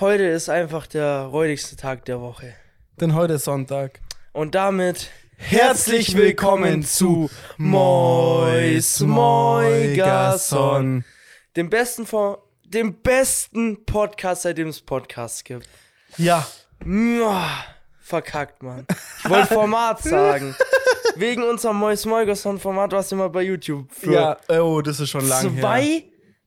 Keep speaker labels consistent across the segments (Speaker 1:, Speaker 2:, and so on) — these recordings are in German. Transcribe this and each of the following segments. Speaker 1: Heute ist einfach der räudigste Tag der Woche.
Speaker 2: Denn heute ist Sonntag.
Speaker 1: Und damit herzlich willkommen zu Mois Moigason, dem besten, Fo- dem besten Podcast, seitdem es Podcasts gibt.
Speaker 2: Ja,
Speaker 1: Mua, verkackt, Mann. Ich wollte Format sagen. Wegen unserem Mois Moigason Format, was immer bei YouTube für
Speaker 2: ja. Oh, das ist schon lange
Speaker 1: zwei,
Speaker 2: her.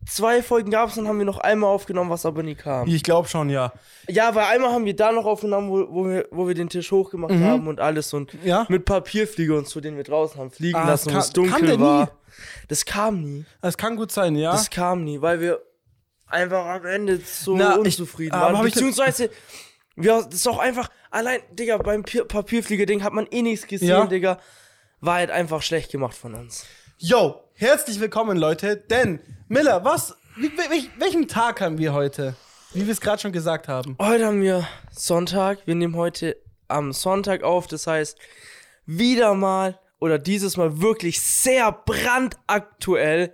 Speaker 1: zwei Folgen gab es und haben wir noch einmal aufgenommen, was aber nie kam.
Speaker 2: Ich glaube schon, ja.
Speaker 1: Ja, weil einmal haben wir da noch aufgenommen, wo, wo, wir, wo wir den Tisch hochgemacht haben und alles und
Speaker 2: Mhm. Ja.
Speaker 1: mit Papierfliege und so, den wir draußen haben fliegen
Speaker 2: Ah,
Speaker 1: lassen,
Speaker 2: das
Speaker 1: wo es
Speaker 2: kam-
Speaker 1: dunkel
Speaker 2: kam der nie? Ah.
Speaker 1: war. Das kam nie.
Speaker 2: Es kann gut sein, ja.
Speaker 1: Das kam nie, weil wir einfach am Ende so
Speaker 2: Na, ich-
Speaker 1: unzufrieden
Speaker 2: aber
Speaker 1: waren.
Speaker 2: hab ich-
Speaker 1: Beziehungsweise, ja, das ist auch einfach, allein, Digga, beim Pier- Papierflieger-Ding hat man eh nichts gesehen,
Speaker 2: Ja.
Speaker 1: Digga. War halt einfach schlecht gemacht von uns.
Speaker 2: Yo, herzlich willkommen, Leute. Denn, Miller, was? Wie, wel- wel- welchen Tag haben wir heute? Wie wir es gerade schon gesagt haben.
Speaker 1: Heute haben wir Sonntag. Wir nehmen heute am Sonntag auf. Das heißt, wieder mal oder dieses Mal wirklich sehr brandaktuell.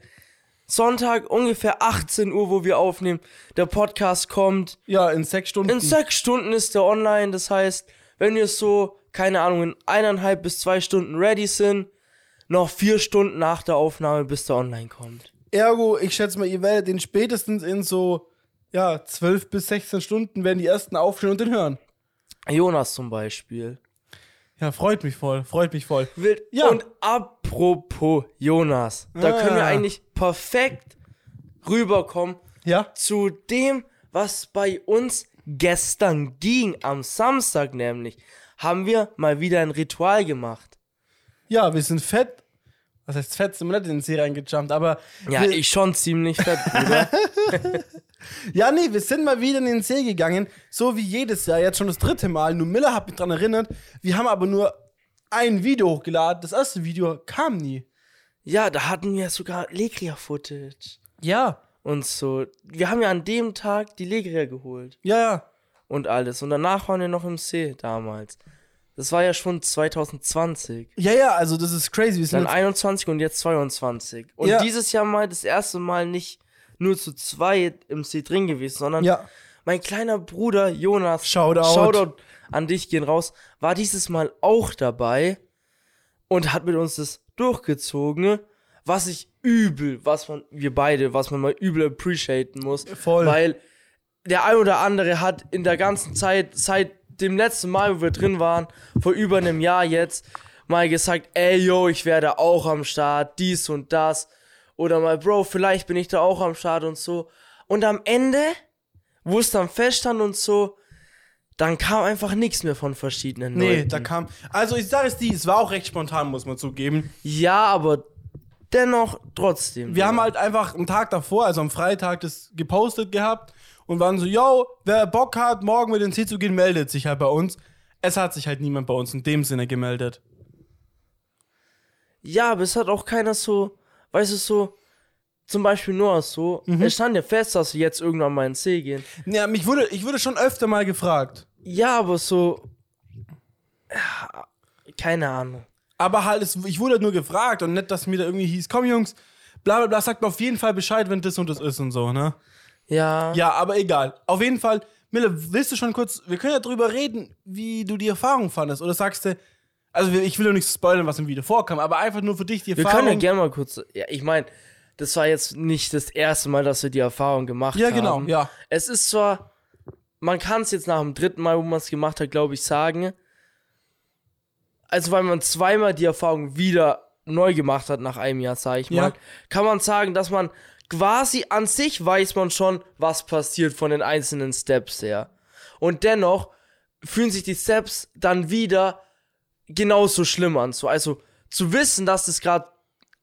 Speaker 1: Sonntag ungefähr 18 Uhr, wo wir aufnehmen. Der Podcast kommt.
Speaker 2: Ja, in sechs Stunden.
Speaker 1: In sechs Stunden ist der online. Das heißt, wenn wir so, keine Ahnung, in eineinhalb bis zwei Stunden ready sind, noch vier Stunden nach der Aufnahme, bis der online kommt.
Speaker 2: Ergo, ich schätze mal, ihr werdet den spätestens in so, ja, 12 bis 16 Stunden werden die ersten aufstehen und den hören.
Speaker 1: Jonas zum Beispiel.
Speaker 2: Ja, freut mich voll, freut mich voll.
Speaker 1: Wild.
Speaker 2: Ja.
Speaker 1: Und apropos Jonas, da
Speaker 2: Ah.
Speaker 1: können wir eigentlich perfekt rüberkommen
Speaker 2: Ja?
Speaker 1: zu dem, was bei uns gestern ging. Am Samstag nämlich haben wir mal wieder ein Ritual gemacht.
Speaker 2: Ja, wir sind fett. Was heißt fett? Sind wir nicht in den See reingejumpt, aber.
Speaker 1: Ja,
Speaker 2: wir,
Speaker 1: ich schon ziemlich fett, Bruder.
Speaker 2: Ja, nee, wir sind mal wieder in den See gegangen, so wie jedes Jahr, jetzt schon das dritte Mal. Nur Miller hat mich dran erinnert, wir haben aber nur ein Video hochgeladen. Das erste Video kam nie.
Speaker 1: ja, da hatten wir sogar Legria-Footage
Speaker 2: Ja.
Speaker 1: und so. Wir haben ja an dem Tag die Legria geholt
Speaker 2: Ja, ja.
Speaker 1: und alles. Und danach waren wir noch im See damals. Das war ja schon 2020.
Speaker 2: Ja, ja, also das ist crazy. Wir sind
Speaker 1: Dann
Speaker 2: jetzt,
Speaker 1: 21 und jetzt 22. Und
Speaker 2: Ja.
Speaker 1: dieses Jahr mal das erste Mal nicht nur zu zweit im See drin gewesen, sondern
Speaker 2: ja.
Speaker 1: mein kleiner Bruder Jonas,
Speaker 2: Shoutout.
Speaker 1: Shoutout an dich gehen raus, war dieses Mal auch dabei und hat mit uns das durchgezogen, was ich übel, was man, wir beide, was man mal übel appreciaten muss.
Speaker 2: Voll.
Speaker 1: Weil der ein oder andere hat in der ganzen Zeit, seit dem letzten Mal, wo wir drin waren, vor über einem Jahr jetzt, mal gesagt, ey, yo, ich werde auch am Start, dies und das. Oder mal, Bro, vielleicht bin ich da auch am Start und so. Und am Ende, wo es dann feststand und so, dann kam einfach nichts mehr von verschiedenen
Speaker 2: Nee,
Speaker 1: Leuten.
Speaker 2: da kam. Also ich sage es dir, es war auch recht spontan, muss man zugeben.
Speaker 1: Ja, aber dennoch trotzdem.
Speaker 2: Wir haben halt einfach einen Tag davor, also am Freitag, das gepostet gehabt und waren so, yo, wer Bock hat, morgen mit ins See zu gehen, meldet sich halt bei uns. Es hat sich halt niemand bei uns in dem Sinne gemeldet. halt-
Speaker 1: Ja, aber es hat auch keiner so, weißt du, so, zum Beispiel Noah so,
Speaker 2: Mhm.
Speaker 1: es stand ja fest, dass wir jetzt irgendwann mal ins See gehen.
Speaker 2: Ja, mich wurde, ich wurde schon öfter mal gefragt.
Speaker 1: Ja, aber so, ja, keine Ahnung.
Speaker 2: Aber halt, es, ich wurde halt nur gefragt und nicht, dass mir da irgendwie hieß, komm Jungs, bla bla bla, sagt mir auf jeden Fall Bescheid, wenn das und das ist und so, ne?
Speaker 1: Ja,
Speaker 2: Ja, aber egal. Auf jeden Fall, Mille, willst du schon kurz, wir können ja drüber reden, wie du die Erfahrung fandest. Oder sagst du, also ich will doch nichts spoilern, was im Video vorkam, aber einfach nur für dich die
Speaker 1: wir
Speaker 2: Erfahrung.
Speaker 1: können ja gerne mal kurz, ja, ich meine, das war jetzt nicht das erste Mal, dass wir die Erfahrung gemacht
Speaker 2: Ja,
Speaker 1: haben.
Speaker 2: genau, ja.
Speaker 1: Es ist zwar, man kann es jetzt nach dem dritten Mal, wo man es gemacht hat, glaube ich, sagen. Also, weil man zweimal die Erfahrung wieder neu gemacht hat nach einem Jahr, sage ich mal,
Speaker 2: Ja.
Speaker 1: kann man sagen, dass man quasi an sich weiß man schon, was passiert von den einzelnen Steps her. Und dennoch fühlen sich die Steps dann wieder genauso schlimm an. So, also zu wissen, dass das gerade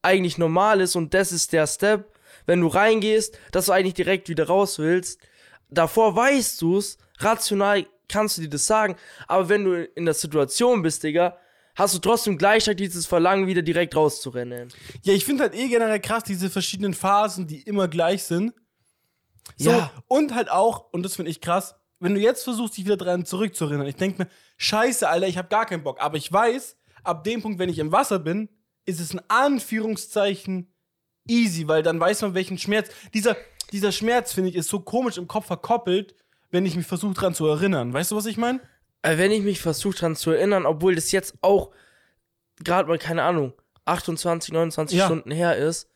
Speaker 1: eigentlich normal ist und das ist der Step, wenn du reingehst, dass du eigentlich direkt wieder raus willst. Davor weißt du's, rational kannst du dir das sagen, aber wenn du in der Situation bist, Digga, hast du trotzdem gleichzeitig dieses Verlangen, wieder direkt rauszurennen.
Speaker 2: Ja, ich finde halt eh generell krass, diese verschiedenen Phasen, die immer gleich sind. So,
Speaker 1: Ja.
Speaker 2: Und halt auch, und das finde ich krass, wenn du jetzt versuchst, dich wieder dran zurückzuerinnern, ich denke mir, scheiße, Alter, ich habe gar keinen Bock. Aber ich weiß, ab dem Punkt, wenn ich im Wasser bin, ist es in Anführungszeichen easy, weil dann weiß man, welchen Schmerz. Dieser, dieser Schmerz, finde ich, ist so komisch im Kopf verkoppelt, wenn ich mich versuche dran zu erinnern. Weißt du, was ich meine?
Speaker 1: Äh, wenn ich mich versuche dran zu erinnern, obwohl das jetzt auch gerade mal, keine Ahnung, 28, 29
Speaker 2: Ja.
Speaker 1: Stunden her ist,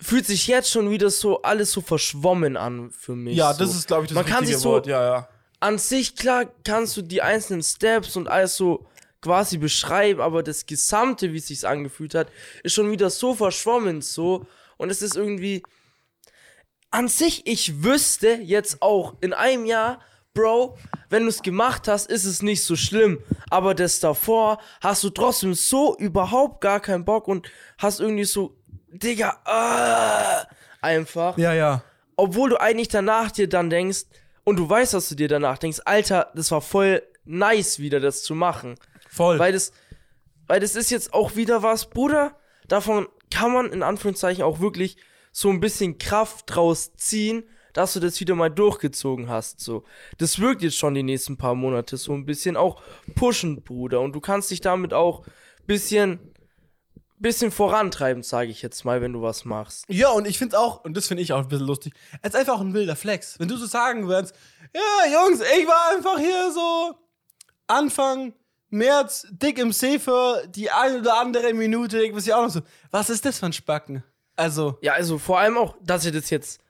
Speaker 1: fühlt sich jetzt schon wieder so alles so verschwommen an für mich.
Speaker 2: Ja,
Speaker 1: so.
Speaker 2: das ist, glaube ich, das
Speaker 1: Man kann
Speaker 2: richtige
Speaker 1: sich so-
Speaker 2: Wort. Ja, ja.
Speaker 1: An sich, klar, kannst du die einzelnen Steps und alles so quasi beschreiben, aber das Gesamte, wie es sich angefühlt hat, ist schon wieder so verschwommen so. Und es ist irgendwie. An sich, ich wüsste jetzt auch in einem Jahr, Bro, wenn du es gemacht hast, ist es nicht so schlimm. Aber das davor hast du trotzdem so überhaupt gar keinen Bock und hast irgendwie so, Digga, ah, einfach
Speaker 2: Ja, ja.
Speaker 1: obwohl du eigentlich danach dir dann denkst, und du weißt, dass du dir danach denkst, Alter, das war voll nice wieder, das zu machen.
Speaker 2: Voll.
Speaker 1: Weil das, weil das ist jetzt auch wieder was, Bruder, davon kann man in Anführungszeichen auch wirklich so ein bisschen Kraft draus ziehen, dass du das wieder mal durchgezogen hast, so. Das wirkt jetzt schon die nächsten paar Monate so ein bisschen auch pushen, Bruder, und du kannst dich damit auch bisschen, bisschen vorantreiben, sage ich jetzt mal, wenn du was machst.
Speaker 2: Ja, und ich find's auch, und das finde ich auch ein bisschen lustig, es ist einfach ein wilder Flex. Wenn du so sagen würdest, ja, Jungs, ich war einfach hier so Anfang März dick im See für die eine oder andere Minute, ich weiß ja auch noch so, was ist das für ein Spacken? Also,
Speaker 1: Ja, also vor allem auch, dass sie das jetzt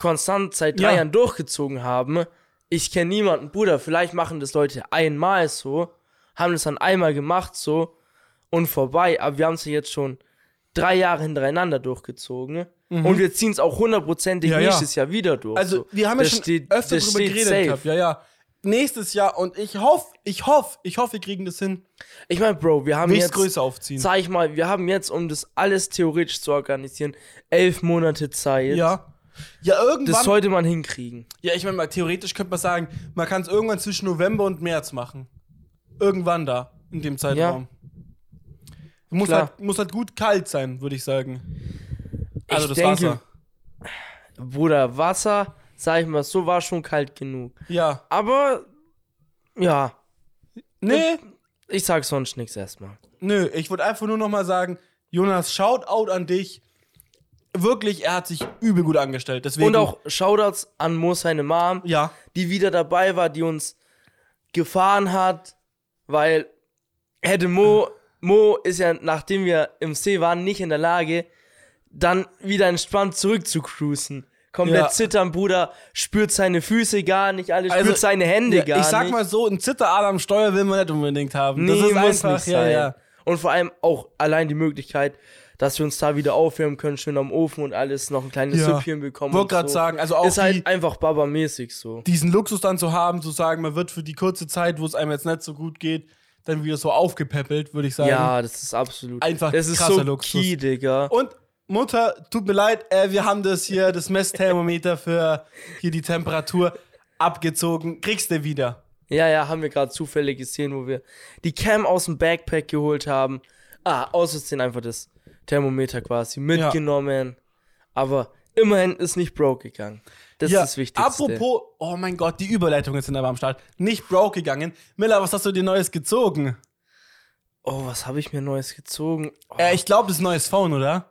Speaker 1: konstant seit drei
Speaker 2: Ja.
Speaker 1: Jahren durchgezogen haben. Ich kenne niemanden, Bruder. Vielleicht machen das Leute einmal so, haben das dann einmal gemacht so und vorbei. Aber wir haben es ja jetzt schon drei Jahre hintereinander durchgezogen. Und wir ziehen es auch hundertprozentig
Speaker 2: Mhm. Ja, ja.
Speaker 1: nächstes Jahr wieder durch.
Speaker 2: also
Speaker 1: so.
Speaker 2: wir haben ja
Speaker 1: Das
Speaker 2: schon
Speaker 1: steht-
Speaker 2: öfter
Speaker 1: das
Speaker 2: drüber
Speaker 1: steht
Speaker 2: geredet
Speaker 1: safe.
Speaker 2: gehabt, ja, ja. Nächstes Jahr und ich hoffe, ich hoffe, ich hoffe, wir kriegen das hin.
Speaker 1: Ich meine, Bro, wir haben
Speaker 2: Nichts
Speaker 1: jetzt
Speaker 2: größer aufziehen.
Speaker 1: Sag ich mal, wir haben jetzt, um das alles theoretisch zu organisieren, elf Monate Zeit.
Speaker 2: Ja. Ja, irgendwann.
Speaker 1: Das sollte man hinkriegen.
Speaker 2: Ja, ich meine mal, theoretisch könnte man sagen, man kann es irgendwann zwischen November und März machen. Irgendwann da, in dem Zeitraum. Muss,
Speaker 1: Klar.
Speaker 2: halt, muss halt gut kalt sein, würde ich sagen. Also
Speaker 1: Ich denke- Bruder, Wasser, sag ich mal, so war schon kalt genug.
Speaker 2: Ja.
Speaker 1: Aber, ja,
Speaker 2: Nee,
Speaker 1: ich sag sonst nichts erstmal.
Speaker 2: Äh, nö, ich würde einfach nur nochmal sagen, Jonas, Shoutout an dich. Wirklich, er hat sich übel gut angestellt. Deswegen,
Speaker 1: Und auch Shoutouts an Mo, seine Mom,
Speaker 2: Ja,
Speaker 1: die wieder dabei war, die uns gefahren hat, weil hätte Mo, Mo ist ja, nachdem wir im See waren, nicht in der Lage, dann wieder entspannt zurück zu cruisen. Komplett
Speaker 2: Ja.
Speaker 1: zittern, Bruder, spürt seine Füße gar nicht, alles
Speaker 2: Also,
Speaker 1: spürt seine Hände
Speaker 2: ja
Speaker 1: gar
Speaker 2: ich sag
Speaker 1: nicht.
Speaker 2: mal so, ein Zitterader am Steuer will man nicht unbedingt haben.
Speaker 1: Nee,
Speaker 2: das ist
Speaker 1: muss
Speaker 2: einfach,
Speaker 1: nicht
Speaker 2: ja,
Speaker 1: sein.
Speaker 2: ja.
Speaker 1: Und vor allem auch allein die Möglichkeit, dass wir uns da wieder aufwärmen können, schön am Ofen und alles, noch ein kleines
Speaker 2: Ja.
Speaker 1: Süppchen bekommen.
Speaker 2: Wollte
Speaker 1: und
Speaker 2: gerade
Speaker 1: so.
Speaker 2: sagen, also auch
Speaker 1: Ist
Speaker 2: die,
Speaker 1: halt einfach babamäßig so.
Speaker 2: diesen Luxus dann zu haben, zu sagen, man wird für die kurze Zeit, wo es einem jetzt nicht so gut geht, dann wieder so aufgepäppelt, würde ich sagen.
Speaker 1: Ja, das ist absolut.
Speaker 2: Einfach
Speaker 1: das ist
Speaker 2: krasser
Speaker 1: so
Speaker 2: Luxus.
Speaker 1: key, Digga.
Speaker 2: Und Mutter, tut mir leid, äh, wir haben das hier, das Messthermometer für hier die Temperatur abgezogen. Kriegst du wieder.
Speaker 1: Ja, ja, haben wir gerade zufällig gesehen, wo wir die Cam aus dem Backpack geholt haben. Ah, aus Versehen einfach das Thermometer quasi mitgenommen. Aber immerhin ist nicht broke gegangen. Das
Speaker 2: Ja,
Speaker 1: ist das Wichtigste.
Speaker 2: Apropos, oh mein Gott, die Überleitung ist in der Warmstadt. Nicht broke gegangen. Miller, was hast du dir Neues gezogen?
Speaker 1: Oh, was habe ich mir Neues gezogen? Oh,
Speaker 2: Äh, ich glaube, das ist ein neues Phone, oder?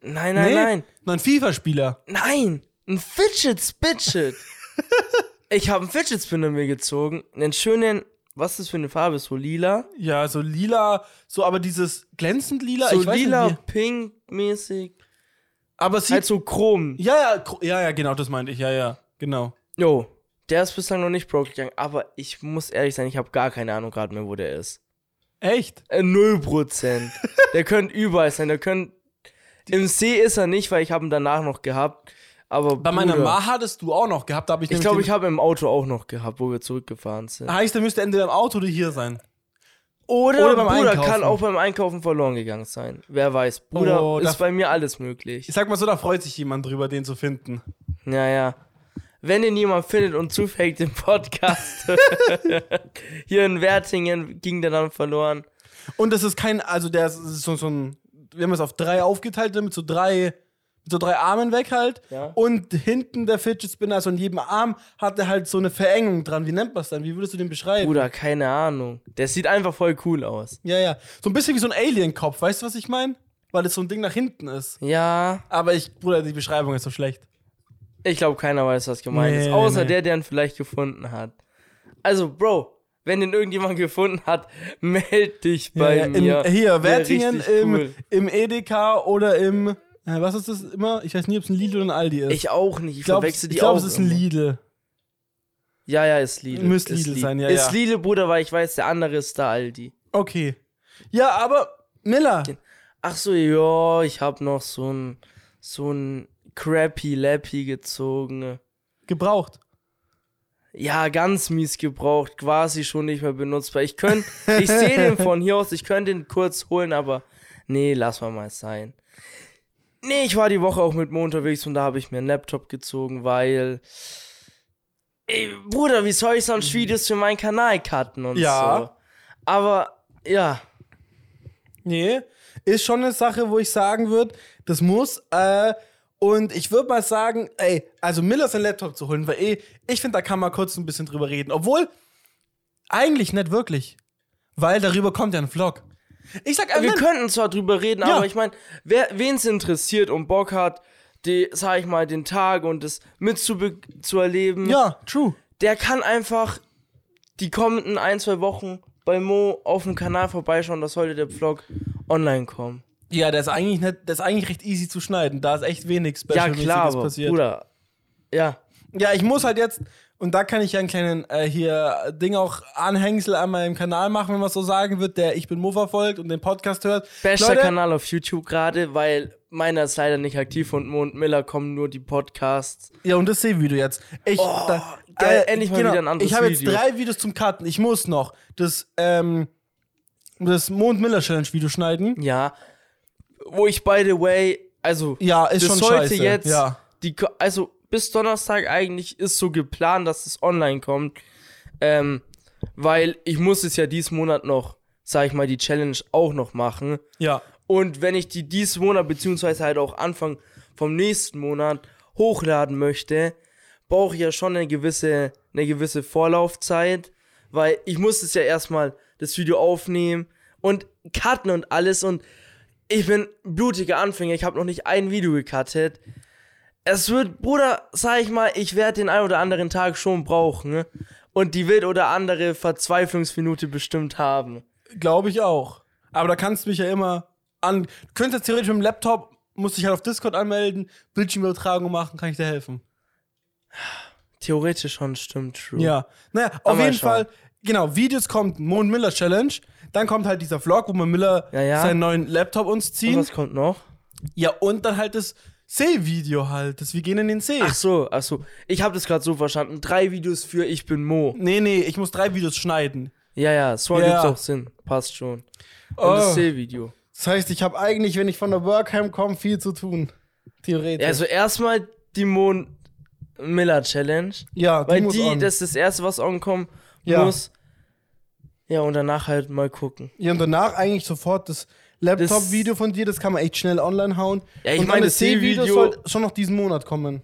Speaker 1: nein, nein, nein.
Speaker 2: Noch ein FIFA-Spieler.
Speaker 1: Nein, ein Fidget Spidget. ich habe einen Fidget Spinner mir gezogen. Einen schönen, was ist das für eine Farbe? Ist So lila?
Speaker 2: Ja, so lila, so aber dieses glänzend lila.
Speaker 1: So
Speaker 2: ich weiß nicht,
Speaker 1: lila,
Speaker 2: wie-
Speaker 1: pink-mäßig.
Speaker 2: aber es sieht
Speaker 1: Halt so chrom.
Speaker 2: Ja, ja, gro- ja, ja, genau, das meinte ich. Ja, ja, genau.
Speaker 1: Jo, der ist bislang noch nicht broke gegangen. Aber ich muss ehrlich sein, ich habe gar keine Ahnung gerade mehr, wo der ist.
Speaker 2: Echt?
Speaker 1: Äh, 0%. der könnte überall sein. Der könnte. Im See ist er nicht, weil ich habe ihn danach noch gehabt. Aber
Speaker 2: Bei meiner
Speaker 1: Bruder,
Speaker 2: Ma hattest du auch noch gehabt, da habe ich
Speaker 1: Ich
Speaker 2: nämlich
Speaker 1: glaube, ich
Speaker 2: den-
Speaker 1: habe im Auto auch noch gehabt, wo wir zurückgefahren sind.
Speaker 2: Heißt, der müsste entweder im Auto oder hier sein.
Speaker 1: Oder,
Speaker 2: Oder beim
Speaker 1: Bruder
Speaker 2: Einkaufen.
Speaker 1: kann auch beim Einkaufen verloren gegangen sein. Wer weiß. Bruder
Speaker 2: Oh,
Speaker 1: ist
Speaker 2: das-
Speaker 1: bei mir alles möglich.
Speaker 2: Ich sag mal so, da freut sich jemand drüber, den zu finden.
Speaker 1: Naja. Wenn ihn jemand findet und zufällig den Podcast hier in Wertingen ging der dann verloren.
Speaker 2: Und das ist kein, also der ist ist so, so ein, wir haben es auf drei aufgeteilt, ne, mit so drei, mit so drei Armen weg halt.
Speaker 1: Ja.
Speaker 2: Und hinten der Fidget Spinner, also an jedem Arm, hat er halt so eine Verengung dran. Wie nennt man es dann? Wie würdest du den beschreiben?
Speaker 1: Bruder, keine Ahnung. Der sieht einfach voll cool aus.
Speaker 2: Ja, ja. So ein bisschen wie so ein Alien-Kopf, weißt du, was ich meine? Weil das so ein Ding nach hinten ist.
Speaker 1: Ja,
Speaker 2: Aber ich, Bruder, die Beschreibung ist so schlecht.
Speaker 1: Ich glaube, keiner weiß, was gemeint
Speaker 2: Nee,
Speaker 1: ist.
Speaker 2: nee,
Speaker 1: Außer
Speaker 2: nee.
Speaker 1: der, der ihn vielleicht gefunden hat. Also, Bro, wenn den irgendjemand gefunden hat, meld dich bei
Speaker 2: ja, in,
Speaker 1: mir.
Speaker 2: Hier,
Speaker 1: Wär
Speaker 2: Wertingen
Speaker 1: richtig
Speaker 2: im,
Speaker 1: cool.
Speaker 2: im Edeka oder im. Äh, was ist das immer? Ich weiß nie, ob es ein Lidl oder ein Aldi ist.
Speaker 1: Ich auch nicht. Ich,
Speaker 2: ich glaube,
Speaker 1: verwechsel die
Speaker 2: glaub,
Speaker 1: auch
Speaker 2: es ist ein
Speaker 1: immer.
Speaker 2: Lidl.
Speaker 1: Ja, ja, ist Lidl.
Speaker 2: Müsste
Speaker 1: ist
Speaker 2: Lidl sein, ja,
Speaker 1: Ist
Speaker 2: ja.
Speaker 1: Lidl, Bruder, weil ich weiß, der andere ist da Aldi.
Speaker 2: Okay. Ja, aber Miller,
Speaker 1: Ach so, ja, ich hab noch so ein, so ein crappy Lappy gezogen.
Speaker 2: gebraucht.
Speaker 1: Ja, ganz mies gebraucht, quasi schon nicht mehr benutzbar. Ich könnte, ich sehe den von hier aus, ich könnte den kurz holen, aber nee, lass mal mal sein. Nee, ich war die Woche auch mit Mo unterwegs und da habe ich mir einen Laptop gezogen, weil. Ey, Bruder, wie soll ich sonst Videos für meinen Kanal cutten und
Speaker 2: Ja.
Speaker 1: so? Aber, ja.
Speaker 2: Nee, ist schon eine Sache, wo ich sagen würde, das muss. Äh, und ich würde mal sagen, ey, also Miller sein Laptop zu holen, weil eh, ich finde, da kann man kurz ein bisschen drüber reden. Obwohl, eigentlich nicht wirklich. Weil darüber kommt ja ein Vlog. Ich sag äh,
Speaker 1: Wir
Speaker 2: einfach,
Speaker 1: könnten zwar drüber reden,
Speaker 2: Ja.
Speaker 1: aber ich meine, wer wen's interessiert und Bock hat, die, sag ich mal, den Tag und das mitzuerleben, zu erleben,
Speaker 2: ja, true.
Speaker 1: der kann einfach die kommenden ein, zwei Wochen bei Mo auf dem Kanal vorbeischauen. Da sollte der Vlog online kommen.
Speaker 2: Ja, das ist eigentlich nicht, das ist eigentlich recht easy zu schneiden. Da ist echt wenig
Speaker 1: Ja,
Speaker 2: Special
Speaker 1: klar, aber,
Speaker 2: passiert.
Speaker 1: Bruder. Ja.
Speaker 2: Ja, ich muss halt jetzt, und da kann ich ja einen kleinen äh, hier Ding auch Anhängsel an meinem Kanal machen, wenn man so sagen wird, der Ich bin Mo verfolgt und den Podcast hört.
Speaker 1: Bester
Speaker 2: Leute,
Speaker 1: Kanal auf YouTube gerade, weil meiner ist leider nicht aktiv und Mo und Miller kommen nur die Podcasts.
Speaker 2: Ja, und das Seevideo jetzt. Ich, äh, genau.
Speaker 1: Oh, geil, endlich mal wieder ein anderes
Speaker 2: Ich habe jetzt
Speaker 1: Video.
Speaker 2: drei Videos zum Cutten. Ich muss noch das, ähm, das Mond-Miller-Challenge-Video schneiden.
Speaker 1: Ja. Wo ich, by the way, also,
Speaker 2: Ja, ist
Speaker 1: das
Speaker 2: schon
Speaker 1: sollte
Speaker 2: scheiße.
Speaker 1: jetzt,
Speaker 2: ja.
Speaker 1: die, Ko- also bis Donnerstag eigentlich ist so geplant, dass es online kommt. Ähm, weil ich muss es ja diesen Monat noch, sag ich mal, die Challenge auch noch machen.
Speaker 2: ja.
Speaker 1: Und wenn ich die diesen Monat, beziehungsweise halt auch Anfang vom nächsten Monat hochladen möchte, brauche ich ja schon eine gewisse, eine gewisse Vorlaufzeit, weil ich muss es ja erstmal das Video aufnehmen und cutten und alles und ich bin blutiger Anfänger, ich habe noch nicht ein Video gecuttet. Es wird, Bruder, sag ich mal, ich werde den ein oder anderen Tag schon brauchen ne? und die wird oder andere Verzweiflungsminute bestimmt haben.
Speaker 2: Glaube ich auch. Aber da kannst du mich ja immer an. Du könntest theoretisch mit dem Laptop, musst dich halt auf Discord anmelden, Bildschirmübertragung machen, kann ich dir helfen.
Speaker 1: Theoretisch schon, stimmt, true.
Speaker 2: Ja. Naja,
Speaker 1: Aber
Speaker 2: auf
Speaker 1: mal
Speaker 2: jeden
Speaker 1: schauen.
Speaker 2: Fall, genau, Videos kommt Mond Miller Challenge. Dann kommt halt dieser Vlog, wo man Miller
Speaker 1: Ja, ja.
Speaker 2: seinen neuen Laptop uns
Speaker 1: Und
Speaker 2: ziehen.
Speaker 1: was kommt noch?
Speaker 2: Ja, und dann halt das See-Video halt. Das Wir gehen in den See.
Speaker 1: Ach so, ach so. Ich habe das gerade so verstanden. Drei Videos für Ich bin Mo.
Speaker 2: Nee, nee, ich muss drei Videos schneiden.
Speaker 1: Ja, ja, so
Speaker 2: Ja,
Speaker 1: gibt's
Speaker 2: ja.
Speaker 1: auch Sinn. Passt schon. Und
Speaker 2: Oh.
Speaker 1: das C-Video.
Speaker 2: Das heißt, ich habe eigentlich, wenn ich von der Workham komme, viel zu tun. Theoretisch.
Speaker 1: Ja, also erstmal die Mon Miller Challenge.
Speaker 2: ja die
Speaker 1: Weil
Speaker 2: muss
Speaker 1: die,
Speaker 2: on.
Speaker 1: das ist das erste, was ankommen
Speaker 2: Ja.
Speaker 1: muss. Ja, und danach halt mal gucken.
Speaker 2: ja, und danach eigentlich sofort das Laptop-Video von dir, das kann man echt schnell online hauen.
Speaker 1: Ja, ich
Speaker 2: und dann
Speaker 1: meine,
Speaker 2: das
Speaker 1: das
Speaker 2: C-Video
Speaker 1: Video-
Speaker 2: soll schon noch diesen Monat kommen.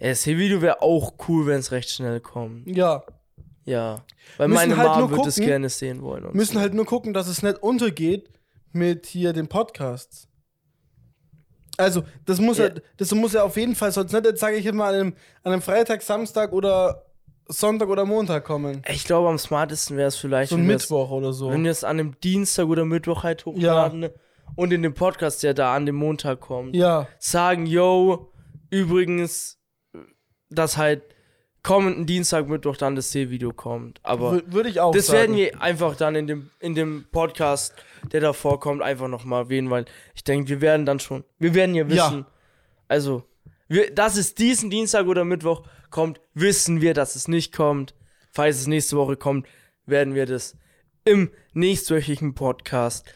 Speaker 1: Ja, das C-Video wäre auch cool, wenn es recht schnell kommt.
Speaker 2: Ja.
Speaker 1: Ja. Weil
Speaker 2: Müssen
Speaker 1: meine
Speaker 2: halt
Speaker 1: Mom
Speaker 2: nur
Speaker 1: würde es
Speaker 2: gucken.
Speaker 1: gerne sehen wollen. Und
Speaker 2: Müssen halt nur gucken, dass es nicht untergeht mit hier den Podcasts. Also, das muss ja,
Speaker 1: Ja.
Speaker 2: das muss ja auf jeden Fall, sonst nicht, jetzt sage ich immer, an einem, an einem Freitag, Samstag oder Sonntag oder Montag kommen.
Speaker 1: ich glaube, am smartesten wäre es vielleicht,
Speaker 2: So ein
Speaker 1: wenn wir es-
Speaker 2: Mittwoch oder so.
Speaker 1: Wenn wir es an einem Dienstag oder Mittwoch halt hochladen ne? und in dem Podcast, der da an dem Montag kommt,
Speaker 2: Ja.
Speaker 1: sagen, yo, übrigens, dass halt kommenden Dienstag, Mittwoch dann das C-Video kommt. Aber
Speaker 2: Wür- Würde ich auch
Speaker 1: das
Speaker 2: sagen.
Speaker 1: werden wir einfach dann in dem, in dem Podcast, der da vorkommt, einfach nochmal erwähnen, weil ich denke, wir werden dann schon, wir werden ja
Speaker 2: Ja.
Speaker 1: wissen, also, wir, dass es diesen Dienstag oder Mittwoch kommt, wissen wir, dass es nicht kommt. Falls es nächste Woche kommt, werden wir das im nächstwöchigen Podcast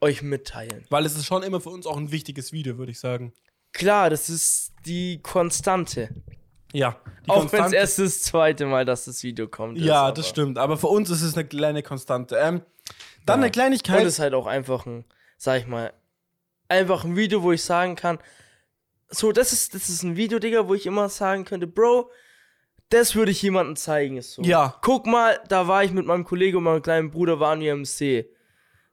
Speaker 1: euch mitteilen.
Speaker 2: Weil es ist schon immer für uns auch ein wichtiges Video, würde ich sagen.
Speaker 1: Klar, das ist die Konstante.
Speaker 2: Ja. Die
Speaker 1: Auch wenn es
Speaker 2: Konstante-
Speaker 1: erst das zweite Mal, dass das Video kommt. ist,
Speaker 2: Ja,
Speaker 1: aber-
Speaker 2: das stimmt. Aber für uns ist es eine kleine Konstante. Ähm,
Speaker 1: Ja.
Speaker 2: dann eine
Speaker 1: Und
Speaker 2: Kleinigkeit.
Speaker 1: es ist halt auch einfach ein, sag ich mal, einfach ein Video, wo ich sagen kann, so, das ist, das ist ein Video, Digga, wo ich immer sagen könnte, Bro, das würde ich jemandem zeigen. Ist so.
Speaker 2: Ja.
Speaker 1: Guck mal, da war ich mit meinem Kollegen und meinem kleinen Bruder, waren wir im See.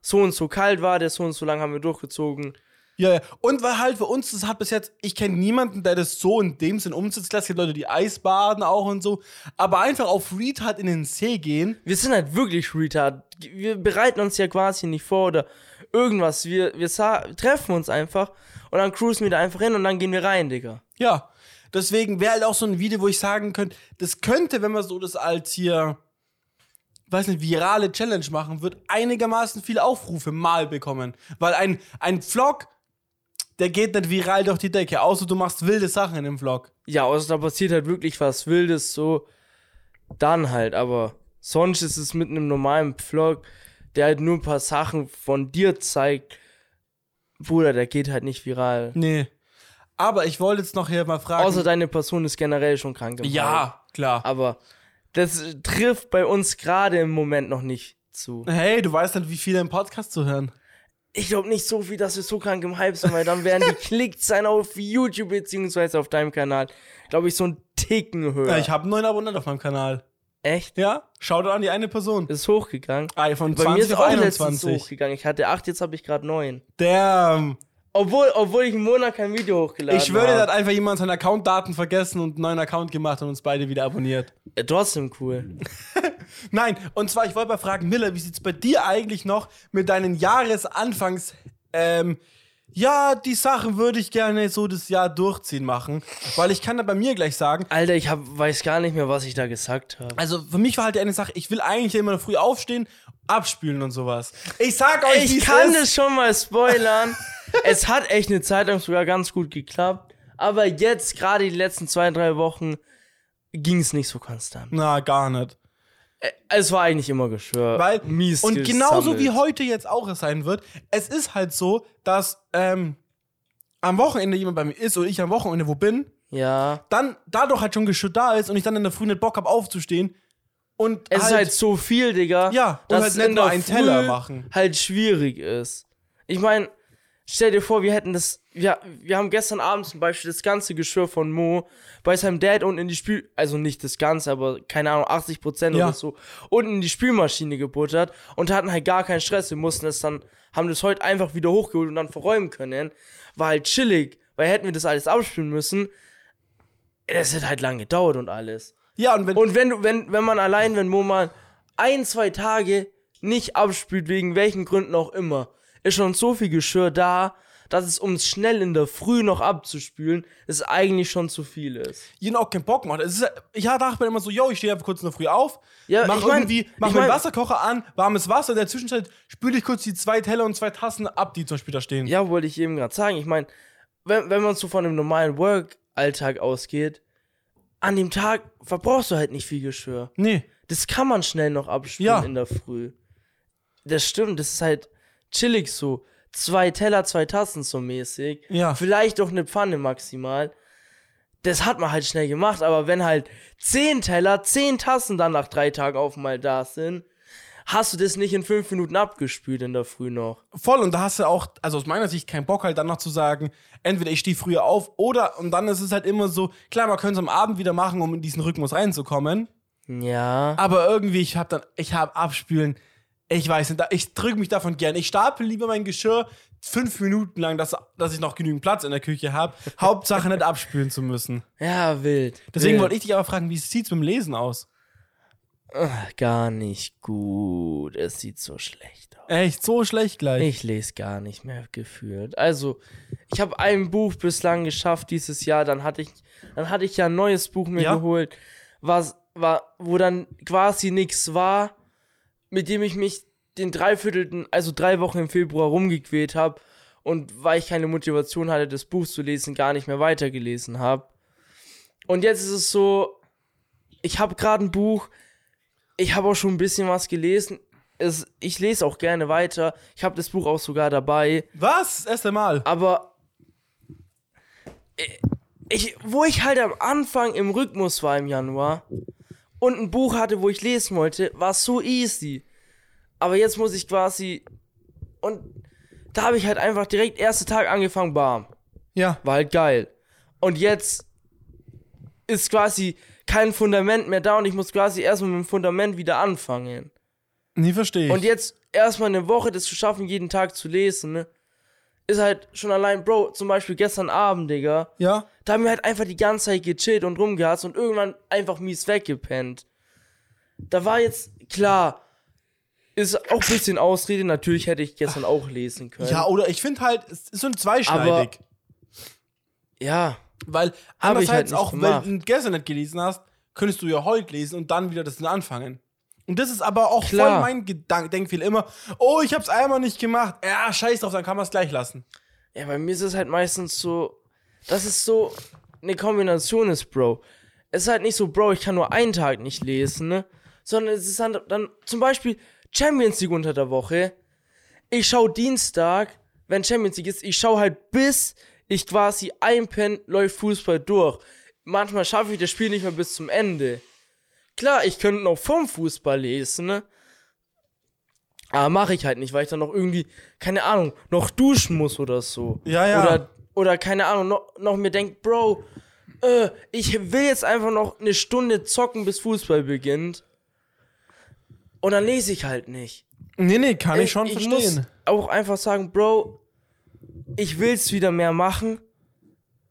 Speaker 1: So und so kalt war der, so und so lang haben wir durchgezogen.
Speaker 2: Ja, ja. Und weil halt für uns, das hat bis jetzt, ich kenne niemanden, der das so in dem Sinn umsetzt. Klar, es gibt Leute, die Eisbaden auch und so. Aber einfach auf Retard in den See gehen.
Speaker 1: Wir sind halt wirklich retard. Wir bereiten uns ja quasi nicht vor oder irgendwas. Wir, wir sa- treffen uns einfach und dann cruisen wir da einfach hin und dann gehen wir rein, Digga.
Speaker 2: Ja. Deswegen wäre halt auch so ein Video, wo ich sagen könnte, das könnte, wenn man so das als hier, weiß nicht, virale Challenge machen, wird einigermaßen viele Aufrufe mal bekommen. Weil ein, ein Vlog, der geht nicht viral durch die Decke, außer du machst wilde Sachen in dem Vlog.
Speaker 1: Ja, außer da passiert halt wirklich was Wildes, so. Dann halt, aber sonst ist es mit einem normalen Vlog, der halt nur ein paar Sachen von dir zeigt. Bruder, der geht halt nicht viral.
Speaker 2: Nee. Aber ich wollte jetzt noch hier mal fragen.
Speaker 1: Außer deine Person ist generell schon krank. im Fall.
Speaker 2: ja, klar.
Speaker 1: Aber das trifft bei uns gerade im Moment noch nicht zu.
Speaker 2: Hey, du weißt nicht, wie viele im Podcast zu hören.
Speaker 1: Ich glaube nicht so viel, dass wir so krank im Hype sind, weil dann werden die Klicks sein auf YouTube beziehungsweise auf deinem Kanal. Glaube ich, so einen Ticken höher.
Speaker 2: Ja, ich habe neun Abonnenten auf meinem Kanal.
Speaker 1: Echt?
Speaker 2: Ja? Schaut an die eine Person.
Speaker 1: Ist hochgegangen.
Speaker 2: Ah, von
Speaker 1: Bei mir ist
Speaker 2: 20 auf
Speaker 1: auch letztens
Speaker 2: 21.
Speaker 1: hochgegangen. Ich hatte 8, jetzt habe ich gerade 9.
Speaker 2: Damn.
Speaker 1: Obwohl, obwohl ich einen Monat kein Video hochgeladen
Speaker 2: Ich würde, da hat
Speaker 1: habe.
Speaker 2: einfach jemand seine Account-Daten vergessen und einen neuen Account gemacht und uns beide wieder abonniert.
Speaker 1: Äh, Trotzdem cool.
Speaker 2: Nein, und zwar, ich wollte mal fragen, Miller, wie sieht's bei dir eigentlich noch mit deinen Jahresanfangs, ähm, ja, die Sachen würde ich gerne so das Jahr durchziehen machen, weil ich kann da bei mir gleich sagen,
Speaker 1: Alter, ich hab, weiß gar nicht mehr, was ich da gesagt habe.
Speaker 2: also für mich war halt die eine Sache, ich will eigentlich immer früh aufstehen, abspülen und sowas. Ich sag euch,
Speaker 1: Ich
Speaker 2: wie's
Speaker 1: kann
Speaker 2: ist.
Speaker 1: es schon mal spoilern. es hat echt eine Zeit lang sogar ganz gut geklappt. Aber jetzt, gerade die letzten zwei, drei Wochen, ging es nicht so konstant.
Speaker 2: Na, gar nicht.
Speaker 1: Es war eigentlich immer Geschirr.
Speaker 2: Weil,
Speaker 1: mies
Speaker 2: und genauso wie
Speaker 1: gesammelt.
Speaker 2: heute jetzt auch es sein wird, es ist halt so, dass ähm, am Wochenende jemand bei mir ist oder ich am Wochenende wo bin,
Speaker 1: Ja.
Speaker 2: dann dadurch halt schon Geschirr da ist und ich dann in der Früh nicht Bock habe aufzustehen und
Speaker 1: Es ist halt so viel, Digga.
Speaker 2: Ja, und halt
Speaker 1: es
Speaker 2: nicht
Speaker 1: in
Speaker 2: nur
Speaker 1: der
Speaker 2: einen
Speaker 1: Früh
Speaker 2: Teller machen.
Speaker 1: Halt schwierig ist. Ich meine, stell dir vor, wir hätten das. Wir, wir haben gestern Abend zum Beispiel das ganze Geschirr von Mo bei seinem Dad unten in die Spül. Also nicht das ganze, aber keine Ahnung, 80 Prozent
Speaker 2: Ja.
Speaker 1: oder so. Unten in die Spülmaschine gebuttert und hatten halt gar keinen Stress. Wir mussten das dann. Haben das heute einfach wieder hochgeholt und dann verräumen können. War halt chillig, weil hätten wir das alles abspülen müssen. Das hätte halt lang gedauert und alles.
Speaker 2: ja, und wenn
Speaker 1: Und wenn du, wenn, wenn man allein, wenn Mo mal ein, zwei Tage nicht abspült, wegen welchen Gründen auch immer, ist schon so viel Geschirr da, dass es, um es schnell in der Früh noch abzuspülen, es eigentlich schon zu viel ist.
Speaker 2: jeden auch keinen Bock macht. Es ist, ich dachte mir immer so, yo, ich stehe einfach kurz in der Früh auf,
Speaker 1: Ja,
Speaker 2: mach
Speaker 1: ich mein-
Speaker 2: irgendwie, mach
Speaker 1: ich
Speaker 2: meinen
Speaker 1: mein-
Speaker 2: Wasserkocher an, warmes Wasser, in der Zwischenzeit spüle ich kurz die zwei Teller und zwei Tassen ab, die zum Beispiel da stehen.
Speaker 1: Ja, wollte ich eben gerade sagen. Ich meine, wenn, wenn man so von einem normalen Work-Alltag ausgeht, an dem Tag verbrauchst du halt nicht viel Geschirr.
Speaker 2: Nee.
Speaker 1: Das kann man schnell noch abspülen
Speaker 2: Ja.
Speaker 1: in der Früh. Das stimmt, das ist halt chillig so. Zwei Teller, zwei Tassen so mäßig.
Speaker 2: Ja.
Speaker 1: Vielleicht auch eine Pfanne maximal. Das hat man halt schnell gemacht, aber wenn halt zehn Teller, zehn Tassen dann nach drei Tagen auf einmal da sind, hast du das nicht in fünf Minuten abgespült in der Früh noch.
Speaker 2: Voll, und da hast du auch, also aus meiner Sicht, keinen Bock halt danach zu sagen, entweder ich stehe früher auf oder, und dann ist es halt immer so, klar, man könnte es am Abend wieder machen, um in diesen Rhythmus reinzukommen,
Speaker 1: Ja.
Speaker 2: aber irgendwie, ich hab dann, ich hab Abspülen, ich weiß nicht, da- ich drücke mich davon gern. Ich stapel lieber mein Geschirr fünf Minuten lang, dass, dass ich noch genügend Platz in der Küche habe, Hauptsache nicht abspülen zu müssen.
Speaker 1: Ja, wild.
Speaker 2: Deswegen
Speaker 1: wild.
Speaker 2: wollte ich dich aber fragen, wie sieht's mit dem Lesen aus?
Speaker 1: Ach, gar nicht gut. Es sieht so schlecht aus.
Speaker 2: Echt, so schlecht gleich.
Speaker 1: Ich lese gar nicht mehr gefühlt. Also, ich habe ein Buch bislang geschafft dieses Jahr. Dann hatte ich, dann hatte ich ja ein neues Buch mir
Speaker 2: Ja?
Speaker 1: geholt, was, war, wo dann quasi nichts war, mit dem ich mich den dreiviertelten, also drei Wochen im Februar rumgequält habe und weil ich keine Motivation hatte, das Buch zu lesen, gar nicht mehr weitergelesen habe. Und jetzt ist es so, ich habe gerade ein Buch, ich habe auch schon ein bisschen was gelesen. Es, ich lese auch gerne weiter. Ich habe das Buch auch sogar dabei.
Speaker 2: Was? Das erste Mal.
Speaker 1: Aber äh, ich, wo ich halt am Anfang im Rhythmus war im Januar und ein Buch hatte, wo ich lesen wollte, war es so easy. Aber jetzt muss ich quasi. Und da habe ich halt einfach direkt erster Tag angefangen, bam.
Speaker 2: Ja.
Speaker 1: War halt geil. Und jetzt ist quasi kein Fundament mehr da und ich muss quasi erstmal mit dem Fundament wieder anfangen.
Speaker 2: Nee, verstehe ich.
Speaker 1: Und jetzt erstmal eine Woche das zu schaffen, jeden Tag zu lesen, ne? ist halt schon allein, Bro, zum Beispiel gestern Abend, Digga,
Speaker 2: Ja?
Speaker 1: da haben wir halt einfach die ganze Zeit gechillt und rumgehasst und irgendwann einfach mies weggepennt. Da war jetzt, klar, ist auch ein bisschen Ausrede, natürlich hätte ich gestern auch lesen können.
Speaker 2: Ja, oder ich finde halt, es ist so ein zweischneidig.
Speaker 1: ja.
Speaker 2: weil
Speaker 1: hab ich halt
Speaker 2: andererseits
Speaker 1: nicht
Speaker 2: auch,
Speaker 1: gemacht.
Speaker 2: wenn du gestern nicht gelesen hast, könntest du ja heute lesen und dann wieder das anfangen. Und das ist aber auch
Speaker 1: Klar.
Speaker 2: voll mein Gedanke, viel immer, oh, ich hab's einmal nicht gemacht. Ja, scheiß drauf, dann kann man es gleich lassen.
Speaker 1: Ja, bei mir ist es halt meistens so, dass es so eine Kombination ist, Bro. Es ist halt nicht so, Bro, ich kann nur einen Tag nicht lesen, ne? Sondern es ist dann, dann zum Beispiel Champions League unter der Woche. Ich schau Dienstag, wenn Champions League ist, ich schau halt bis ich quasi einpenne, läuft Fußball durch. Manchmal schaffe ich das Spiel nicht mehr bis zum Ende. Klar, ich könnte noch vom Fußball lesen, ne? Aber mache ich halt nicht, weil ich dann noch irgendwie, keine Ahnung, noch duschen muss oder so.
Speaker 2: Ja, ja.
Speaker 1: Oder, oder keine Ahnung, noch, noch mir denkt, Bro, äh, ich will jetzt einfach noch eine Stunde zocken, bis Fußball beginnt. Und dann lese ich halt nicht.
Speaker 2: Nee, nee, kann Äh, ich, schon
Speaker 1: muss
Speaker 2: verstehen.
Speaker 1: auch einfach sagen, Bro, ich will's wieder mehr machen,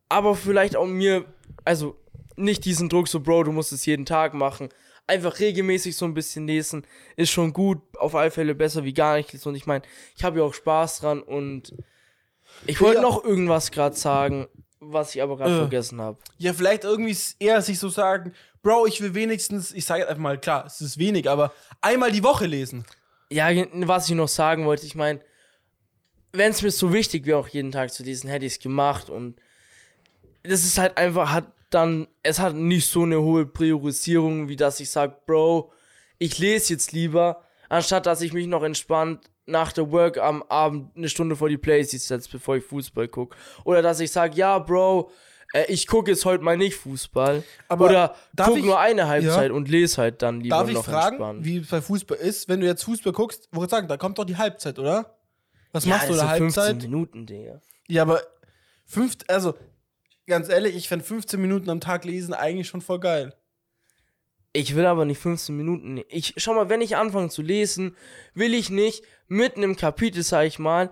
Speaker 1: aber vielleicht auch mir, also nicht diesen Druck, so Bro, du musst es jeden Tag machen. Einfach regelmäßig so ein bisschen lesen, ist schon gut, auf alle Fälle besser wie gar nicht lesen. Und ich meine, ich habe ja auch Spaß dran und ich wollte
Speaker 2: Ja.
Speaker 1: noch irgendwas gerade sagen, was ich aber gerade
Speaker 2: Äh.
Speaker 1: vergessen habe.
Speaker 2: ja, vielleicht irgendwie s- eher sich so sagen, Bro, ich will wenigstens, ich sage jetzt einfach mal, klar, es ist wenig, aber einmal die Woche lesen.
Speaker 1: Ja, gen- was ich noch sagen wollte, ich meine, wenn es mir so wichtig wäre, auch jeden Tag zu lesen, hätte ich es gemacht und das ist halt einfach, hat dann, es hat nicht so eine hohe Priorisierung, wie dass ich sage, Bro, ich lese jetzt lieber, anstatt dass ich mich noch entspannt nach der Work am Abend eine Stunde vor die Playstation setze, bevor ich Fußball gucke. Oder dass ich sage, ja, Bro, äh, ich gucke jetzt heute mal nicht Fußball.
Speaker 2: Aber
Speaker 1: Oder
Speaker 2: darf
Speaker 1: guck
Speaker 2: ich-
Speaker 1: nur eine Halbzeit und lese halt dann lieber
Speaker 2: Darf ich
Speaker 1: noch
Speaker 2: fragen,
Speaker 1: entspannt.
Speaker 2: wie es bei Fußball ist, wenn du jetzt Fußball guckst, wo ich sagen, da kommt doch die Halbzeit, oder? Was
Speaker 1: ja,
Speaker 2: machst du in
Speaker 1: das
Speaker 2: der
Speaker 1: sind
Speaker 2: Halbzeit?
Speaker 1: 15 Minuten, Digga.
Speaker 2: Ja, aber fünf, also ganz ehrlich, ich fände 15 Minuten am Tag lesen eigentlich schon voll geil.
Speaker 1: Ich will aber nicht 15 Minuten. ne- Ich schau mal, wenn ich anfange zu lesen, will ich nicht mitten im Kapitel, sag ich mal,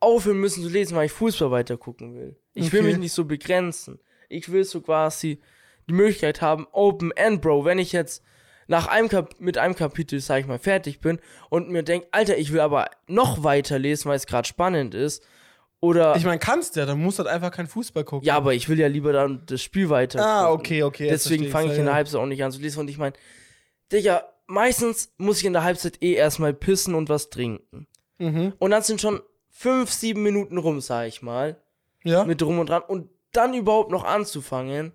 Speaker 1: aufhören müssen zu lesen, weil ich Fußball weiter gucken will. Ich will
Speaker 2: Okay.
Speaker 1: mich nicht so begrenzen. Ich will so quasi die Möglichkeit haben, Open End, Bro, wenn ich jetzt nach einem Kap mit einem Kapitel, sag ich mal, fertig bin und mir denk, Alter, ich will aber noch weiter lesen, weil es gerade spannend ist. Oder
Speaker 2: Ich meine, kannst ja, dann musst du halt einfach keinen Fußball gucken.
Speaker 1: ja, aber ich will ja lieber dann das Spiel weiter.
Speaker 2: Ah,
Speaker 1: gucken.
Speaker 2: okay, okay. jetzt
Speaker 1: Deswegen
Speaker 2: versteh
Speaker 1: fange
Speaker 2: ich's,
Speaker 1: ich in
Speaker 2: ja,
Speaker 1: der
Speaker 2: ja.
Speaker 1: Halbzeit auch nicht an zu lesen. Und ich meine, Digga, meistens muss ich in der Halbzeit eh erstmal pissen und was trinken.
Speaker 2: Mhm.
Speaker 1: Und dann sind schon fünf, sieben Minuten rum, sag ich mal.
Speaker 2: Ja?
Speaker 1: Mit rum und dran. Und dann überhaupt noch anzufangen.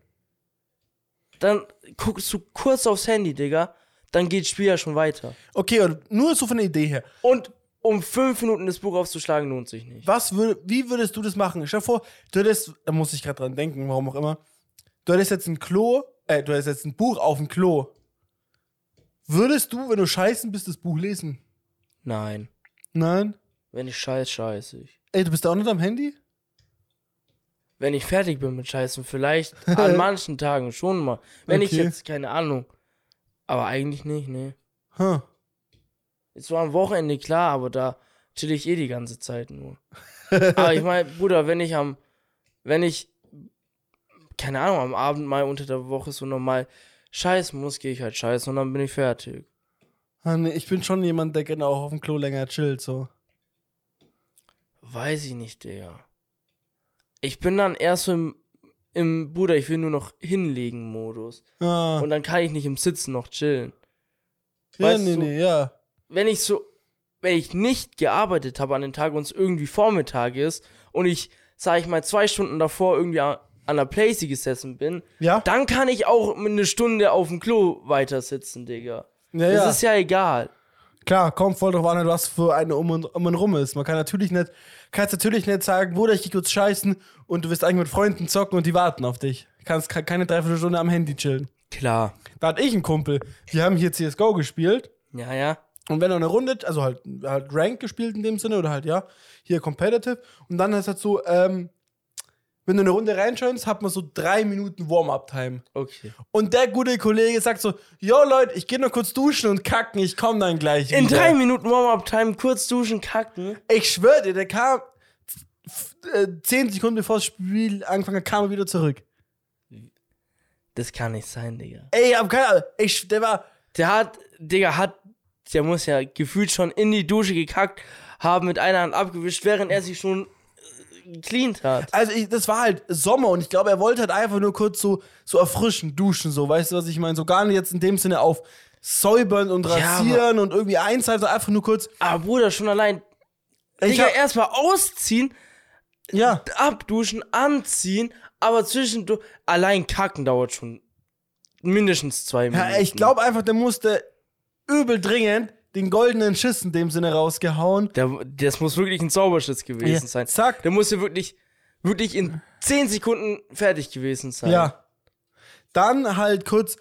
Speaker 1: Dann guckst du kurz aufs Handy, Digga. Dann geht das Spiel ja schon weiter.
Speaker 2: Okay, und nur so von der Idee her.
Speaker 1: Und um fünf Minuten das Buch aufzuschlagen, lohnt sich nicht.
Speaker 2: Was würde, wie würdest du das machen? Stell dir vor, du hättest, da muss ich gerade dran denken, warum auch immer. Du hättest jetzt ein Klo, äh, du hättest jetzt ein Buch auf dem Klo. Würdest du, wenn du scheißen bist, das Buch lesen?
Speaker 1: Nein.
Speaker 2: Nein?
Speaker 1: Wenn ich scheiß, scheiß ich.
Speaker 2: Ey, du bist da auch nicht am Handy?
Speaker 1: wenn ich fertig bin mit Scheißen, vielleicht an manchen Tagen schon mal. Wenn ich
Speaker 2: Okay.
Speaker 1: jetzt, keine Ahnung. Aber eigentlich nicht, ne.
Speaker 2: Huh.
Speaker 1: Jetzt war am Wochenende klar, aber da chill ich eh die ganze Zeit nur. aber ich meine, Bruder, wenn ich am, wenn ich, keine Ahnung, am Abend mal unter der Woche so normal scheißen muss, gehe ich halt scheißen und dann bin ich fertig.
Speaker 2: Ah, nee, ich bin schon jemand, der gerne auch auf dem Klo länger chillt, so.
Speaker 1: Weiß ich nicht, Digga. Ich bin dann erst so im, im Bruder, ich will nur noch hinlegen Modus.
Speaker 2: Ah.
Speaker 1: Und dann kann ich nicht im Sitzen noch chillen.
Speaker 2: ja,
Speaker 1: weißt
Speaker 2: nee,
Speaker 1: du-
Speaker 2: nee, ja.
Speaker 1: wenn ich so, wenn ich nicht gearbeitet habe an den Tag und es irgendwie Vormittag ist und ich, sag ich mal, zwei Stunden davor irgendwie an an der Playsee gesessen bin,
Speaker 2: Ja?
Speaker 1: dann kann ich auch eine Stunde auf dem Klo weiter sitzen, Digga.
Speaker 2: ja,
Speaker 1: Das
Speaker 2: ja.
Speaker 1: ist ja egal.
Speaker 2: Klar, kommt voll drauf an, was für eine um und, um und rum ist. Man kann natürlich nicht, kannst natürlich nicht sagen, Bruder, ich geh kurz scheißen und du wirst eigentlich mit Freunden zocken und die warten auf dich. Kannst ke- keine Dreiviertelstunde am Handy chillen.
Speaker 1: Klar.
Speaker 2: Da hatte ich einen Kumpel. Wir haben hier CSGO gespielt
Speaker 1: Ja, ja.
Speaker 2: und wenn er eine Runde, also halt, halt Rank gespielt in dem Sinne oder halt, ja, hier Competitive. Und dann ist halt so, ähm, wenn du eine Runde reinscheinst, hat man so drei Minuten Warm-Up-Time.
Speaker 1: Okay.
Speaker 2: Und der gute Kollege sagt so: Yo, Leute, ich gehe nur kurz duschen und kacken, ich komme dann gleich.
Speaker 1: In
Speaker 2: wieder.
Speaker 1: drei Minuten Warm-Up-Time, kurz duschen, kacken.
Speaker 2: Ich schwöre dir, der kam f- äh, 10 Sekunden bevor das Spiel angefangen hat, kam er wieder zurück.
Speaker 1: Das kann nicht sein, Digga.
Speaker 2: Ey, ich hab keine Ahnung. Ich, der war.
Speaker 1: Der hat, Digga, hat, der muss ja gefühlt schon in die Dusche gekackt haben, mit einer Hand abgewischt, während er sich schon äh, gecleant hat.
Speaker 2: Also, ich, das war halt Sommer und ich glaube, er wollte halt einfach nur kurz so, so erfrischen, duschen, so. Weißt du, was ich meine? So gar nicht jetzt in dem Sinne auf säubern und
Speaker 1: aber-
Speaker 2: rasieren und irgendwie einzahlen, sondern einfach nur kurz.
Speaker 1: Aber Ah, Bruder, schon allein,
Speaker 2: Ich
Speaker 1: Digga,
Speaker 2: hab,
Speaker 1: erstmal ausziehen,
Speaker 2: ja.
Speaker 1: abduschen, anziehen, aber zwischendurch, allein kacken dauert schon mindestens zwei Minuten.
Speaker 2: ja ich glaube einfach, der musste übel dringend den goldenen Schiss in dem Sinne rausgehauen.
Speaker 1: Der, das muss wirklich ein Zauberschiss gewesen
Speaker 2: Ja,
Speaker 1: sein.
Speaker 2: zack.
Speaker 1: Der muss ja wirklich, wirklich in 10 Sekunden fertig gewesen sein.
Speaker 2: Ja. Dann halt kurz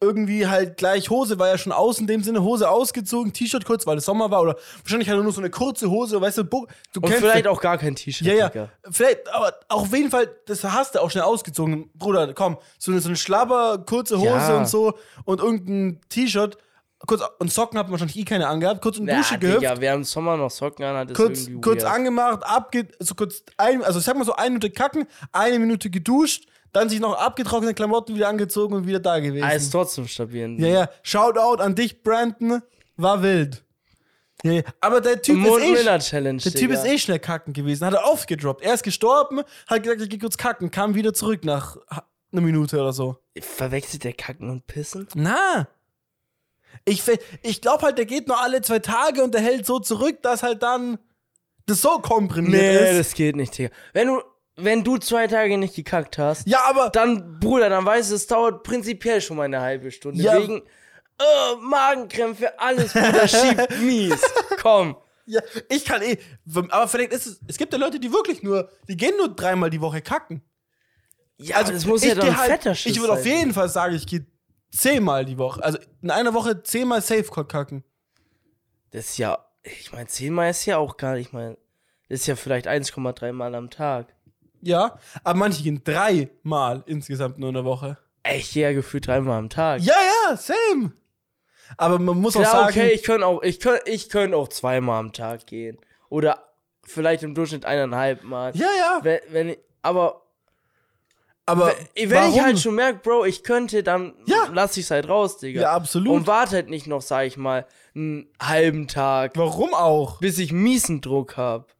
Speaker 2: irgendwie halt gleich Hose, war ja schon aus in dem Sinne, Hose ausgezogen, T-Shirt kurz, weil es Sommer war oder wahrscheinlich hat er nur so eine kurze Hose, weißt du, bu- du
Speaker 1: Und
Speaker 2: kennst
Speaker 1: vielleicht
Speaker 2: das.
Speaker 1: auch gar kein T-Shirt.
Speaker 2: ja, ja,
Speaker 1: Digga.
Speaker 2: vielleicht, aber auch auf jeden Fall, das hast du auch schnell ausgezogen, Bruder, komm, so eine, so eine Schlabber, kurze Hose
Speaker 1: Ja.
Speaker 2: und so und irgendein T-Shirt, kurz, und Socken hat man wahrscheinlich eh keine angehabt, kurz in die
Speaker 1: Na,
Speaker 2: Dusche gehüpft,
Speaker 1: Digga, wer im Sommer noch Socken anhat, ist
Speaker 2: kurz,
Speaker 1: irgendwie
Speaker 2: kurz
Speaker 1: weird.
Speaker 2: angemacht, abge so kurz ein, also ich sag mal so eine Minute kacken, eine Minute geduscht, dann sich noch abgetrocknete Klamotten wieder angezogen und wieder da gewesen.
Speaker 1: Ah, ist trotzdem stabil.
Speaker 2: ja, ja. Shoutout an dich, Brandon. War wild. Ja, ja. Aber der Typ ist eh.
Speaker 1: Miller Challenge.
Speaker 2: Der Typ
Speaker 1: Digga.
Speaker 2: ist eh schnell kacken gewesen, hat er aufgedroppt. Er ist gestorben, hat gesagt, ich geh kurz kacken, kam wieder zurück nach ha- einer Minute oder so.
Speaker 1: Verwechselt der Kacken und Pissen?
Speaker 2: Na. Ich, fe- ich glaube halt, der geht nur alle zwei Tage und der hält so zurück, dass halt dann das so komprimiert ist.
Speaker 1: Nee, das geht nicht, Digga. Wenn du, wenn du zwei Tage nicht gekackt hast,
Speaker 2: Ja, aber
Speaker 1: dann, Bruder, dann weißt du, es dauert prinzipiell schon mal eine halbe Stunde.
Speaker 2: Ja.
Speaker 1: Wegen äh, Magenkrämpfe, alles, Bruder, schiebt mies. Komm.
Speaker 2: ja, ich kann eh. Aber vielleicht ist es. Es gibt ja Leute, die wirklich nur, die gehen nur dreimal die Woche kacken.
Speaker 1: Ja, also, das muss ja
Speaker 2: ich
Speaker 1: dann
Speaker 2: geh
Speaker 1: ein
Speaker 2: halt-
Speaker 1: fetter Schiss
Speaker 2: Ich würde auf
Speaker 1: sein.
Speaker 2: jeden Fall sagen, ich gehe zehnmal die Woche. Also in einer Woche zehnmal Safecore kacken.
Speaker 1: Das ist ja, ich meine, zehnmal ist ja auch gar nicht mal. Das ist ja vielleicht 1,3 Mal am Tag.
Speaker 2: Ja. Aber manche gehen dreimal insgesamt nur in der Woche.
Speaker 1: Ey, ich gehe ja gefühlt dreimal am Tag.
Speaker 2: Ja, ja, same. Aber man muss auch
Speaker 1: Klar,
Speaker 2: sagen.
Speaker 1: okay, ich könnte auch, ich könnt, ich könnt auch zweimal am Tag gehen. Oder vielleicht im Durchschnitt eineinhalb Mal.
Speaker 2: Ja, ja.
Speaker 1: Wenn, wenn ich, aber
Speaker 2: Aber
Speaker 1: wenn
Speaker 2: warum?
Speaker 1: ich halt schon merke, Bro, ich könnte, dann
Speaker 2: Ja.
Speaker 1: lass ich es halt raus, Digga.
Speaker 2: Ja, absolut.
Speaker 1: Und warte halt nicht noch, sag ich mal, einen halben Tag,
Speaker 2: warum auch?
Speaker 1: bis ich miesen Druck hab.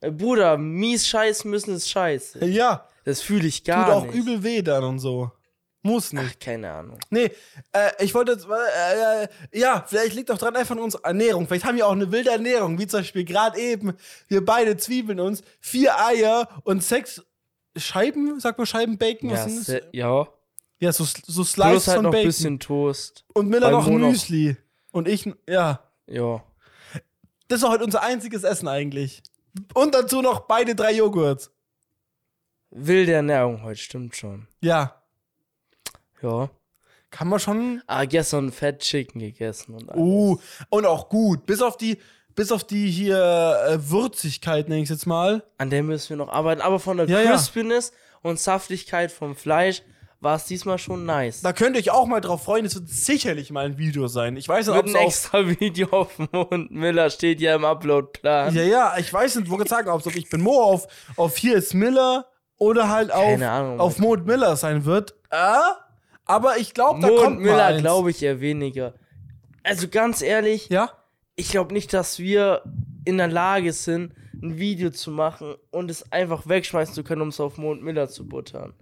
Speaker 1: Äh, Bruder, mies Scheiß müssen ist scheiße.
Speaker 2: Ja.
Speaker 1: Das fühle ich
Speaker 2: Tut
Speaker 1: gar
Speaker 2: auch
Speaker 1: nicht.
Speaker 2: übel weh dann und so. Muss nicht.
Speaker 1: Ach, keine Ahnung.
Speaker 2: Nee, äh, ich wollte jetzt mal, äh, äh, ja, vielleicht liegt auch dran einfach an unserer Ernährung. Vielleicht haben wir auch eine wilde Ernährung, wie zum Beispiel gerade eben, wir beide zwiebeln uns, vier Eier und sechs Scheiben, sag mal Scheibenbacon,
Speaker 1: Ja,
Speaker 2: was sind das?
Speaker 1: se- ja.
Speaker 2: Ja, so, so
Speaker 1: Plus
Speaker 2: Slices
Speaker 1: halt
Speaker 2: von
Speaker 1: noch ein
Speaker 2: Bacon.
Speaker 1: bisschen Toast.
Speaker 2: und Miller
Speaker 1: bei
Speaker 2: noch ein
Speaker 1: Mono.
Speaker 2: Müsli. Und ich, ja.
Speaker 1: Ja.
Speaker 2: Das ist doch heute unser einziges Essen eigentlich. Und dazu noch beide drei Joghurts.
Speaker 1: Wilde Ernährung heute, stimmt schon.
Speaker 2: Ja,
Speaker 1: Ja.
Speaker 2: kann man schon
Speaker 1: Ah, gestern Fat Chicken gegessen und alles.
Speaker 2: Uh, und auch gut. Bis auf die, bis auf die hier äh, Würzigkeit, nenne ich jetzt mal.
Speaker 1: An der müssen wir noch arbeiten. Aber von der
Speaker 2: Ja, ja.
Speaker 1: Crispiness und Saftigkeit vom Fleisch war es diesmal schon nice.
Speaker 2: Da könnt ihr euch auch mal drauf freuen. Es wird sicherlich mal ein Video sein. Ich weiß nicht,
Speaker 1: Wird
Speaker 2: ob
Speaker 1: ein
Speaker 2: es auch.
Speaker 1: extra Video auf dem Mond. Miller steht ja im Upload-Plan.
Speaker 2: Ja, ja, ich weiß nicht, wo ich sagen, ob es auf Ich bin Mo auf, auf Hier ist Miller oder halt auf,
Speaker 1: Keine Ahnung.
Speaker 2: auf Mond Miller sein wird. Äh? Aber ich glaube, da
Speaker 1: Mond
Speaker 2: kommt
Speaker 1: Miller
Speaker 2: mal eins.
Speaker 1: glaube ich eher weniger. Also ganz ehrlich,
Speaker 2: Ja?
Speaker 1: ich glaube nicht, dass wir in der Lage sind, ein Video zu machen und es einfach wegschmeißen zu können, um es auf Mond Miller zu buttern.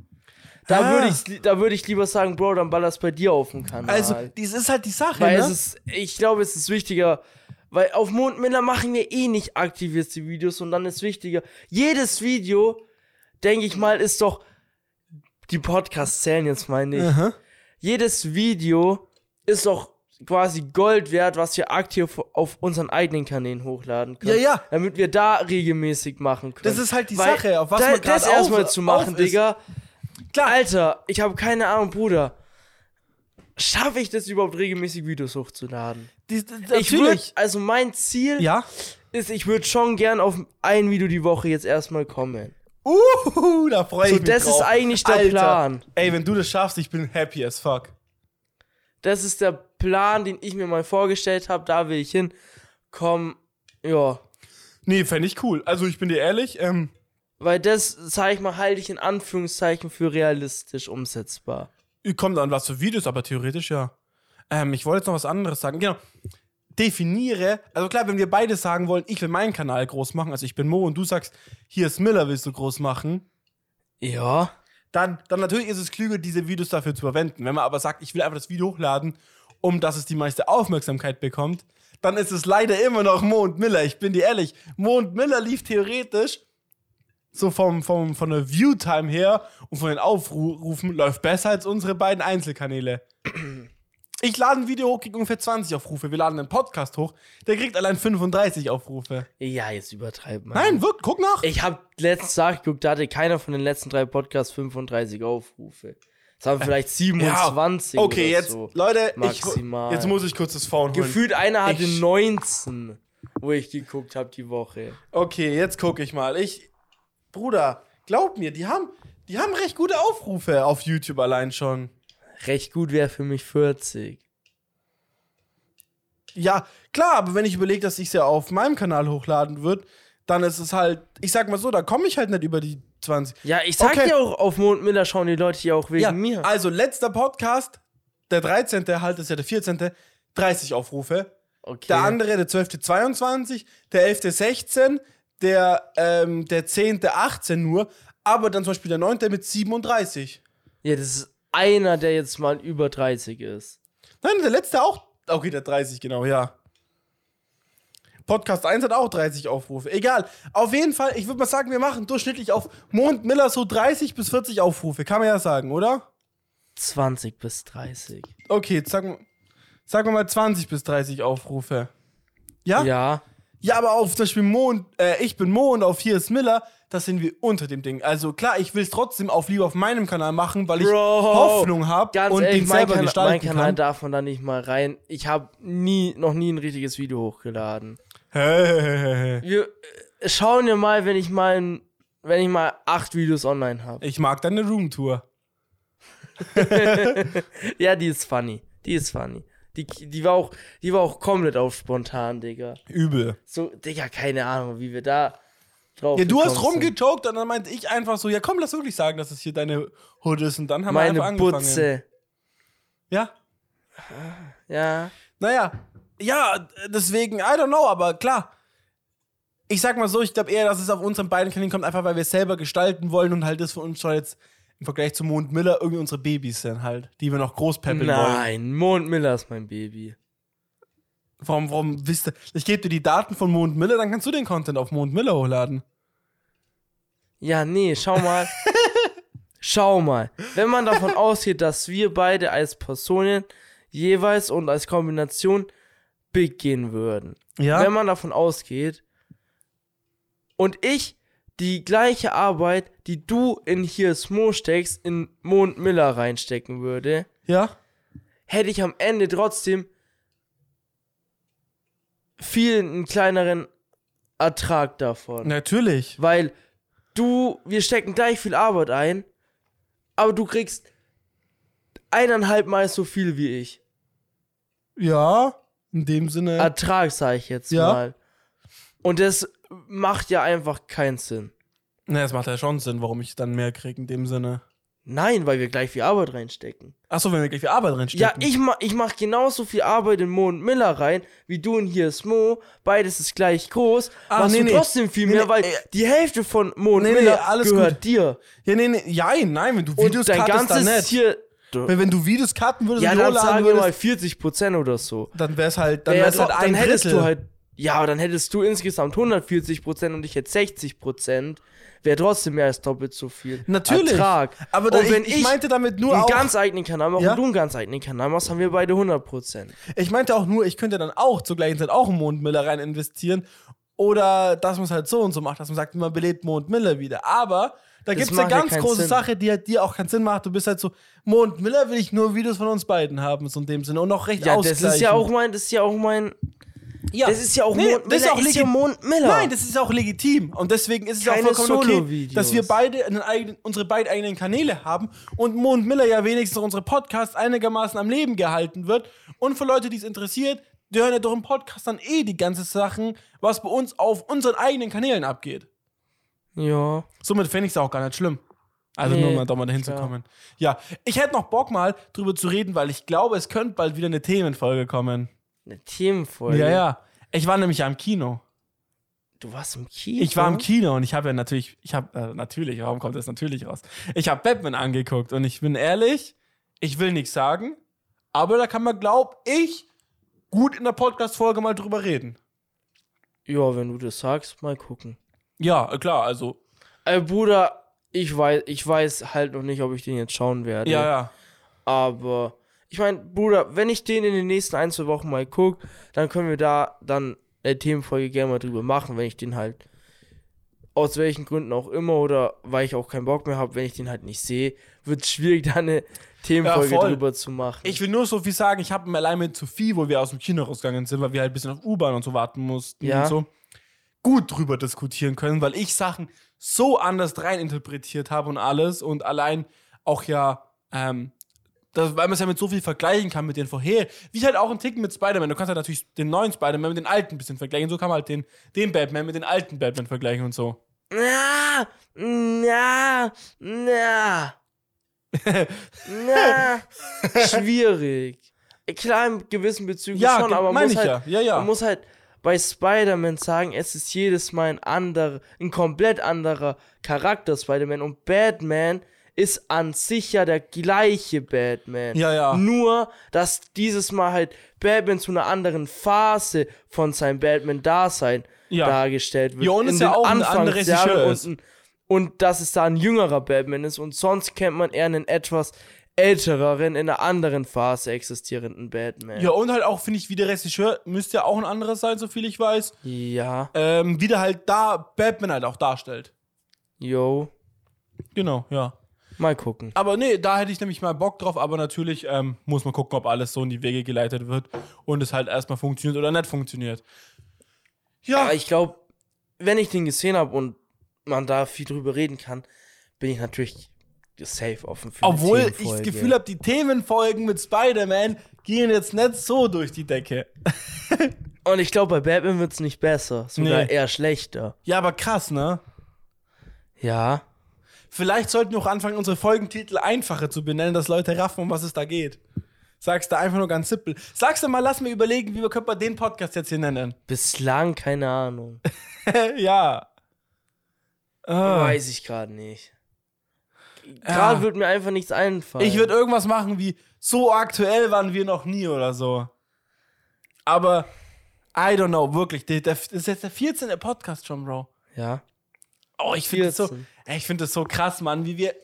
Speaker 1: Da
Speaker 2: Ah.
Speaker 1: würde ich, da würde ich lieber sagen, Bro, dann ballerst bei dir auf dem Kanal.
Speaker 2: Also, das ist halt die Sache,
Speaker 1: Weil
Speaker 2: ne?
Speaker 1: es ist, ich glaube, es ist wichtiger, weil auf Mondmiller machen wir eh nicht aktivierste Videos und dann ist wichtiger. Jedes Video, denke ich mal, ist doch, die Podcasts zählen jetzt meine ich.
Speaker 2: Aha.
Speaker 1: Jedes Video ist doch quasi Gold wert, was wir aktiv auf unseren eigenen Kanälen hochladen können.
Speaker 2: Ja, ja.
Speaker 1: Damit wir da regelmäßig machen können.
Speaker 2: Das ist halt die Sache, auf was
Speaker 1: da,
Speaker 2: man gerade
Speaker 1: Das erstmal
Speaker 2: auf-
Speaker 1: zu machen,
Speaker 2: auf ist.
Speaker 1: Digga. Klar. Alter, ich habe keine Ahnung, Bruder. Schaffe ich das überhaupt regelmäßig Videos hochzuladen?
Speaker 2: Die, die,
Speaker 1: Ich würde,
Speaker 2: natürlich.
Speaker 1: also mein Ziel
Speaker 2: ja.
Speaker 1: ist, ich würde schon gern auf ein Video die Woche jetzt erstmal kommen.
Speaker 2: Uhuhu, Uh, da freue ich
Speaker 1: So,
Speaker 2: mich.
Speaker 1: das
Speaker 2: drauf.
Speaker 1: ist eigentlich der
Speaker 2: Alter,
Speaker 1: Plan.
Speaker 2: Ey, wenn du das schaffst, ich bin happy as fuck.
Speaker 1: Das ist der Plan, den ich mir mal vorgestellt habe. Da will ich hin. Komm, ja.
Speaker 2: Nee, fände ich cool. Also ich bin dir ehrlich, ähm,
Speaker 1: Weil das, sag ich mal, halte ich in Anführungszeichen für realistisch umsetzbar.
Speaker 2: kommt an was für Videos, aber theoretisch ja. Ähm, ich wollte jetzt noch was anderes sagen. Genau. Definiere, also klar, wenn wir beide sagen wollen, ich will meinen Kanal groß machen, also ich bin Mo und du sagst, hier ist Miller, willst du groß machen,
Speaker 1: Ja.
Speaker 2: dann, dann natürlich ist es klüger, diese Videos dafür zu verwenden. Wenn man aber sagt, ich will einfach das Video hochladen, um dass es die meiste Aufmerksamkeit bekommt, dann ist es leider immer noch Mo und Miller. Ich bin dir ehrlich, Mo und Miller lief theoretisch so vom, vom, von der Viewtime her und von den Aufrufen läuft besser als unsere beiden Einzelkanäle. Ich lade ein Video hoch, krieg ungefähr 20 Aufrufe. Wir laden einen Podcast hoch, der kriegt allein 35 Aufrufe.
Speaker 1: Ja, jetzt übertreib mal.
Speaker 2: Nein, wirklich, guck nach.
Speaker 1: Ich hab letztens nachgeguckt, da hatte keiner von den letzten drei Podcasts 35 Aufrufe. Es haben vielleicht 27
Speaker 2: Äh, okay,
Speaker 1: oder
Speaker 2: jetzt,
Speaker 1: so.
Speaker 2: Leute, ich,
Speaker 1: maximal.
Speaker 2: jetzt muss ich kurz das Phone holen.
Speaker 1: Gefühlt einer hatte
Speaker 2: Ich-
Speaker 1: 19, wo ich geguckt habe die Woche.
Speaker 2: Okay, jetzt gucke ich mal. Ich, Bruder, glaub mir, die haben, die haben recht gute Aufrufe auf YouTube allein schon.
Speaker 1: Recht gut wäre für mich 40.
Speaker 2: Ja, klar, aber wenn ich überlege, dass ich es ja auf meinem Kanal hochladen würde, dann ist es halt, ich sag mal so, da komme ich halt nicht über die 20.
Speaker 1: Ja, ich sag
Speaker 2: Okay.
Speaker 1: dir auch, auf Mond Miller schauen die Leute ja auch wegen
Speaker 2: ja,
Speaker 1: mir.
Speaker 2: also letzter Podcast, der 13., halt ist ja der 14., 30 Aufrufe.
Speaker 1: Okay.
Speaker 2: Der andere, der 12. 22, der 11. 16, der, ähm, der 10. 18 nur, aber dann zum Beispiel der 9. mit 37.
Speaker 1: ja, das ist einer, der jetzt mal über 30 ist.
Speaker 2: Nein, der letzte auch. Okay, der 30, genau, ja. Podcast 1 hat auch 30 Aufrufe. Egal. Auf jeden Fall, ich würde mal sagen, wir machen durchschnittlich auf Mond Miller so 30 bis 40 Aufrufe. Kann man ja sagen, oder?
Speaker 1: 20 bis 30.
Speaker 2: Okay, jetzt sagen, wir- sagen wir mal 20 bis 30 Aufrufe. Ja? Ja,
Speaker 1: Ja.
Speaker 2: aber auf zum Beispiel Mond, äh, ich bin Mond, auf hier ist Miller, das sind wir unter dem Ding. Also klar, ich will es trotzdem auf lieber auf meinem Kanal machen, weil ich
Speaker 1: Bro,
Speaker 2: Hoffnung habe
Speaker 1: Ganz
Speaker 2: und
Speaker 1: ehrlich,
Speaker 2: den
Speaker 1: mein,
Speaker 2: selber
Speaker 1: kan mein
Speaker 2: gestalten
Speaker 1: Kanal
Speaker 2: kann.
Speaker 1: darf man da nicht mal rein. Ich habe nie, noch nie ein richtiges Video hochgeladen.
Speaker 2: Hey.
Speaker 1: Wir äh, schauen wir mal, wenn ich mal, ein- wenn ich mal acht Videos online habe.
Speaker 2: Ich mag deine Roomtour.
Speaker 1: Ja, die ist funny. Die ist funny. Die, die war auch, die war auch komplett auf spontan, Digga.
Speaker 2: Übel.
Speaker 1: So, Digga, keine Ahnung, wie wir da drauf
Speaker 2: Ja, du hast
Speaker 1: gekommen sind.
Speaker 2: rumgejoked und dann meinte ich einfach so, ja komm, lass wirklich sagen, dass es hier deine Hood ist und dann haben wir
Speaker 1: Meine
Speaker 2: einfach angefangen.
Speaker 1: Butze.
Speaker 2: Ja,
Speaker 1: Ja.
Speaker 2: naja. Ja, deswegen, I don't know, aber klar. Ich sag mal so, ich glaube eher, dass es auf unseren beiden Kanälen kommt, einfach weil wir es selber gestalten wollen und halt das für uns schon jetzt im Vergleich zu Mond Miller irgendwie unsere Babys sind halt, die wir noch groß peppeln wollen.
Speaker 1: Nein, Mond Miller ist mein Baby.
Speaker 2: Warum, warum, wisst ihr, ich gebe dir die Daten von Mond Miller, dann kannst du den Content auf Mond Miller hochladen.
Speaker 1: Ja, nee, schau mal. schau mal. Wenn man davon ausgeht, dass wir beide als Personen jeweils und als Kombination big gehen würden.
Speaker 2: Ja?
Speaker 1: Wenn man davon ausgeht und ich die gleiche Arbeit, die du in hier Smo steckst, in Mond Miller reinstecken würde,
Speaker 2: ja?
Speaker 1: hätte ich am Ende trotzdem viel einen kleineren Ertrag davon.
Speaker 2: Natürlich.
Speaker 1: Weil du, wir stecken gleich viel Arbeit ein, aber du kriegst eineinhalb Mal so viel wie ich.
Speaker 2: Ja, in dem Sinne.
Speaker 1: Ertrag, sage ich jetzt
Speaker 2: Ja.
Speaker 1: mal. Und das macht ja einfach keinen Sinn.
Speaker 2: Na, es macht ja schon Sinn, warum ich dann mehr kriege in dem Sinne.
Speaker 1: Nein, weil wir gleich viel Arbeit reinstecken.
Speaker 2: Achso, wenn wir gleich viel Arbeit reinstecken.
Speaker 1: Ja, ich, ma ich mach genauso viel Arbeit in Mo und Miller rein, wie du in hier ist Mo. Beides ist gleich groß.
Speaker 2: Ah,
Speaker 1: machst
Speaker 2: nee,
Speaker 1: du
Speaker 2: nee.
Speaker 1: trotzdem viel
Speaker 2: Nee,
Speaker 1: mehr,
Speaker 2: nee,
Speaker 1: weil
Speaker 2: äh,
Speaker 1: die Hälfte von Mo und
Speaker 2: nee, nee,
Speaker 1: Miller
Speaker 2: alles
Speaker 1: gehört
Speaker 2: gut.
Speaker 1: dir.
Speaker 2: Ja, nee, nee, ja, nein, wenn du
Speaker 1: Und
Speaker 2: Videos
Speaker 1: dein
Speaker 2: cuttest, dann
Speaker 1: ganzes
Speaker 2: nicht.
Speaker 1: hier.
Speaker 2: Wenn, wenn du Videos cutten würdest
Speaker 1: Ja,
Speaker 2: und
Speaker 1: dann
Speaker 2: hochladen
Speaker 1: sagen wir mal
Speaker 2: würdest,
Speaker 1: 40% oder so.
Speaker 2: dann wär's halt, dann
Speaker 1: Ja,
Speaker 2: wär's
Speaker 1: ja,
Speaker 2: halt
Speaker 1: dann
Speaker 2: ein
Speaker 1: hättest
Speaker 2: Drittel.
Speaker 1: du halt. Ja, aber dann hättest du insgesamt 140% und ich hätte 60%. Wäre trotzdem mehr als doppelt so viel.
Speaker 2: Natürlich.
Speaker 1: Ertrag.
Speaker 2: Aber da,
Speaker 1: und wenn
Speaker 2: ich, ich meinte damit nur
Speaker 1: einen
Speaker 2: auch,
Speaker 1: ganz eigenen Kanal machst
Speaker 2: Ja?
Speaker 1: und du einen ganz eigenen Kanal machst, haben wir beide 100%.
Speaker 2: ich meinte auch nur, ich könnte dann auch zur gleichen Zeit auch in Mondmiller rein investieren. Oder dass man es halt so und so macht, dass man sagt, man belebt Mondmiller wieder. Aber da
Speaker 1: Das
Speaker 2: gibt's eine
Speaker 1: macht ja
Speaker 2: ganz
Speaker 1: keinen
Speaker 2: große
Speaker 1: Sinn.
Speaker 2: Sache, die halt dir auch keinen Sinn macht. Du bist halt so, Mondmiller will ich nur Videos von uns beiden haben, so in dem Sinne. Und auch recht
Speaker 1: Ja, das
Speaker 2: ausgleichen.
Speaker 1: ist ja auch mein, das ist ja auch mein,
Speaker 2: Ja.
Speaker 1: das ist ja auch
Speaker 2: Nee,
Speaker 1: Mond
Speaker 2: das ist
Speaker 1: Miller,
Speaker 2: auch
Speaker 1: ist ja
Speaker 2: legit-
Speaker 1: Mond Miller.
Speaker 2: Nein, das ist auch legitim. Und deswegen ist es
Speaker 1: Keine
Speaker 2: auch vollkommen okay,
Speaker 1: Solo-Videos.
Speaker 2: dass wir beide einen eigenen, unsere beiden eigenen Kanäle haben und Mo und Miller ja wenigstens unsere Podcast einigermaßen am Leben gehalten wird. Und für Leute, die es interessiert, die hören ja doch im Podcast dann eh die ganzen Sachen, was bei uns auf unseren eigenen Kanälen abgeht.
Speaker 1: Ja.
Speaker 2: Somit fände ich es auch gar nicht schlimm. Also
Speaker 1: Nee,
Speaker 2: nur mal da mal dahin zu
Speaker 1: klar.
Speaker 2: kommen. Ja, ich hätte noch Bock mal drüber zu reden, weil ich glaube, es könnte bald wieder eine Themenfolge kommen.
Speaker 1: Eine Themenfolge.
Speaker 2: Ja, ja. Ich war nämlich ja im Kino.
Speaker 1: Du warst im Kino.
Speaker 2: Ich war im Kino und ich habe ja natürlich, ich habe äh, natürlich, warum kommt das natürlich raus? Ich habe Batman angeguckt und ich bin ehrlich, ich will nichts sagen, aber da kann man glaub ich gut in der Podcast Folge mal drüber reden.
Speaker 1: Ja, wenn du das sagst, mal gucken.
Speaker 2: Ja, äh, klar, also
Speaker 1: Ey, Bruder, ich weiß, ich weiß halt noch nicht, ob ich den jetzt schauen werde.
Speaker 2: ja, ja.
Speaker 1: Aber ich meine, Bruder, wenn ich den in den nächsten ein, zwei Wochen mal gucke, dann können wir da dann eine Themenfolge gerne mal drüber machen, wenn ich den halt aus welchen Gründen auch immer oder weil ich auch keinen Bock mehr habe, wenn ich den halt nicht sehe, wird es schwierig, da eine Themenfolge
Speaker 2: voll.
Speaker 1: drüber zu machen.
Speaker 2: Ich will nur so viel sagen, ich habe allein mit Sophie, wo wir aus dem Kino rausgegangen sind, weil wir halt ein bisschen auf U-Bahn und so warten mussten
Speaker 1: Ja.
Speaker 2: und so, gut drüber diskutieren können, weil ich Sachen so anders reininterpretiert habe und alles und allein auch ja, ähm, das, weil man es ja mit so viel vergleichen kann mit den vorher. Wie halt auch ein Ticken mit Spider-Man. Du kannst halt natürlich den neuen Spider-Man mit den alten ein bisschen vergleichen. So kann man halt den, den Batman mit den alten Batman vergleichen und so.
Speaker 1: Na, na, na. na. Schwierig. Klar, in gewissen Bezügen
Speaker 2: Ja,
Speaker 1: schon,
Speaker 2: ge-
Speaker 1: aber man
Speaker 2: mein
Speaker 1: muss,
Speaker 2: ich
Speaker 1: halt,
Speaker 2: ja. Ja, ja.
Speaker 1: man muss halt bei Spider-Man sagen, es ist jedes Mal ein anderer, ein komplett anderer Charakter Spider-Man und Batman ist an sich ja der gleiche Batman.
Speaker 2: Ja, ja.
Speaker 1: Nur, dass dieses Mal halt Batman zu einer anderen Phase von seinem Batman-Dasein
Speaker 2: Ja.
Speaker 1: dargestellt wird.
Speaker 2: Ja, und
Speaker 1: in
Speaker 2: ist ja
Speaker 1: den
Speaker 2: auch ein anderer
Speaker 1: Anfangsjahren
Speaker 2: Regisseur
Speaker 1: und
Speaker 2: ist.
Speaker 1: ein- und dass es da ein jüngerer Batman ist und sonst kennt man eher einen etwas ältereren, in einer anderen Phase existierenden Batman.
Speaker 2: Ja, und halt auch, finde ich, wie der Regisseur müsste ja auch ein anderer sein, so viel ich weiß.
Speaker 1: Ja,
Speaker 2: ähm, wie der halt da Batman halt auch darstellt.
Speaker 1: yo,
Speaker 2: Genau, ja.
Speaker 1: mal gucken.
Speaker 2: Aber nee, da hätte ich nämlich mal Bock drauf, aber natürlich ähm, muss man gucken, ob alles so in die Wege geleitet wird und es halt erstmal funktioniert oder nicht funktioniert. Ja,
Speaker 1: Aber ich glaube, wenn ich den gesehen habe und man da viel drüber reden kann, bin ich natürlich safe offen für eine
Speaker 2: obwohl ich das
Speaker 1: Themenfolge.
Speaker 2: Gefühl habe, die Themenfolgen mit Spider-Man gehen jetzt nicht so durch die Decke.
Speaker 1: Und ich glaube, bei Batman wird es nicht besser, sogar
Speaker 2: Nee.
Speaker 1: eher schlechter.
Speaker 2: Ja, aber krass, ne?
Speaker 1: Ja,
Speaker 2: Vielleicht sollten wir auch anfangen, unsere Folgentitel einfacher zu benennen, dass Leute raffen, um was es da geht. Sagst du einfach nur ganz simpel. Sagst du mal, lass mir überlegen, wie wir können wir den Podcast jetzt hier nennen.
Speaker 1: bislang keine Ahnung.
Speaker 2: ja. Ah.
Speaker 1: Weiß ich gerade nicht. Gerade wird mir einfach nichts einfallen.
Speaker 2: Ich würde irgendwas machen wie, so aktuell waren wir noch nie oder so. Aber, I don't know, wirklich. Der, der, das ist jetzt der 14. Podcast schon, Bro.
Speaker 1: ja.
Speaker 2: Oh, ich finde das, so,
Speaker 1: 14.
Speaker 2: ey, ich find das so krass, Mann, wie wir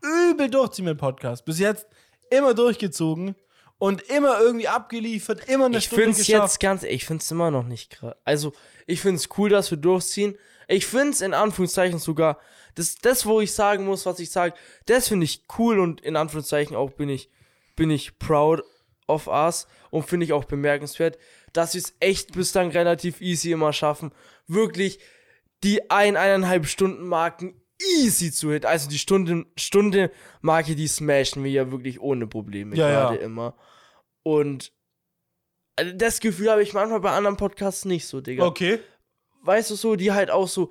Speaker 2: übel durchziehen mit dem Podcast. Bis jetzt immer durchgezogen und immer irgendwie abgeliefert, immer eine
Speaker 1: ich
Speaker 2: Stunde
Speaker 1: find's
Speaker 2: geschafft.
Speaker 1: jetzt ganz, ich find's immer noch nicht krass. Also, ich find's cool, dass wir durchziehen. Ich find's in Anführungszeichen sogar, das, das, wo ich sagen muss, was ich sage, das finde ich cool und in Anführungszeichen auch bin ich, bin ich proud of us und finde ich auch bemerkenswert, dass wir es echt bislang relativ easy immer schaffen, wirklich die ein, eineinhalb Stunden Marken easy zu hit. Also die Stunde, Stunde Marke, die smashen wir ja wirklich ohne Probleme
Speaker 2: Ja, ja.
Speaker 1: gerade immer. Und also das Gefühl habe ich manchmal bei anderen Podcasts nicht so, Digga.
Speaker 2: Okay.
Speaker 1: Weißt du so, die halt auch so,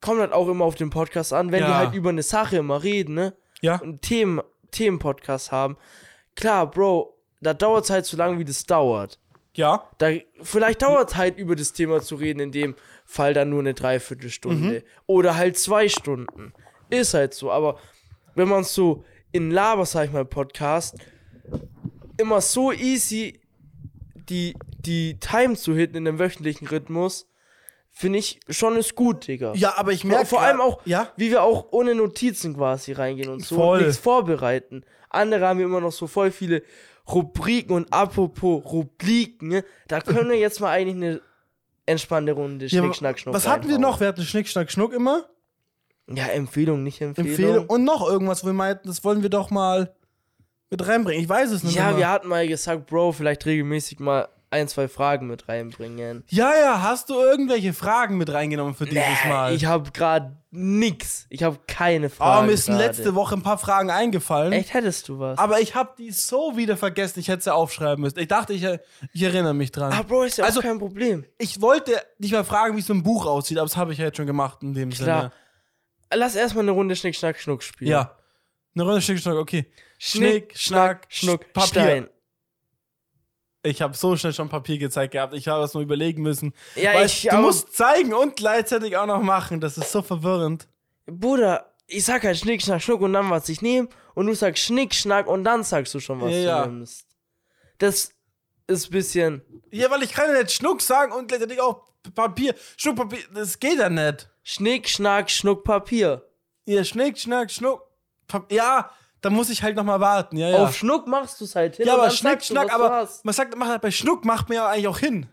Speaker 1: kommen halt auch immer auf den Podcast an, wenn die
Speaker 2: Ja.
Speaker 1: halt über eine Sache immer reden, ne?
Speaker 2: Ja.
Speaker 1: Und Themen, Themenpodcast haben. Klar, Bro, da dauert es halt so lange, wie das dauert.
Speaker 2: Ja.
Speaker 1: Da, vielleicht dauert es halt, über das Thema zu reden, in dem Fall dann nur eine Dreiviertelstunde. Oder halt zwei Stunden. Ist halt so, aber wenn man es so in Laber, sag ich mal, Podcast, immer so easy die, die Time zu hitten in dem wöchentlichen Rhythmus, finde ich schon ist gut, Digga.
Speaker 2: Ja, aber ich
Speaker 1: Vor,
Speaker 2: merke.
Speaker 1: vor allem auch,
Speaker 2: Ja.
Speaker 1: wie wir auch ohne Notizen quasi reingehen und so
Speaker 2: Voll.
Speaker 1: und nichts vorbereiten. Andere haben immer noch so voll viele Rubriken und apropos Rubriken, ne? da können wir jetzt mal eigentlich eine entspannte Runde
Speaker 2: Ja,
Speaker 1: Schnick, Schnack, Schnuck
Speaker 2: was hatten wir
Speaker 1: reinhauen.
Speaker 2: noch? Wir hatten Schnick, Schnack, Schnuck immer.
Speaker 1: Ja, Empfehlung, nicht Empfehlung.
Speaker 2: Empfehlung und noch irgendwas, wo wir meinten, das wollen wir doch mal mit reinbringen. Ich weiß es nicht.
Speaker 1: ja,
Speaker 2: mehr.
Speaker 1: wir hatten mal gesagt, Bro, vielleicht regelmäßig mal ein, zwei Fragen mit reinbringen.
Speaker 2: Ja, ja, hast du irgendwelche Fragen mit reingenommen für dieses Mal?
Speaker 1: Ich habe gerade nix. Ich habe keine
Speaker 2: oh,
Speaker 1: Fragen.
Speaker 2: mir sind
Speaker 1: grade.
Speaker 2: letzte Woche ein paar Fragen eingefallen.
Speaker 1: Echt hättest du was?
Speaker 2: Aber ich habe die so wieder vergessen, ich hätte sie aufschreiben müssen. Ich dachte, ich, ich erinnere mich dran.
Speaker 1: Ah, Bro, ist ja
Speaker 2: Also-
Speaker 1: auch kein Problem.
Speaker 2: ich wollte dich mal fragen, wie so ein Buch aussieht, aber das habe ich ja jetzt schon gemacht in dem
Speaker 1: Klar. Lass erstmal eine Runde Schnick, Schnack, Schnuck
Speaker 2: Sinne.
Speaker 1: spielen.
Speaker 2: äh, Ja. Eine Runde Schnick, Schnack, okay.
Speaker 1: Schnick, Schnack, Schnuck,
Speaker 2: Papier.
Speaker 1: Stein.
Speaker 2: Ich habe so schnell schon Papier gezeigt gehabt. Ich habe das nur überlegen müssen.
Speaker 1: Ja,
Speaker 2: Weil
Speaker 1: ich,
Speaker 2: du
Speaker 1: aber,
Speaker 2: musst zeigen und gleichzeitig auch noch machen. Das ist so verwirrend.
Speaker 1: Bruder, ich sag halt Schnick, Schnack, Schnuck und dann was ich nehme. Und du sagst Schnick, Schnack und dann sagst du schon, was
Speaker 2: Ja,
Speaker 1: du
Speaker 2: ja.
Speaker 1: nimmst. Das ist ein bisschen
Speaker 2: Ja, weil ich kann ja nicht Schnuck sagen und gleichzeitig auch Papier. Schnuck, Papier, das geht ja nicht.
Speaker 1: Schnick, Schnack, Schnuck, Papier.
Speaker 2: Ja, Schnick, Schnack, Schnuck. Pap ja, da muss ich halt nochmal warten. Ja, ja.
Speaker 1: Auf Schnuck machst du es halt hin.
Speaker 2: ja,
Speaker 1: und
Speaker 2: aber
Speaker 1: dann
Speaker 2: Schnick,
Speaker 1: sagst du,
Speaker 2: Schnack,
Speaker 1: was
Speaker 2: aber
Speaker 1: war's.
Speaker 2: man sagt, macht halt bei Schnuck macht man ja eigentlich auch hin.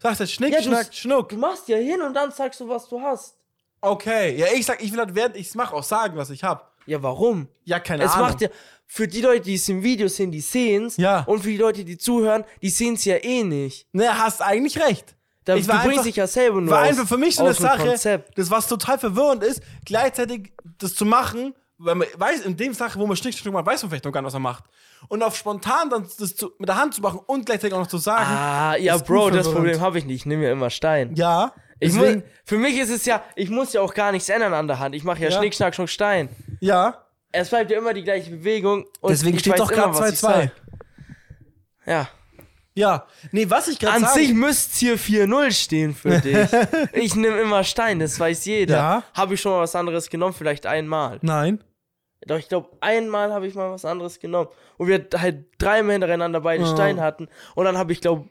Speaker 2: Sagst du Schnick,
Speaker 1: Ja, du-
Speaker 2: Schnack, Schnuck.
Speaker 1: Du machst ja hin und dann sagst du, was du hast.
Speaker 2: Okay, ja, ich sag, ich will halt während ich's mache auch sagen, was ich hab.
Speaker 1: Ja, warum?
Speaker 2: Ja, keine
Speaker 1: es
Speaker 2: Ahnung.
Speaker 1: macht ja, für die Leute, die es im Video sehen, die sehen's.
Speaker 2: Ja.
Speaker 1: Und für die Leute, die zuhören, die sehen's ja eh nicht.
Speaker 2: ne, hast eigentlich recht.
Speaker 1: Da,
Speaker 2: Ich war
Speaker 1: du bringst
Speaker 2: einfach-
Speaker 1: dich ja selber nur
Speaker 2: War
Speaker 1: aus,
Speaker 2: einfach für mich so eine
Speaker 1: aus dem
Speaker 2: Sache,
Speaker 1: Konzept.
Speaker 2: das was total verwirrend ist, gleichzeitig das zu machen, weil man weiß, in dem Sache, wo man Schnick, Schnuck macht, weiß man vielleicht noch gar nicht, was man macht. Und auf spontan dann das zu, mit der Hand zu machen und gleichzeitig auch noch zu sagen,
Speaker 1: Ah, ja,
Speaker 2: Ist
Speaker 1: Bro,
Speaker 2: gut
Speaker 1: das
Speaker 2: verwirrend.
Speaker 1: Problem habe ich nicht. Ich nehme ja immer Stein.
Speaker 2: ja,
Speaker 1: ich muss,
Speaker 2: deswegen,
Speaker 1: für mich ist es ja, ich muss ja auch gar nichts ändern an der Hand. Ich mache ja,
Speaker 2: Ja.
Speaker 1: Schnick, Schnack, Schnuck, Stein.
Speaker 2: ja.
Speaker 1: Es bleibt ja immer die gleiche Bewegung. Und
Speaker 2: Deswegen
Speaker 1: ich
Speaker 2: steht
Speaker 1: weiß
Speaker 2: doch
Speaker 1: immer,
Speaker 2: gerade
Speaker 1: was ich
Speaker 2: 2-2.
Speaker 1: sag. Ja.
Speaker 2: Ja, nee, was ich gerade
Speaker 1: An
Speaker 2: sagen
Speaker 1: sich müsste hier 4-0 stehen für dich. ich nehme immer Stein, das weiß jeder.
Speaker 2: Ja.
Speaker 1: Habe ich schon mal was anderes genommen, vielleicht einmal.
Speaker 2: Nein.
Speaker 1: Doch, ich glaube, einmal habe ich mal was anderes genommen. Und wir halt dreimal hintereinander beide
Speaker 2: Ja.
Speaker 1: Stein hatten. Und dann habe ich, glaube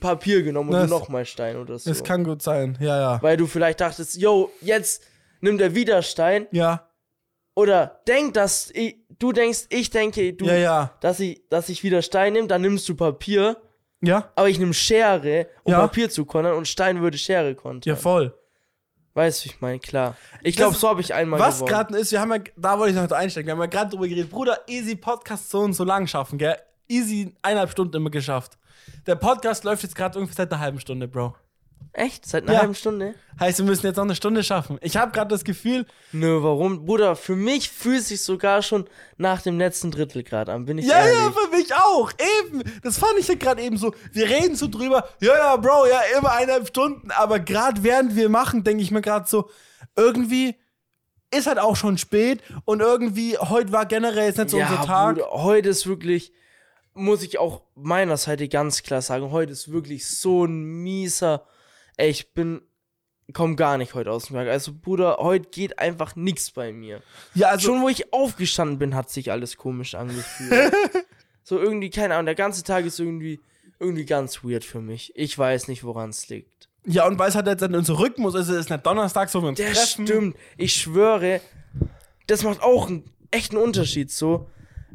Speaker 1: Papier genommen und
Speaker 2: Das-
Speaker 1: nochmal Stein oder so.
Speaker 2: Es kann gut sein. Ja, ja.
Speaker 1: Weil du vielleicht dachtest, yo, jetzt nimmt er wieder Stein.
Speaker 2: Ja,
Speaker 1: Oder denk, dass ich, du denkst, ich denke, du,
Speaker 2: ja, ja.
Speaker 1: Dass, ich, dass ich wieder Stein nehme, dann nimmst du Papier.
Speaker 2: Ja,
Speaker 1: Aber ich nehme Schere, um
Speaker 2: Ja.
Speaker 1: Papier zu kontern und Stein würde Schere kontern.
Speaker 2: ja, voll.
Speaker 1: Weißt du, ich meine, klar. Ich glaube,
Speaker 2: Das-
Speaker 1: so habe ich einmal
Speaker 2: Was
Speaker 1: gewonnen.
Speaker 2: gerade ist, wir haben ja, da wollte ich noch einsteigen, wir haben ja gerade drüber geredet, Bruder, easy Podcast so und so lang schaffen, gell? Easy eineinhalb Stunden immer geschafft. Der Podcast läuft jetzt gerade ungefähr seit einer halben Stunde, Bro.
Speaker 1: Echt? Seit einer
Speaker 2: Ja.
Speaker 1: halben Stunde?
Speaker 2: Heißt, wir müssen jetzt noch eine Stunde schaffen. Ich habe gerade das Gefühl,
Speaker 1: Nö, warum? Bruder, für mich fühlt sich sogar schon nach dem letzten Drittel gerade an, bin ich
Speaker 2: ja,
Speaker 1: ehrlich.
Speaker 2: ja, für mich auch, eben. Das fand ich ja gerade eben so. Wir reden so drüber, ja, ja, Bro, ja, immer eineinhalb Stunden. Aber gerade während wir machen, denke ich mir gerade so, irgendwie ist halt auch schon spät und irgendwie, heute war generell jetzt nicht so unser Tag.
Speaker 1: Bruder, heute ist wirklich, muss ich auch meiner Seite ganz klar sagen, heute ist wirklich so ein mieser. Ey, ich bin, komm gar nicht heute aus dem Tag. Also, Bruder, heute geht einfach nichts bei mir.
Speaker 2: Ja, also,
Speaker 1: Schon wo ich aufgestanden bin, hat sich alles komisch angefühlt. so irgendwie, keine Ahnung, der ganze Tag ist irgendwie, irgendwie ganz weird für mich. Ich weiß nicht, woran es liegt.
Speaker 2: Ja, und weil es halt jetzt in unserem Rhythmus ist, es ist nicht Donnerstag, wo wir uns
Speaker 1: Der
Speaker 2: treffen.
Speaker 1: stimmt. Ich schwöre, das macht auch einen echten Unterschied so,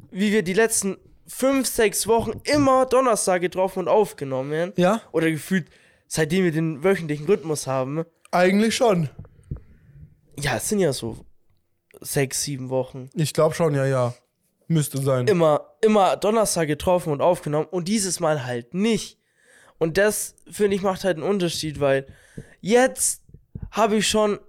Speaker 1: wie wir die letzten fünf, sechs Wochen immer Donnerstag getroffen und aufgenommen werden.
Speaker 2: Ja,
Speaker 1: Oder gefühlt, seitdem wir den wöchentlichen Rhythmus haben.
Speaker 2: eigentlich schon.
Speaker 1: Ja, es sind ja so sechs, sieben Wochen.
Speaker 2: Ich glaube schon, ja, ja. Müsste sein.
Speaker 1: Immer, immer Donnerstag getroffen und aufgenommen und dieses Mal halt nicht. Und das, finde ich, macht halt einen Unterschied, weil jetzt habe ich schon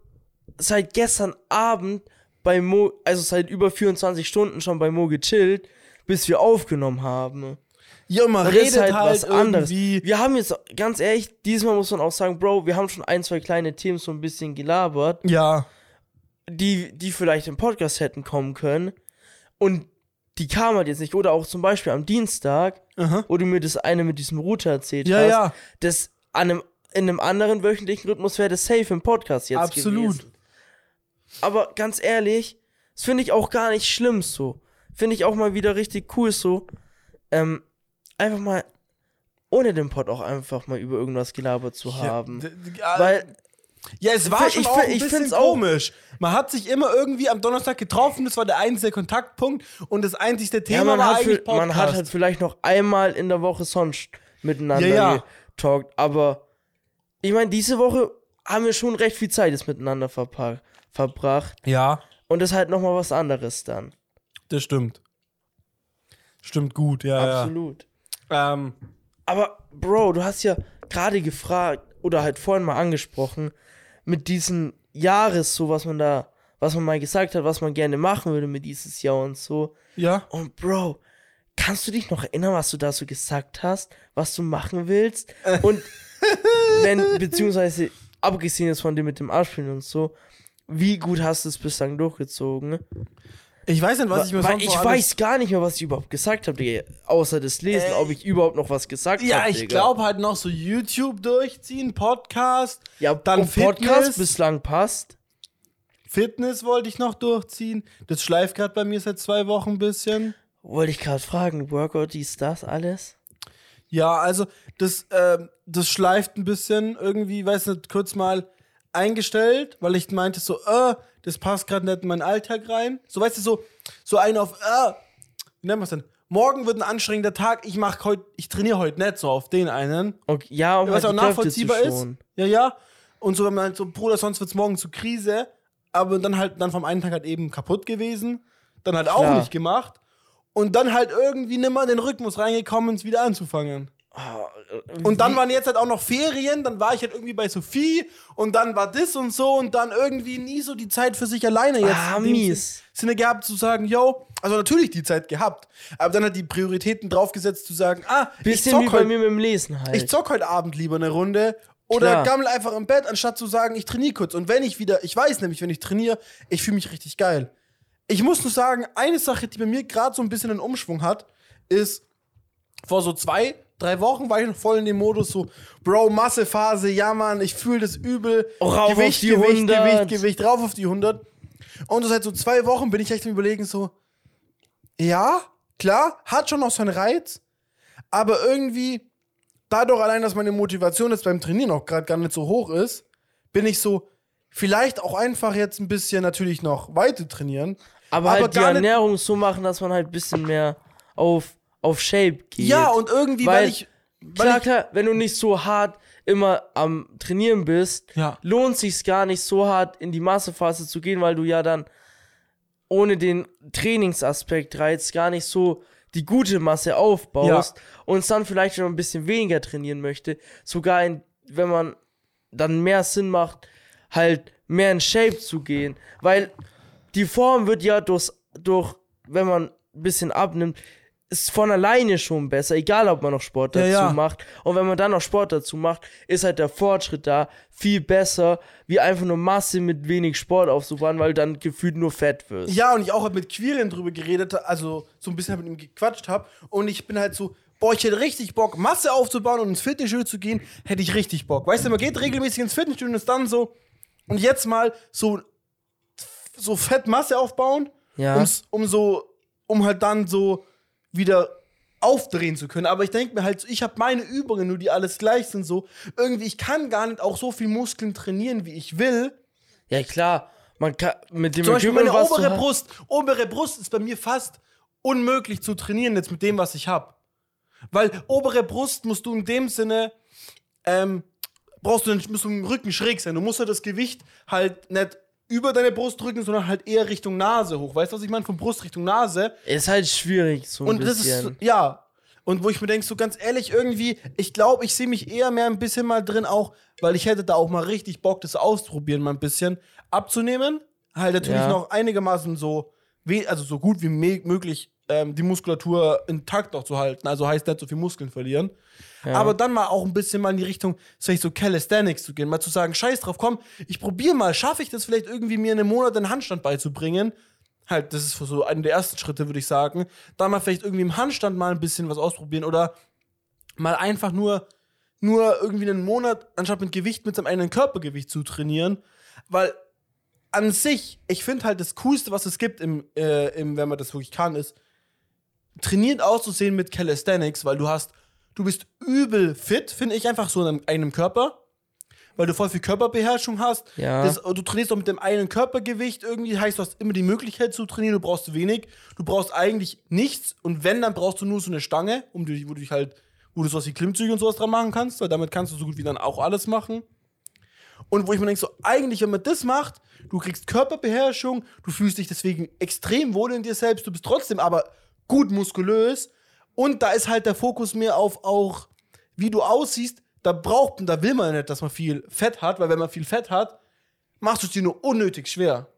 Speaker 1: seit gestern Abend bei Mo, also seit über 24 Stunden schon bei Mo gechillt, bis wir aufgenommen haben.
Speaker 2: Ja, man
Speaker 1: Und das
Speaker 2: redet
Speaker 1: ist
Speaker 2: halt,
Speaker 1: halt was anderes.
Speaker 2: irgendwie.
Speaker 1: Wir haben jetzt, ganz ehrlich, diesmal muss man auch sagen, Bro, wir haben schon ein, zwei kleine Themen so ein bisschen gelabert,
Speaker 2: Ja.
Speaker 1: die, die vielleicht im Podcast hätten kommen können. Und die kamen halt jetzt nicht. Oder auch zum Beispiel am Dienstag,
Speaker 2: Aha.
Speaker 1: wo du mir das eine mit diesem Router erzählt
Speaker 2: Ja,
Speaker 1: hast.
Speaker 2: ja.
Speaker 1: Das an einem, in einem anderen wöchentlichen Rhythmus wäre das safe im Podcast jetzt
Speaker 2: Absolut.
Speaker 1: gewesen. Aber ganz ehrlich, das finde ich auch gar nicht schlimm so. Finde ich auch mal wieder richtig cool so. Ähm, einfach mal ohne den Pod auch einfach mal über irgendwas gelabert zu haben.
Speaker 2: Ja, d- also d- ja,
Speaker 1: Weil
Speaker 2: ja, es war
Speaker 1: ich-
Speaker 2: schon
Speaker 1: ich-
Speaker 2: auch ein
Speaker 1: ich
Speaker 2: bisschen
Speaker 1: find's auch-
Speaker 2: komisch. Man hat sich immer irgendwie am Donnerstag getroffen, das war der einzige Kontaktpunkt und das einzige Thema
Speaker 1: ja, man,
Speaker 2: war
Speaker 1: hat
Speaker 2: eigentlich
Speaker 1: viel,
Speaker 2: Podcast.
Speaker 1: man hat halt vielleicht noch einmal in der Woche sonst miteinander
Speaker 2: Ja, ja.
Speaker 1: getalkt. Aber ich meine, diese Woche haben wir schon recht viel Zeit jetzt miteinander verpa- verbracht.
Speaker 2: ja,
Speaker 1: Und das ist halt nochmal was anderes dann.
Speaker 2: das stimmt. Stimmt gut, ja, ja.
Speaker 1: Absolut.
Speaker 2: Ähm,
Speaker 1: Aber Bro, du hast ja gerade gefragt oder halt vorhin mal angesprochen mit diesen Jahres so, was man da, was man mal gesagt hat, was man gerne machen würde mit dieses Jahr und so.
Speaker 2: Ja.
Speaker 1: Und Bro, kannst du dich noch erinnern, was du da so gesagt hast, was du machen willst?
Speaker 2: Äh.
Speaker 1: Und wenn, beziehungsweise abgesehen jetzt von dem mit dem Abspielen und so, wie gut hast du es bislang durchgezogen?
Speaker 2: Ich weiß nicht, was ich mir
Speaker 1: Weil
Speaker 2: sonst
Speaker 1: ich
Speaker 2: noch alles-
Speaker 1: weiß gar nicht mehr, was ich überhaupt gesagt habe, Digga. Außer das Lesen,
Speaker 2: Äh,
Speaker 1: ob ich überhaupt noch was gesagt habe.
Speaker 2: Ja, ich glaube halt noch so YouTube durchziehen, Podcast.
Speaker 1: Ja,
Speaker 2: dann
Speaker 1: dann Podcast
Speaker 2: Fitness.
Speaker 1: bislang passt.
Speaker 2: Fitness wollte ich noch durchziehen. Das schleift gerade bei mir seit zwei Wochen ein bisschen.
Speaker 1: Wollte ich gerade fragen, Workout, dies, das, alles?
Speaker 2: Ja, also das, ähm, das schleift ein bisschen irgendwie, weiß nicht, kurz mal eingestellt, weil ich meinte so, äh, das passt gerade nicht in meinen Alltag rein. So, weißt du, so, so ein auf, äh, wie nennt man denn? Morgen wird ein anstrengender Tag, ich mach heute, ich trainiere heute nicht so auf den einen.
Speaker 1: Okay, ja, um
Speaker 2: was auch
Speaker 1: die Kräfte
Speaker 2: nachvollziehbar
Speaker 1: zu
Speaker 2: ist.
Speaker 1: schonen.
Speaker 2: Ja, ja. Und so, wenn man halt so, Bruder, sonst wird's morgen zu Krise. Aber dann halt, dann vom einen Tag halt eben kaputt gewesen. Dann halt
Speaker 1: Klar.
Speaker 2: auch nicht gemacht. Und dann halt irgendwie nimmer in den Rhythmus reingekommen, es wieder anzufangen.
Speaker 1: Ah, äh,
Speaker 2: Und dann waren jetzt halt auch noch Ferien, dann war ich halt irgendwie bei Sophie und dann war das und so und dann irgendwie nie so die Zeit für sich alleine jetzt.
Speaker 1: Ah,
Speaker 2: in dem
Speaker 1: mies.
Speaker 2: Sinne gehabt zu sagen, yo, also natürlich die Zeit gehabt, aber dann hat die Prioritäten draufgesetzt zu sagen, ah, ich
Speaker 1: Bisschen wie
Speaker 2: zock
Speaker 1: bei
Speaker 2: heute
Speaker 1: mir mit dem Lesen halt.
Speaker 2: ich zock heute Abend lieber eine Runde oder
Speaker 1: Klar.
Speaker 2: gammel einfach im Bett, anstatt zu sagen, ich trainiere kurz. Und wenn ich wieder, ich weiß nämlich, wenn ich trainiere, ich fühle mich richtig geil. Ich muss nur sagen, eine Sache, die bei mir gerade so ein bisschen einen Umschwung hat, ist, vor so zwei, drei Wochen war ich noch voll in dem Modus so, Bro, Massephase, ja Mann, ich fühle das übel.
Speaker 1: Oh, rauf auf die
Speaker 2: Gewicht,
Speaker 1: 100.
Speaker 2: Gewicht, Gewicht, rauf auf die 100. Und so seit so zwei Wochen bin ich echt am überlegen so, ja, klar, hat schon noch seinen Reiz, aber irgendwie, dadurch allein, dass meine Motivation jetzt beim Trainieren auch gerade gar nicht so hoch ist, bin ich so, vielleicht auch einfach jetzt ein bisschen natürlich noch weiter trainieren.
Speaker 1: aber,
Speaker 2: aber
Speaker 1: halt die
Speaker 2: gar nicht-
Speaker 1: Ernährung so machen, dass man halt ein bisschen mehr auf, auf Shape geht.
Speaker 2: Ja, und irgendwie, weil,
Speaker 1: Weil-
Speaker 2: ich. Weil
Speaker 1: Klar,
Speaker 2: ich
Speaker 1: klar, wenn du nicht so hart immer am Trainieren bist,
Speaker 2: Ja.
Speaker 1: lohnt sich's gar nicht so hart in die Massephase zu gehen, weil du ja dann ohne den Trainingsaspekt reiz gar nicht so die gute Masse aufbaust und es dann vielleicht noch ein bisschen weniger trainieren möchte, sogar in, wenn man dann mehr Sinn macht, halt mehr in Shape zu gehen, weil die Form wird ja durch, durch wenn man ein bisschen abnimmt, ist von alleine schon besser, egal ob man noch Sport
Speaker 2: Ja,
Speaker 1: dazu
Speaker 2: ja.
Speaker 1: macht. Und wenn man dann noch Sport dazu macht, ist halt der Fortschritt da viel besser, wie einfach nur Masse mit wenig Sport aufzubauen, weil du dann gefühlt nur fett wirst.
Speaker 2: Ja, und ich auch halt mit Quirin drüber geredet, also so ein bisschen mit ihm gequatscht habe. Und ich bin halt so, boah, ich hätte richtig Bock, Masse aufzubauen und ins Fitnessstudio zu gehen, hätte ich richtig Bock. Weißt du, man geht regelmäßig ins Fitnessstudio und ist dann so, und jetzt mal so, so fett Masse aufbauen,
Speaker 1: Ja.
Speaker 2: um's, um so, um halt dann so wieder aufdrehen zu können. Aber ich denke mir halt, so, ich habe meine Übungen, nur die alles gleich sind, so irgendwie, ich kann gar nicht auch so viel Muskeln trainieren, wie ich will.
Speaker 1: Ja, klar. Man kann mit dem
Speaker 2: Zum Beispiel
Speaker 1: Equipment,
Speaker 2: meine
Speaker 1: was du halt
Speaker 2: obere
Speaker 1: hast-
Speaker 2: Brust. Obere Brust ist bei mir fast unmöglich zu trainieren jetzt mit dem, was ich habe. Weil obere Brust musst du in dem Sinne, ähm, brauchst du den, musst du im Rücken schräg sein. Du musst halt das Gewicht halt nicht über deine Brust drücken, sondern halt eher Richtung Nase hoch. Weißt du, was ich meine? Von Brust Richtung Nase.
Speaker 1: ist halt schwierig so ein
Speaker 2: Und das ist,
Speaker 1: bisschen.
Speaker 2: ja. Und wo ich mir denke, so ganz ehrlich, irgendwie, ich glaube, ich sehe mich eher mehr ein bisschen mal drin auch, weil ich hätte da auch mal richtig Bock, das auszuprobieren, mal ein bisschen abzunehmen. Halt natürlich
Speaker 1: Ja.
Speaker 2: noch einigermaßen so, we- also so gut wie me- möglich ähm, die Muskulatur intakt noch zu halten. Also heißt nicht so viel Muskeln verlieren.
Speaker 1: ja.
Speaker 2: Aber dann mal auch ein bisschen mal in die Richtung, vielleicht so Calisthenics zu gehen, mal zu sagen, scheiß drauf, komm, ich probiere mal, schaffe ich das vielleicht irgendwie mir in einem Monat einen Handstand beizubringen? Halt, das ist so einer der ersten Schritte, würde ich sagen. Dann mal vielleicht irgendwie im Handstand mal ein bisschen was ausprobieren oder mal einfach nur, nur irgendwie einen Monat, anstatt mit Gewicht, mit seinem eigenen Körpergewicht zu trainieren. Weil an sich, ich finde halt das Coolste, was es gibt, im, äh, im, wenn man das wirklich kann, ist, trainiert auszusehen mit Calisthenics, weil du hast, du bist übel fit, finde ich einfach so in deinem eigenen Körper, weil du voll viel Körperbeherrschung hast.
Speaker 1: Ja.
Speaker 2: Das, du trainierst auch mit dem eigenen Körpergewicht irgendwie, heißt, du hast immer die Möglichkeit zu trainieren, du brauchst wenig, du brauchst eigentlich nichts und wenn, dann brauchst du nur so eine Stange, um die, wo du dich halt, wo du sowas wie Klimmzüge und sowas dran machen kannst, weil damit kannst du so gut wie dann auch alles machen. Und wo ich mir denke, so eigentlich, wenn man das macht, du kriegst Körperbeherrschung, du fühlst dich deswegen extrem wohl in dir selbst, du bist trotzdem aber gut muskulös und da ist halt der Fokus mehr auf auch wie du aussiehst, da braucht man, da will man nicht, dass man viel Fett hat, weil wenn man viel Fett hat, machst du es dir nur unnötig schwer.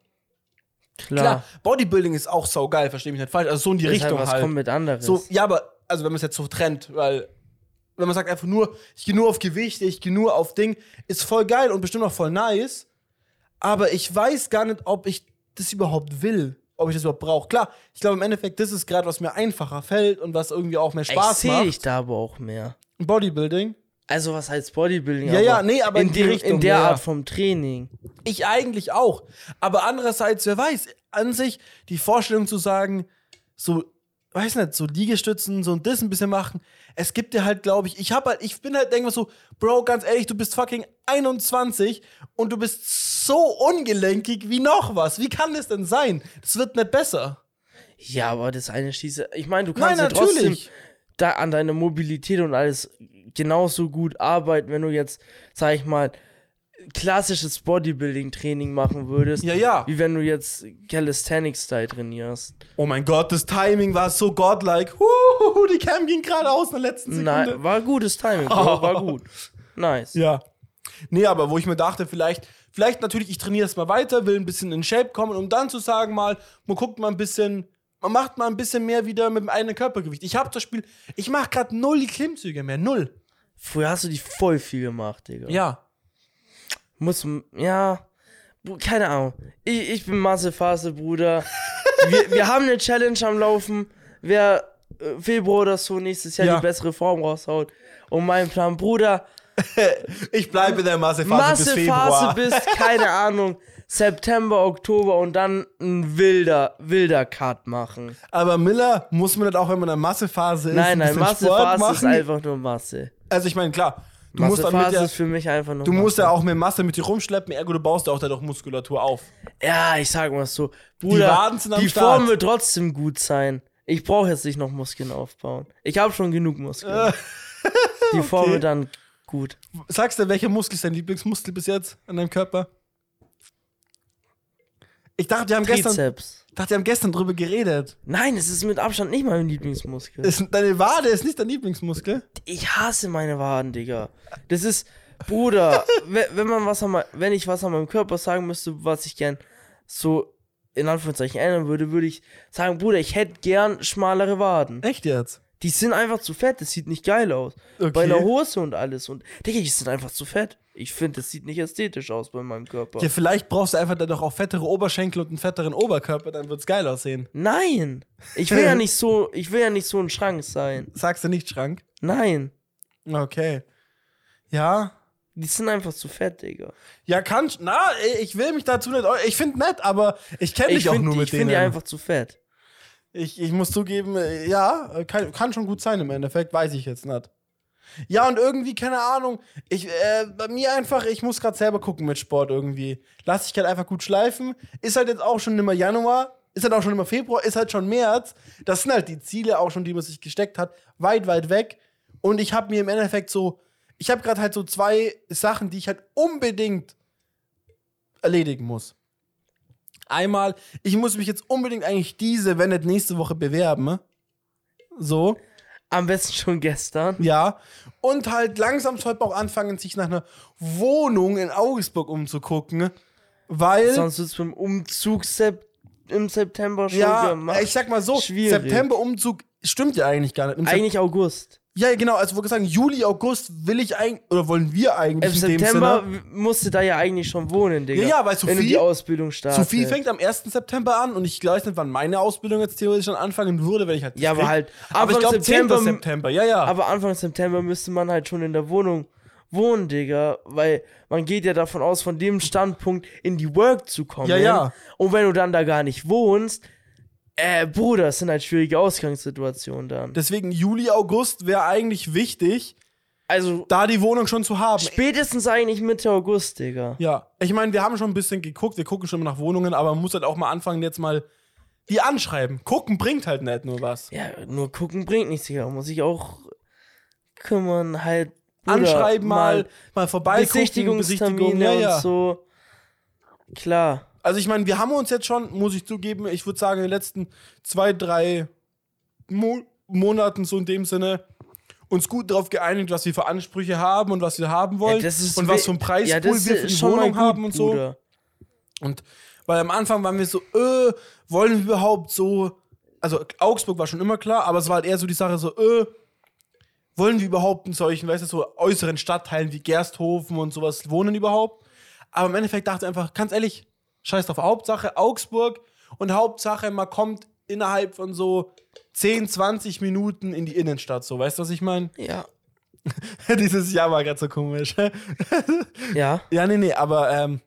Speaker 1: Klar.
Speaker 2: Klar, Bodybuilding ist auch saugeil, verstehe mich nicht falsch. Also so in die
Speaker 1: Ist
Speaker 2: Richtung
Speaker 1: halt, was
Speaker 2: halt.
Speaker 1: kommt mit anderes.
Speaker 2: So, ja, aber, also wenn man es jetzt so trennt, weil, wenn man sagt einfach nur, ich gehe nur auf Gewichte, ich gehe nur auf Ding, ist voll geil und bestimmt auch voll nice, aber ich weiß gar nicht, ob ich das überhaupt will, ob ich das überhaupt brauche. Klar, ich glaube im Endeffekt, das ist gerade, was mir einfacher fällt und was irgendwie auch mehr
Speaker 1: ich
Speaker 2: Spaß
Speaker 1: sehe
Speaker 2: macht.
Speaker 1: dich da aber auch mehr.
Speaker 2: Bodybuilding.
Speaker 1: Also was heißt Bodybuilding?
Speaker 2: Ja, ja, nee, aber
Speaker 1: in,
Speaker 2: in die
Speaker 1: dem-
Speaker 2: Richtung,
Speaker 1: in der
Speaker 2: ja, ja.
Speaker 1: Art vom Training.
Speaker 2: Ich eigentlich auch. Aber andererseits, wer weiß, an sich die Vorstellung zu sagen, so, weiß nicht, so Liegestützen, so und das ein bisschen machen. Es gibt dir halt, glaube ich, ich habe halt, ich bin halt irgendwas so, Bro, ganz ehrlich, du bist fucking 21 und du bist so ungelenkig wie noch was. Wie kann das denn sein? Das wird nicht besser.
Speaker 1: Ja, aber das eine schieße. Ich meine, du kannst
Speaker 2: Nein,
Speaker 1: ja trotzdem
Speaker 2: natürlich.
Speaker 1: da an deiner Mobilität und alles genauso gut arbeiten, wenn du jetzt, sag ich mal, klassisches Bodybuilding-Training machen würdest.
Speaker 2: Ja, ja.
Speaker 1: Wie wenn du jetzt Calisthenics-Style trainierst.
Speaker 2: Oh mein Gott, das Timing war so godlike. Huhuhu, die Cam ging gerade aus in der letzten Sekunde. Oh.
Speaker 1: Nein, war gutes Timing, Bro, war gut. Nice.
Speaker 2: Ja. Nee, aber wo ich mir dachte, vielleicht, vielleicht natürlich, ich trainiere es mal weiter, will ein bisschen in Shape kommen, um dann zu sagen, mal, man guckt mal ein bisschen, man macht mal ein bisschen mehr wieder mit dem eigenen Körpergewicht. Ich habe das Spiel, ich mache gerade null Klimmzüge mehr, null.
Speaker 1: Früher hast du die voll viel gemacht, Digga.
Speaker 2: Ja.
Speaker 1: Muss, m- ja. Bu- Keine Ahnung. Ich, ich bin Massephase, Bruder. wir, wir haben eine Challenge am Laufen. Wer äh, Februar oder so nächstes Jahr
Speaker 2: Ja.
Speaker 1: die bessere Form raushaut. Und mein Plan, Bruder,
Speaker 2: Ich bleibe in der Massephase, bis
Speaker 1: Massephase
Speaker 2: Februar.
Speaker 1: bis, keine Ahnung, September, Oktober und dann ein wilder, wilder Cut machen.
Speaker 2: aber Miller muss man das auch, wenn man in der Massephase ist,
Speaker 1: Nein,
Speaker 2: ein
Speaker 1: nein,
Speaker 2: bisschen Sport
Speaker 1: Massephase ist
Speaker 2: machen.
Speaker 1: einfach nur Masse.
Speaker 2: Also ich meine, klar, du musst, dann mit
Speaker 1: Massephase
Speaker 2: der,
Speaker 1: ist für mich einfach nur
Speaker 2: du
Speaker 1: Masse.
Speaker 2: musst ja auch mehr Masse mit dir rumschleppen, ergo du baust ja auch dadurch Muskulatur auf.
Speaker 1: Ja, ich sag mal so. Bruder,
Speaker 2: Waden sind am
Speaker 1: die,
Speaker 2: Start.
Speaker 1: Form wird trotzdem gut sein. Ich brauche jetzt nicht noch Muskeln aufbauen. Ich habe schon genug Muskeln. die Form
Speaker 2: Äh. okay.
Speaker 1: wird dann gut.
Speaker 2: Sagst du, welcher Muskel ist dein Lieblingsmuskel bis jetzt an deinem Körper? Ich dachte, wir haben, gestern,
Speaker 1: Trizeps.
Speaker 2: dachte, wir haben gestern drüber geredet.
Speaker 1: Nein, es ist mit Abstand nicht mein Lieblingsmuskel.
Speaker 2: Ist, deine Wade ist nicht dein Lieblingsmuskel.
Speaker 1: Ich hasse meine Waden, Digga. Das ist, Bruder, we- wenn man was an mein, wenn ich was an meinem Körper sagen müsste, was ich gern so in Anführungszeichen ändern würde, würde ich sagen, Bruder, ich hätte gern schmalere Waden.
Speaker 2: Echt jetzt?
Speaker 1: Die sind einfach zu fett, das sieht nicht geil aus.
Speaker 2: Okay.
Speaker 1: Bei einer Hose und alles. Und Digga, die sind einfach zu fett. Ich finde, das sieht nicht ästhetisch aus bei meinem Körper.
Speaker 2: Ja, vielleicht brauchst du einfach dann doch auch fettere Oberschenkel und einen fetteren Oberkörper, dann wird's geil aussehen.
Speaker 1: Nein! Ich will ja nicht so, ich will ja nicht so ein Schrank sein.
Speaker 2: Sagst du nicht, Schrank?
Speaker 1: Nein.
Speaker 2: Okay. Ja.
Speaker 1: Die sind einfach zu fett, Digga.
Speaker 2: Ja, kann. Na, ich will mich dazu nicht. Ich finde nett, aber ich kenne dich
Speaker 1: Ich
Speaker 2: auch
Speaker 1: finde
Speaker 2: nur
Speaker 1: die,
Speaker 2: mit
Speaker 1: ich
Speaker 2: denen.
Speaker 1: find die einfach zu fett.
Speaker 2: Ich, ich muss zugeben, äh, ja, äh, kann, kann schon gut sein im Endeffekt, weiß ich jetzt nicht. Ja, und irgendwie, keine Ahnung, ich, äh, bei mir einfach, ich muss gerade selber gucken mit Sport irgendwie. Lass ich halt einfach gut schleifen. Ist halt jetzt auch schon immer Januar, ist halt auch schon immer Februar, ist halt schon März. Das sind halt die Ziele auch schon, die man sich gesteckt hat, weit, weit weg. Und ich habe mir im Endeffekt so, ich habe gerade halt so zwei Sachen, die ich halt unbedingt erledigen muss. Einmal, ich muss mich jetzt unbedingt eigentlich diese, wenn nicht nächste Woche bewerben. ne? So,
Speaker 1: Am besten schon gestern.
Speaker 2: ja. Und halt langsam sollte man auch anfangen, sich nach einer Wohnung in Augsburg umzugucken. Weil,
Speaker 1: Sonst wird es beim Umzug sep im September schon
Speaker 2: ja,
Speaker 1: gemacht.
Speaker 2: ich sag mal so,
Speaker 1: Schwierig.
Speaker 2: September-Umzug stimmt ja eigentlich gar nicht. Im Sep-
Speaker 1: Eigentlich August.
Speaker 2: ja, genau, also wo gesagt, Juli, August will ich eigentlich, oder wollen wir eigentlich
Speaker 1: Im
Speaker 2: in dem
Speaker 1: September
Speaker 2: Sinne.
Speaker 1: w- musst du da ja eigentlich schon wohnen, Digga.
Speaker 2: Ja, ja, weil
Speaker 1: Wenn du
Speaker 2: Sophie-
Speaker 1: die Ausbildung startest.
Speaker 2: Sophie fängt am 1. September an und ich weiß nicht, wann meine Ausbildung jetzt theoretisch schon anfangen würde, wenn ich halt.
Speaker 1: Ja, aber
Speaker 2: krieg.
Speaker 1: halt
Speaker 2: Aber ich
Speaker 1: Anfang
Speaker 2: glaube, 10.
Speaker 1: September-
Speaker 2: September, ja, ja.
Speaker 1: Aber Anfang September müsste man halt schon in der Wohnung wohnen, Digga. Weil man geht ja davon aus, von dem Standpunkt in die Work zu kommen.
Speaker 2: Ja, ja.
Speaker 1: Und wenn du dann da gar nicht wohnst, äh, Bruder, das sind halt schwierige Ausgangssituationen dann.
Speaker 2: Deswegen Juli, August wäre eigentlich wichtig,
Speaker 1: also
Speaker 2: da die Wohnung schon zu haben.
Speaker 1: spätestens eigentlich Mitte August, Digga.
Speaker 2: Ja, ich meine, wir haben schon ein bisschen geguckt, wir gucken schon mal nach Wohnungen, aber man muss halt auch mal anfangen, jetzt mal die anschreiben. Gucken bringt halt nicht nur was.
Speaker 1: Ja, nur gucken bringt nichts, Digga. Muss ich auch kümmern, halt. Bruder,
Speaker 2: anschreiben mal, mal vorbeigucken,
Speaker 1: Besichtigungstermine
Speaker 2: ja, ja.
Speaker 1: und so. Klar.
Speaker 2: Also ich meine, wir haben uns jetzt schon, muss ich zugeben, ich würde sagen, in den letzten zwei, drei Mo Monaten so in dem Sinne uns gut darauf geeinigt, was wir für Ansprüche haben und was wir haben wollen
Speaker 1: das ist
Speaker 2: und
Speaker 1: we-
Speaker 2: was für einen Preis
Speaker 1: ja, das
Speaker 2: wir
Speaker 1: ist
Speaker 2: für die
Speaker 1: schon mal
Speaker 2: Wohnung
Speaker 1: gut,
Speaker 2: haben und so.
Speaker 1: Bruder.
Speaker 2: Und weil am Anfang waren wir so, äh, wollen wir überhaupt so, also Augsburg war schon immer klar, aber es war halt eher so die Sache so, äh, wollen wir überhaupt in solchen, weißt du, so äußeren Stadtteilen wie Gersthofen und sowas wohnen überhaupt? Aber im Endeffekt dachte ich einfach, ganz ehrlich, scheiß drauf, Hauptsache Augsburg und Hauptsache man kommt innerhalb von so 10, 20 Minuten in die Innenstadt, so, weißt du, was ich meine?
Speaker 1: Ja.
Speaker 2: Dieses Jahr war gerade so komisch.
Speaker 1: Ja.
Speaker 2: Ja, nee, nee, aber ähm,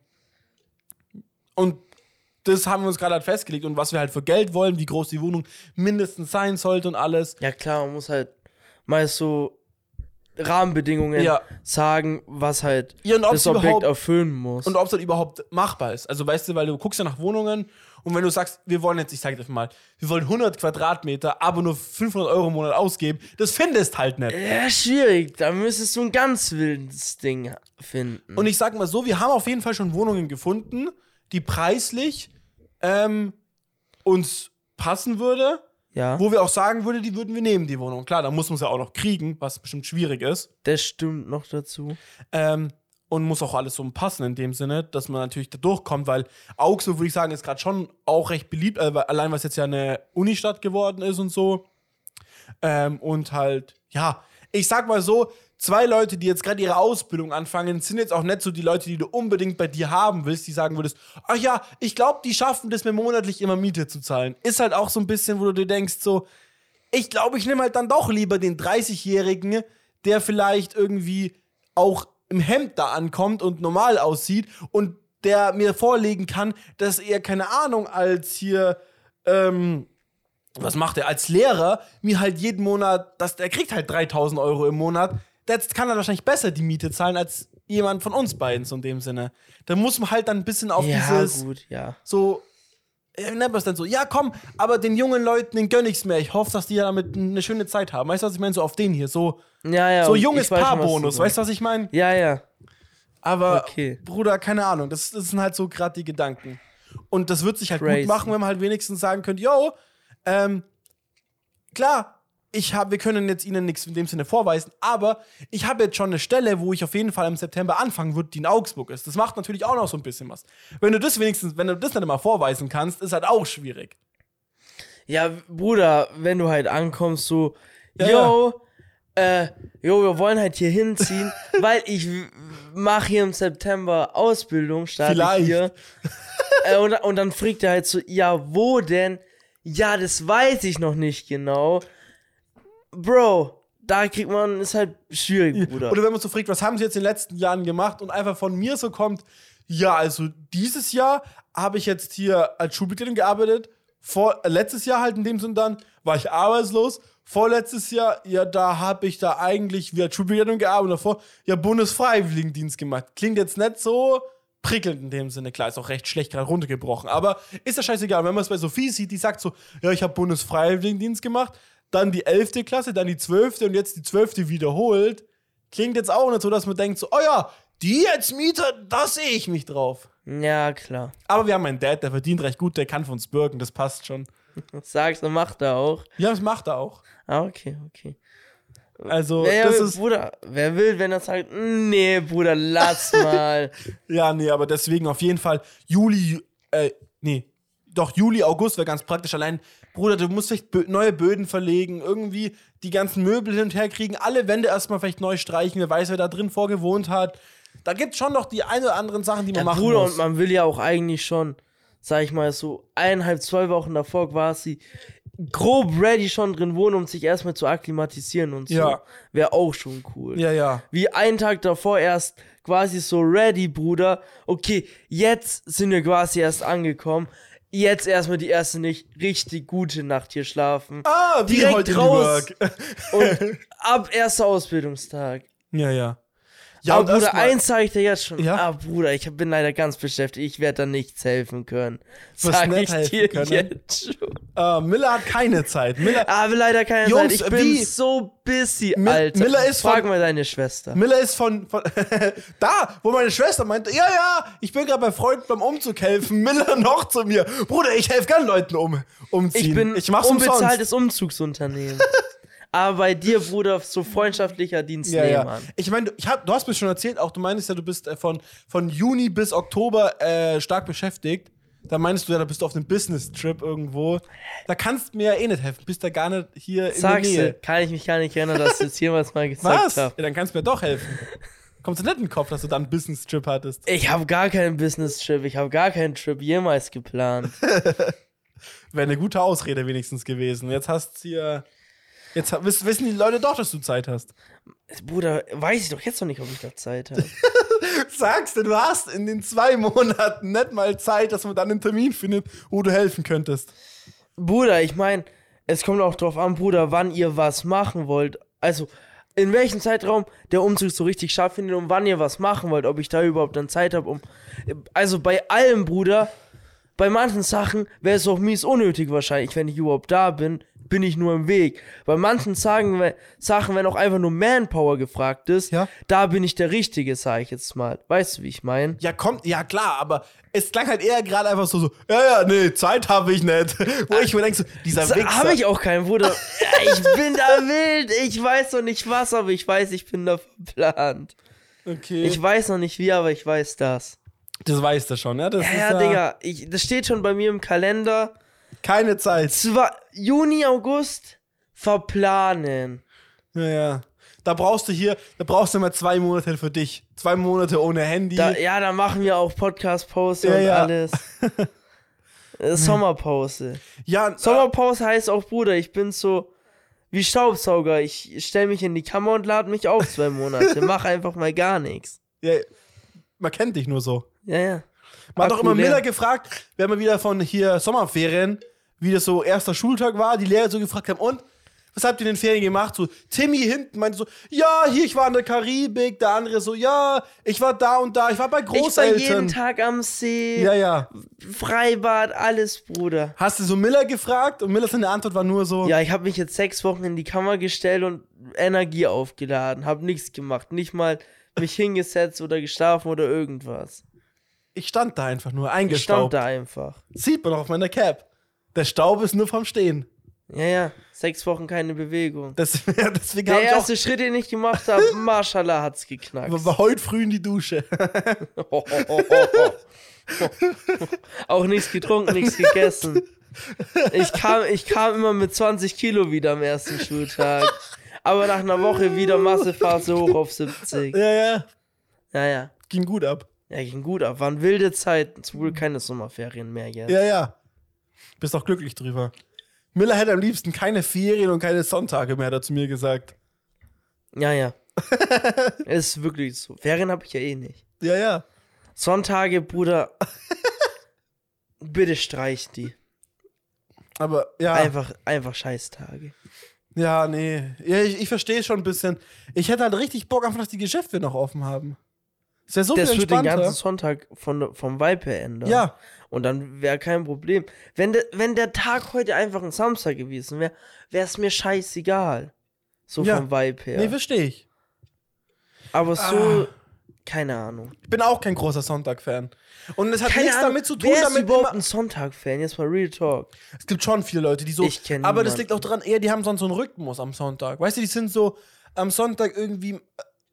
Speaker 2: und das haben wir uns gerade halt festgelegt und was wir halt für Geld wollen, wie groß die Wohnung mindestens sein sollte und alles.
Speaker 1: Ja, klar, man muss halt mal so Rahmenbedingungen
Speaker 2: Ja.
Speaker 1: sagen, was halt
Speaker 2: Ja, und ob's
Speaker 1: das Objekt
Speaker 2: überhaupt-
Speaker 1: erfüllen muss.
Speaker 2: Und ob es dann überhaupt machbar ist. Also, weißt du, weil du guckst ja nach Wohnungen und wenn du sagst, wir wollen jetzt, ich sag dir einfach mal, wir wollen 100 Quadratmeter, aber nur 500 Euro im Monat ausgeben, das findest halt nicht.
Speaker 1: ja, schwierig. Da müsstest du ein ganz wildes Ding finden.
Speaker 2: Und ich sag mal so, wir haben auf jeden Fall schon Wohnungen gefunden, die preislich ähm, uns passen würde.
Speaker 1: ja,
Speaker 2: wo wir auch sagen würde, die würden wir nehmen, die Wohnung. Klar, da muss man es ja auch noch kriegen, was bestimmt schwierig ist.
Speaker 1: das stimmt noch dazu.
Speaker 2: Ähm, und muss auch alles so passen in dem Sinne, dass man natürlich da durchkommt, weil Augsburg, würde ich sagen, ist gerade schon auch recht beliebt, äh, weil- allein was jetzt ja eine Unistadt geworden ist und so. Ähm, und halt, ja, ich sag mal so, zwei Leute, die jetzt gerade ihre Ausbildung anfangen, sind jetzt auch nicht so die Leute, die du unbedingt bei dir haben willst, die sagen würdest, ach ja, ich glaube, die schaffen das mir monatlich immer Miete zu zahlen. Ist halt auch so ein bisschen, wo du dir denkst, so, ich glaube, ich nehme halt dann doch lieber den 30-Jährigen, der vielleicht irgendwie auch im Hemd da ankommt und normal aussieht und der mir vorlegen kann, dass er, keine Ahnung, als hier, ähm, was macht er, als Lehrer mir halt jeden Monat, dass der kriegt halt 3000 Euro im Monat, das kann er wahrscheinlich besser die Miete zahlen als jemand von uns beiden, so in dem Sinne. Da muss man halt dann ein bisschen auf
Speaker 1: Ja,
Speaker 2: dieses
Speaker 1: gut, ja.
Speaker 2: so, äh, wie nennt man es denn so? Ja, komm, aber den jungen Leuten, den gönn ich's mehr. Ich hoffe, dass die damit eine schöne Zeit haben. Weißt du, was ich meine? So auf den hier, so,
Speaker 1: Ja, ja. um-
Speaker 2: so
Speaker 1: ich
Speaker 2: junges
Speaker 1: weiß schon, was du
Speaker 2: Paar-Bonus.
Speaker 1: meinst.
Speaker 2: Weißt du, was ich meine?
Speaker 1: Ja, ja.
Speaker 2: Aber,
Speaker 1: Okay.
Speaker 2: Bruder, keine Ahnung. Das, das sind halt so gerade die Gedanken. Und das wird sich halt
Speaker 1: Crazy.
Speaker 2: gut machen, wenn man halt wenigstens sagen könnte, yo, ähm, klar, ich hab, wir können jetzt ihnen nichts in dem Sinne vorweisen, aber ich habe jetzt schon eine Stelle, wo ich auf jeden Fall im September anfangen würde, die in Augsburg ist. Das macht natürlich auch noch so ein bisschen was. Wenn du das wenigstens, wenn du das nicht mal vorweisen kannst, ist halt auch schwierig.
Speaker 1: Ja, Bruder, wenn du halt ankommst, so,
Speaker 2: Ja,
Speaker 1: yo, äh, yo, wir wollen halt hier hinziehen, weil ich mache hier im September Ausbildung, starte
Speaker 2: Vielleicht.
Speaker 1: ich hier. äh, und, und dann fragt er halt so, ja, wo denn? Ja, das weiß ich noch nicht genau. Bro, da kriegt man, ist halt schwierig, Bruder.
Speaker 2: Oder wenn man so fragt, was haben sie jetzt in den letzten Jahren gemacht und einfach von mir so kommt, ja, also dieses Jahr habe ich jetzt hier als Schulbegleitung gearbeitet, vor, äh, letztes Jahr halt in dem Sinne dann war ich arbeitslos, vorletztes Jahr, ja, da habe ich da eigentlich wie als Schulbegleitung gearbeitet, davor, ja, Bundesfreiwilligendienst gemacht. Klingt jetzt nicht so prickelnd in dem Sinne, klar, ist auch recht schlecht gerade runtergebrochen, aber ist ja scheißegal, wenn man es bei Sophie sieht, die sagt so, ja, ich habe Bundesfreiwilligendienst gemacht, dann die 11. Klasse, dann die 12. und jetzt die 12. wiederholt, klingt jetzt auch nicht so, dass man denkt so, oh ja, die jetzt Miete, da sehe ich mich drauf.
Speaker 1: ja, klar.
Speaker 2: Aber wir haben einen Dad, der verdient recht gut, der kann für uns bürgen, das passt schon.
Speaker 1: Sagst du, macht er auch.
Speaker 2: Ja, das macht er auch.
Speaker 1: Ah, okay, okay.
Speaker 2: Also,
Speaker 1: Naja,
Speaker 2: das ist.
Speaker 1: Bruder, wer will, wenn er sagt, nee, Bruder, lass mal.
Speaker 2: Ja, nee, aber deswegen auf jeden Fall Juli, Ju- äh, nee. Doch, Juli, August wäre ganz praktisch. Allein, Bruder, du musst vielleicht bö neue Böden verlegen, irgendwie die ganzen Möbel hin und her kriegen, alle Wände erstmal vielleicht neu streichen, wer weiß, wer da drin vorgewohnt hat. Da gibt es schon noch die ein oder anderen Sachen, die man
Speaker 1: Ja,
Speaker 2: machen
Speaker 1: Bruder,
Speaker 2: muss.
Speaker 1: und man will ja auch eigentlich schon, sag ich mal, so eineinhalb, zwei Wochen davor quasi grob ready schon drin wohnen, um sich erstmal zu akklimatisieren und so.
Speaker 2: Ja.
Speaker 1: Wäre auch schon cool.
Speaker 2: ja, ja.
Speaker 1: Wie einen Tag davor erst quasi so ready, Bruder. Okay, jetzt sind wir quasi erst angekommen. Jetzt erstmal die erste nicht richtig gute Nacht hier schlafen.
Speaker 2: Ah, wie
Speaker 1: Direkt
Speaker 2: heute in
Speaker 1: raus.
Speaker 2: New York.
Speaker 1: Und ab erster Ausbildungstag.
Speaker 2: Ja, ja.
Speaker 1: Ja,
Speaker 2: Ja,
Speaker 1: Aber Bruder,
Speaker 2: erstmal-
Speaker 1: eins sage ich dir jetzt schon.
Speaker 2: Ja?
Speaker 1: Ah, Bruder, ich hab- bin leider ganz beschäftigt. Ich werde da nichts helfen können.
Speaker 2: wirst
Speaker 1: Sag
Speaker 2: nicht
Speaker 1: ich
Speaker 2: helfen
Speaker 1: dir
Speaker 2: können?
Speaker 1: jetzt schon.
Speaker 2: Äh, Miller hat keine Zeit. Miller,
Speaker 1: Aber leider keine
Speaker 2: Jungs,
Speaker 1: Zeit. Ich bin
Speaker 2: wie-
Speaker 1: so busy,
Speaker 2: Mi-
Speaker 1: Alter.
Speaker 2: Miller ist
Speaker 1: Frag
Speaker 2: von-
Speaker 1: mal deine Schwester.
Speaker 2: Miller ist von, von da, wo meine Schwester meinte, ja, ja, ich bin gerade bei Freunden beim Umzug helfen. Miller noch zu mir. Bruder, ich helfe gern Leuten um, umziehen.
Speaker 1: Ich bin
Speaker 2: ich mach's umsonst.
Speaker 1: unbezahltes Umzugsunternehmen. Aber bei dir, Bruder, so freundschaftlicher Dienst
Speaker 2: Ja,
Speaker 1: nehmen
Speaker 2: ja.
Speaker 1: an.
Speaker 2: Ich meine, du- ich hab, du hast mir schon erzählt, auch du meinst ja, du bist äh, von, von Juni bis Oktober äh, stark beschäftigt. Da meinst du ja, da bist du auf einem Business-Trip irgendwo. Da kannst du mir ja eh nicht helfen. Bist ja gar nicht hier
Speaker 1: Sagst
Speaker 2: in der
Speaker 1: du,
Speaker 2: Nähe.
Speaker 1: kann ich mich gar nicht erinnern, dass du es jemals mal gesagt
Speaker 2: Was? Ja,
Speaker 1: hast.
Speaker 2: dann kannst du mir doch helfen. Kommst du nicht in den Kopf, dass du da einen Business-Trip hattest?
Speaker 1: Ich habe gar keinen Business-Trip, ich habe gar keinen Trip jemals geplant.
Speaker 2: Wäre eine gute Ausrede wenigstens gewesen. Jetzt hast du hier. Jetzt ha- wiss- wissen die Leute doch, dass du Zeit hast.
Speaker 1: Bruder, weiß ich doch jetzt noch nicht, ob ich da Zeit habe.
Speaker 2: Sagst du, du hast in den zwei Monaten nicht mal Zeit, dass man dann einen Termin findet, wo du helfen könntest.
Speaker 1: Bruder, ich meine, es kommt auch drauf an, Bruder, wann ihr was machen wollt. Also, in welchem Zeitraum der Umzug so richtig stattfindet und wann ihr was machen wollt, ob ich da überhaupt dann Zeit habe, um. Also bei allem, Bruder, bei manchen Sachen wäre es auch mies unnötig wahrscheinlich, wenn ich überhaupt da bin, bin ich nur im Weg. Bei manchen Sachen, we- Sachen wenn auch einfach nur Manpower gefragt ist,
Speaker 2: Ja.
Speaker 1: da bin ich der Richtige, sage ich jetzt mal. Weißt du, wie ich meine?
Speaker 2: Ja, kommt, ja klar, aber es klang halt eher gerade einfach so, so, ja, ja, nee, Zeit habe ich nicht. Wo ich mir denke, so, dieser
Speaker 1: Das
Speaker 2: Wichser.
Speaker 1: habe ich auch keinen Bruder. Ja, ich bin da wild. Ich weiß noch nicht was, aber ich weiß, ich bin da verplant.
Speaker 2: Okay.
Speaker 1: Ich weiß noch nicht wie, aber ich weiß das.
Speaker 2: das weißt du schon, ja? Das
Speaker 1: Ja,
Speaker 2: ist
Speaker 1: ja, Digga, ich, das steht schon bei mir im Kalender.
Speaker 2: keine Zeit.
Speaker 1: Zwar Juni, August verplanen.
Speaker 2: Ja, ja. Da brauchst du hier, da brauchst du mal zwei Monate für dich. Zwei Monate ohne Handy.
Speaker 1: Da, ja, da machen wir auch Podcast-Pause
Speaker 2: Ja,
Speaker 1: und
Speaker 2: ja.
Speaker 1: alles. Äh, Sommerpause.
Speaker 2: ja,
Speaker 1: Sommerpause heißt auch, Bruder, ich bin so wie Staubsauger. Ich stelle mich in die Kammer und lade mich auf zwei Monate. Mach einfach mal gar nichts.
Speaker 2: äh, ja, man kennt dich nur so.
Speaker 1: Ja, ja.
Speaker 2: Man hat
Speaker 1: Akku
Speaker 2: auch immer
Speaker 1: leer.
Speaker 2: Miller gefragt, wenn man wieder von hier Sommerferien, wie das so erster Schultag war, die Lehrer so gefragt haben, und? Was habt ihr in den Ferien gemacht? So, Timmy hinten meinte so, ja, hier, ich war in der Karibik, der andere so, ja, ich war da und da, ich war bei
Speaker 1: Ich war jeden
Speaker 2: Großeltern.
Speaker 1: Tag am See,
Speaker 2: ja, ja.
Speaker 1: Freibad, alles, Bruder.
Speaker 2: Hast du so Miller gefragt und Miller seine Antwort war nur so,
Speaker 1: Ja, ich habe mich jetzt sechs Wochen in die Kammer gestellt und Energie aufgeladen, habe nichts gemacht, nicht mal mich hingesetzt oder geschlafen oder irgendwas.
Speaker 2: ich stand da einfach nur,
Speaker 1: Ich stand
Speaker 2: eingestaubt.
Speaker 1: da einfach.
Speaker 2: Sieht man auch auf meiner Cap. Der Staub ist nur vom Stehen.
Speaker 1: Ja, ja, sechs Wochen keine Bewegung.
Speaker 2: Das, deswegen
Speaker 1: Der
Speaker 2: habe
Speaker 1: erste Schritt, den ich gemacht habe, Marschallah hat's geknackt.
Speaker 2: ich auch heute früh in die Dusche.
Speaker 1: Auch nichts getrunken, nichts gegessen. Ich kam, ich kam immer mit 20 Kilo wieder am ersten Schultag. Aber nach einer Woche wieder Massephase hoch auf 70.
Speaker 2: ja, ja,
Speaker 1: Naja,
Speaker 2: ging gut ab.
Speaker 1: ja, ging gut ab. Waren wilde Zeiten. Zum Glück keine Sommerferien mehr jetzt.
Speaker 2: Ja, ja. Bist auch glücklich drüber. Miller hätte am liebsten keine Ferien und keine Sonntage mehr, hat er zu mir gesagt.
Speaker 1: Ja, ja. Ist wirklich so. Ferien habe ich ja eh nicht.
Speaker 2: Ja, ja.
Speaker 1: Sonntage, Bruder. Bitte streich die.
Speaker 2: Aber ja,
Speaker 1: Einfach, einfach Scheißtage.
Speaker 2: ja, nee. Ja, ich, ich verstehe schon ein bisschen. Ich hätte halt richtig Bock, einfach, dass die Geschäfte noch offen haben. Das wäre so
Speaker 1: Das
Speaker 2: viel
Speaker 1: wird den ganzen
Speaker 2: entspannter.
Speaker 1: Sonntag von, vom Vibe her ändern.
Speaker 2: Ja,
Speaker 1: Und dann wäre kein Problem. Wenn, de, wenn der Tag heute einfach ein Samstag gewesen wäre, wäre es mir scheißegal. So
Speaker 2: Ja.
Speaker 1: vom Vibe her.
Speaker 2: nee, Ah. verstehe ich.
Speaker 1: Aber so, keine Ahnung.
Speaker 2: Ich bin auch kein großer Sonntag-Fan. Und es hat
Speaker 1: Keine
Speaker 2: nichts
Speaker 1: Ahnung.
Speaker 2: damit zu tun,
Speaker 1: Wer ist
Speaker 2: damit
Speaker 1: überhaupt
Speaker 2: immer,
Speaker 1: ein Sonntag-Fan? Jetzt mal Real Talk.
Speaker 2: Es gibt schon viele Leute, die so.
Speaker 1: Ich kenn
Speaker 2: aber das
Speaker 1: niemanden.
Speaker 2: liegt auch daran, eher, die haben sonst so einen Rhythmus am Sonntag. Weißt du, die sind so am Sonntag irgendwie. äh,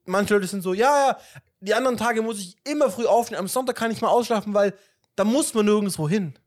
Speaker 2: Manche Leute sind so, ja, ja, die anderen Tage muss ich immer früh aufnehmen. Am Sonntag kann ich mal ausschlafen, weil da muss man nirgendwo hin.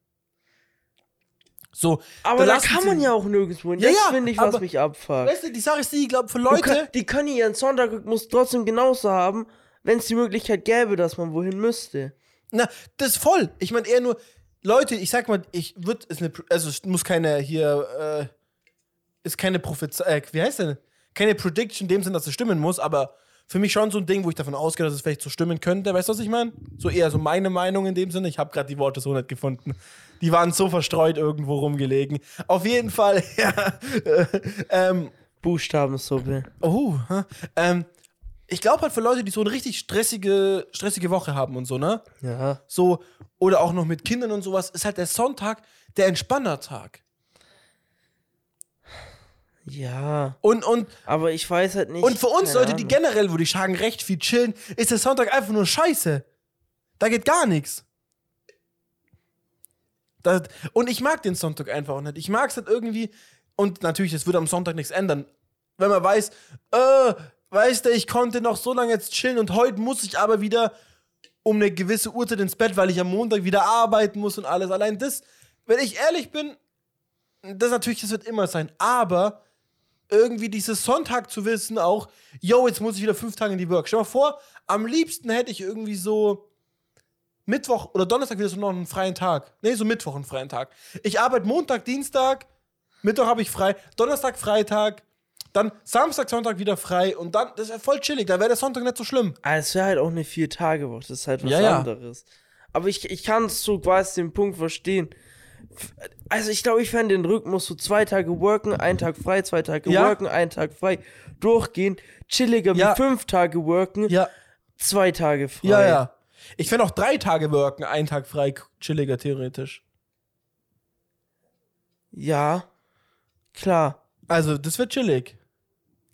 Speaker 2: So.
Speaker 1: Aber da
Speaker 2: lassen
Speaker 1: kann
Speaker 2: sie-
Speaker 1: man ja auch nirgendwo hin.
Speaker 2: Ja,
Speaker 1: das
Speaker 2: ja,
Speaker 1: finde ich, was
Speaker 2: aber-
Speaker 1: mich abfuckt.
Speaker 2: Weißt du, die Sache ist die, ich glaube, für
Speaker 1: Du
Speaker 2: Leute.
Speaker 1: kann- Die können ihren Sonntag-Rhythmus trotzdem genauso haben, wenn es die Möglichkeit gäbe, dass man wohin müsste.
Speaker 2: Na, das ist voll. Ich meine eher nur, Leute, ich sag mal, ich würde, ist eine, also es muss keine hier, äh, ist keine Prophezei, äh, wie heißt denn? Keine Prediction in dem Sinn, dass es stimmen muss, aber für mich schon so ein Ding, wo ich davon ausgehe, dass es vielleicht so stimmen könnte. Weißt du, was ich meine? So eher so meine Meinung in dem Sinne. Ich habe gerade die Worte so nicht gefunden. Die waren so verstreut irgendwo rumgelegen. Auf jeden Fall, ja. Äh, ähm,
Speaker 1: Buchstabensuppe.
Speaker 2: Oh, hä? ähm, ich glaube halt für Leute, die so eine richtig stressige, stressige Woche haben und so, ne?
Speaker 1: Ja.
Speaker 2: so oder auch noch mit Kindern und sowas, ist halt der Sonntag der Entspannertag.
Speaker 1: Ja.
Speaker 2: Und, und,
Speaker 1: Aber ich weiß halt nicht.
Speaker 2: und für uns
Speaker 1: keine
Speaker 2: Leute, die
Speaker 1: Ahnung.
Speaker 2: generell, würde ich sagen, recht viel chillen, ist der Sonntag einfach nur Scheiße. Da geht gar nichts. Das, und ich mag den Sonntag einfach auch nicht. Ich mag es halt irgendwie. Und natürlich, es würde am Sonntag nichts ändern. wenn man weiß, äh, weißt du, ich konnte noch so lange jetzt chillen und heute muss ich aber wieder um eine gewisse Uhrzeit ins Bett, weil ich am Montag wieder arbeiten muss und alles. Allein das, wenn ich ehrlich bin, das natürlich, das wird immer sein, aber irgendwie dieses Sonntag zu wissen auch, yo, jetzt muss ich wieder fünf Tage in die Work. Stell dir mal vor, am liebsten hätte ich irgendwie so Mittwoch oder Donnerstag wieder so noch einen freien Tag. Nee, so Mittwoch einen freien Tag. Ich arbeite Montag, Dienstag, Mittwoch habe ich frei, Donnerstag, Freitag, dann Samstag, Sonntag wieder frei und dann, das ist ja voll chillig, da wäre der Sonntag nicht so schlimm.
Speaker 1: Ah, Es wäre halt auch eine Vier-Tage-Woche, das ist halt was
Speaker 2: Ja, ja.
Speaker 1: anderes. Aber ich, ich kann so quasi den Punkt verstehen. F- Also ich glaube, ich fände den Rhythmus so zwei Tage worken, einen Tag frei, zwei Tage
Speaker 2: Ja.
Speaker 1: worken, einen Tag frei, durchgehend, chilliger
Speaker 2: Ja.
Speaker 1: wie fünf Tage worken,
Speaker 2: Ja,
Speaker 1: zwei Tage frei.
Speaker 2: ja, ja. Ich fände auch drei Tage worken, einen Tag frei, chilliger theoretisch.
Speaker 1: Ja, klar,
Speaker 2: Also, das wird chillig.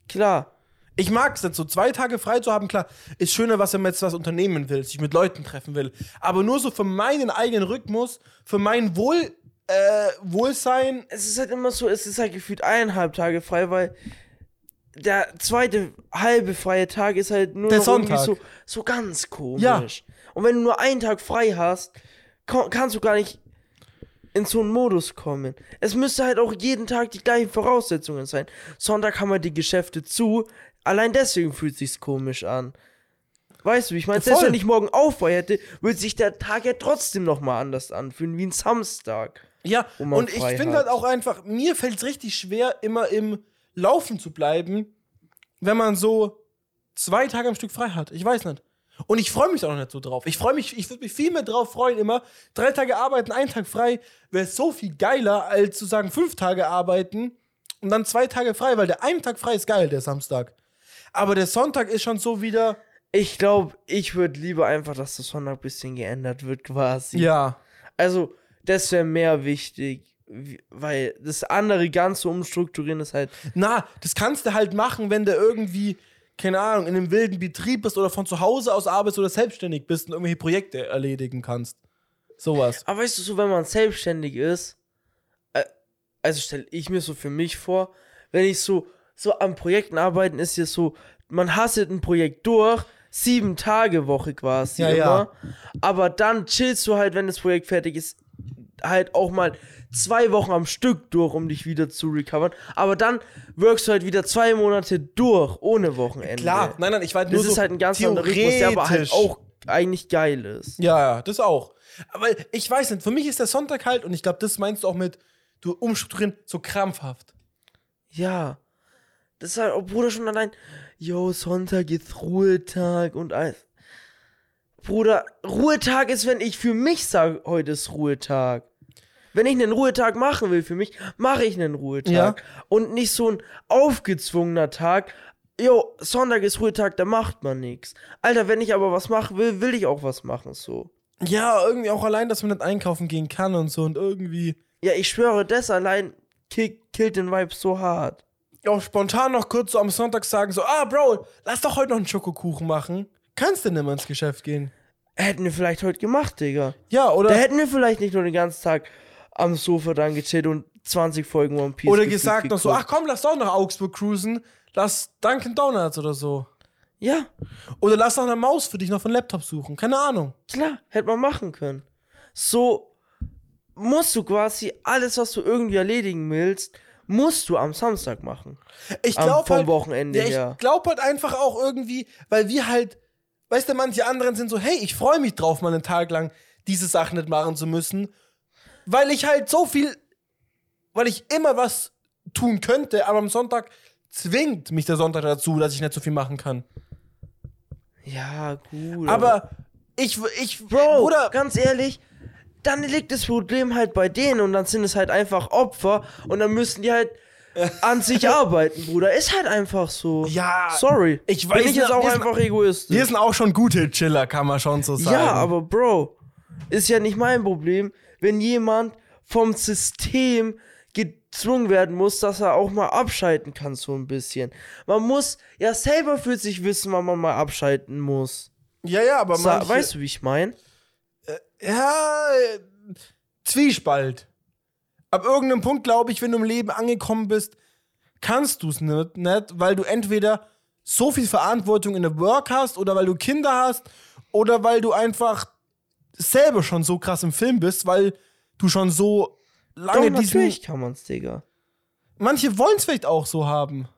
Speaker 1: klar.
Speaker 2: Ich mag es nicht so. Zwei Tage frei zu haben, klar, ist schöner, was wenn man jetzt was unternehmen will, sich mit Leuten treffen will. Aber nur so für meinen eigenen Rhythmus, für mein Wohl, äh, Wohlsein.
Speaker 1: es ist halt immer so, es ist halt gefühlt eineinhalb Tage frei, weil der zweite halbe freie Tag ist halt nur
Speaker 2: Der
Speaker 1: noch irgendwie
Speaker 2: Sonntag.
Speaker 1: so, so ganz komisch.
Speaker 2: Ja.
Speaker 1: Und wenn du nur einen Tag frei hast, ko- kannst du gar nicht in so einen Modus kommen. Es müsste halt auch jeden Tag die gleichen Voraussetzungen sein. Sonntag haben wir die Geschäfte zu, allein deswegen fühlt sich's komisch an. Weißt du, wie ich meine, selbst
Speaker 2: Voll.
Speaker 1: wenn ich morgen aufbei hätte, würde sich der Tag ja trotzdem nochmal anders anfühlen, wie ein Samstag.
Speaker 2: Ja,
Speaker 1: Wo
Speaker 2: und,
Speaker 1: man
Speaker 2: ich
Speaker 1: frei
Speaker 2: finde
Speaker 1: hat.
Speaker 2: halt auch einfach, mir fällt es richtig schwer, immer im Laufen zu bleiben, wenn man so zwei Tage am Stück frei hat. Ich weiß nicht. Und ich freue mich auch nicht so drauf. Ich freue mich, ich würde mich viel mehr drauf freuen, immer drei Tage arbeiten, einen Tag frei, wäre so viel geiler, als zu sagen fünf Tage arbeiten und dann zwei Tage frei, weil der einen Tag frei ist geil, der Samstag. Aber der Sonntag ist schon so wieder.
Speaker 1: Ich glaube, ich würde lieber einfach, dass das Sonntag ein bisschen geändert wird, quasi.
Speaker 2: Ja.
Speaker 1: Also, das wäre mehr wichtig, wie- weil das andere ganze Umstrukturieren ist halt.
Speaker 2: Na, das kannst du halt machen, wenn du irgendwie, keine Ahnung, in einem wilden Betrieb bist oder von zu Hause aus arbeitest oder selbstständig bist und irgendwelche Projekte erledigen kannst. Sowas.
Speaker 1: Aber weißt du, so, wenn man selbstständig ist, äh, also stelle ich mir so für mich vor, wenn ich so, so an Projekten arbeiten, ist hier so, man hasselt ein Projekt durch, sieben Tage Woche quasi
Speaker 2: Ja,
Speaker 1: immer.
Speaker 2: ja.
Speaker 1: Aber dann chillst du halt, wenn das Projekt fertig ist, halt auch mal zwei Wochen am Stück durch, um dich wieder zu recovern. Aber dann wirkst du halt wieder zwei Monate durch, ohne Wochenende.
Speaker 2: Klar, nein, nein, ich war halt nur
Speaker 1: das
Speaker 2: so
Speaker 1: ist halt ein ganz anderer Rhythmus, der aber halt
Speaker 2: theoretisch.
Speaker 1: auch eigentlich geil ist.
Speaker 2: Ja, ja, das auch. Aber ich weiß nicht, für mich ist der Sonntag halt, und ich glaube, das meinst du auch mit, du umstrukturieren, so krampfhaft.
Speaker 1: Ja. Das ist halt, oh, Bruder, schon allein, yo, Sonntag ist Ruhetag und alles. Bruder, Ruhetag ist, wenn ich für mich sage, heute ist Ruhetag. Wenn ich einen Ruhetag machen will für mich, mache ich einen Ruhetag.
Speaker 2: Ja.
Speaker 1: Und nicht so ein aufgezwungener Tag. Yo, Sonntag ist Ruhetag, da macht man nichts. Alter, wenn ich aber was machen will, will ich auch was machen, so.
Speaker 2: Ja, irgendwie auch allein, dass man nicht einkaufen gehen kann und so und irgendwie.
Speaker 1: Ja, ich schwöre, das allein kick, killt den Vibe so hart.
Speaker 2: auch spontan noch kurz so am Sonntag sagen, so, ah, Bro, lass doch heute noch einen Schokokuchen machen. Kannst du nicht mehr ins Geschäft gehen?
Speaker 1: Hätten wir vielleicht heute gemacht, Digga.
Speaker 2: Ja, oder?
Speaker 1: Da hätten wir vielleicht nicht nur den ganzen Tag am Sofa dann gechillt und 20 Folgen One Piece.
Speaker 2: Oder
Speaker 1: gefühlt
Speaker 2: gesagt noch so, ach
Speaker 1: geguckt.
Speaker 2: komm, lass doch nach Augsburg cruisen, lass Dunkin' Donuts oder so.
Speaker 1: Ja,
Speaker 2: Oder lass nach einer Maus für dich noch von Laptop suchen, keine Ahnung.
Speaker 1: klar, hätte man machen können. So musst du quasi alles, was du irgendwie erledigen willst, musst du am Samstag machen.
Speaker 2: Ich
Speaker 1: Am-
Speaker 2: glaube
Speaker 1: vom
Speaker 2: halt,
Speaker 1: Wochenende
Speaker 2: ja, ich
Speaker 1: her.
Speaker 2: glaube halt einfach auch irgendwie, weil wir halt, weißt du, manche anderen sind so, hey, ich freue mich drauf, mal einen Tag lang diese Sachen nicht machen zu müssen, weil ich halt so viel, weil ich immer was tun könnte, aber am Sonntag zwingt mich der Sonntag dazu, dass ich nicht so viel machen kann.
Speaker 1: Ja, gut.
Speaker 2: Aber ich, ich,
Speaker 1: Bro,
Speaker 2: Bruder,
Speaker 1: ganz ehrlich, dann liegt das Problem halt bei denen und dann sind es halt einfach Opfer und dann müssen die halt an sich arbeiten, Bruder. Ist halt einfach so.
Speaker 2: Ja,
Speaker 1: Sorry.
Speaker 2: ich weiß
Speaker 1: Bin ich jetzt
Speaker 2: nicht,
Speaker 1: auch
Speaker 2: wir sind-
Speaker 1: einfach egoistisch.
Speaker 2: Wir sind auch schon gute Chiller, kann man schon so sagen.
Speaker 1: Ja, aber Bro, ist ja nicht mein Problem, wenn jemand vom System gezwungen werden muss, dass er auch mal abschalten kann, so ein bisschen. Man muss ja selber für sich wissen, wann man mal abschalten muss.
Speaker 2: Ja, ja, aber
Speaker 1: Sa
Speaker 2: manche,
Speaker 1: weißt du, wie ich meine?
Speaker 2: Ja, äh, Zwiespalt. Ab irgendeinem Punkt, glaube ich, wenn du im Leben angekommen bist, kannst du es nicht, nicht, weil du entweder so viel Verantwortung in der Work hast oder weil du Kinder hast oder weil du einfach selber schon so krass im Film bist, weil du schon so lange
Speaker 1: Doch,
Speaker 2: diesen
Speaker 1: natürlich kann man's, Digga.
Speaker 2: manche wollen es vielleicht auch so haben.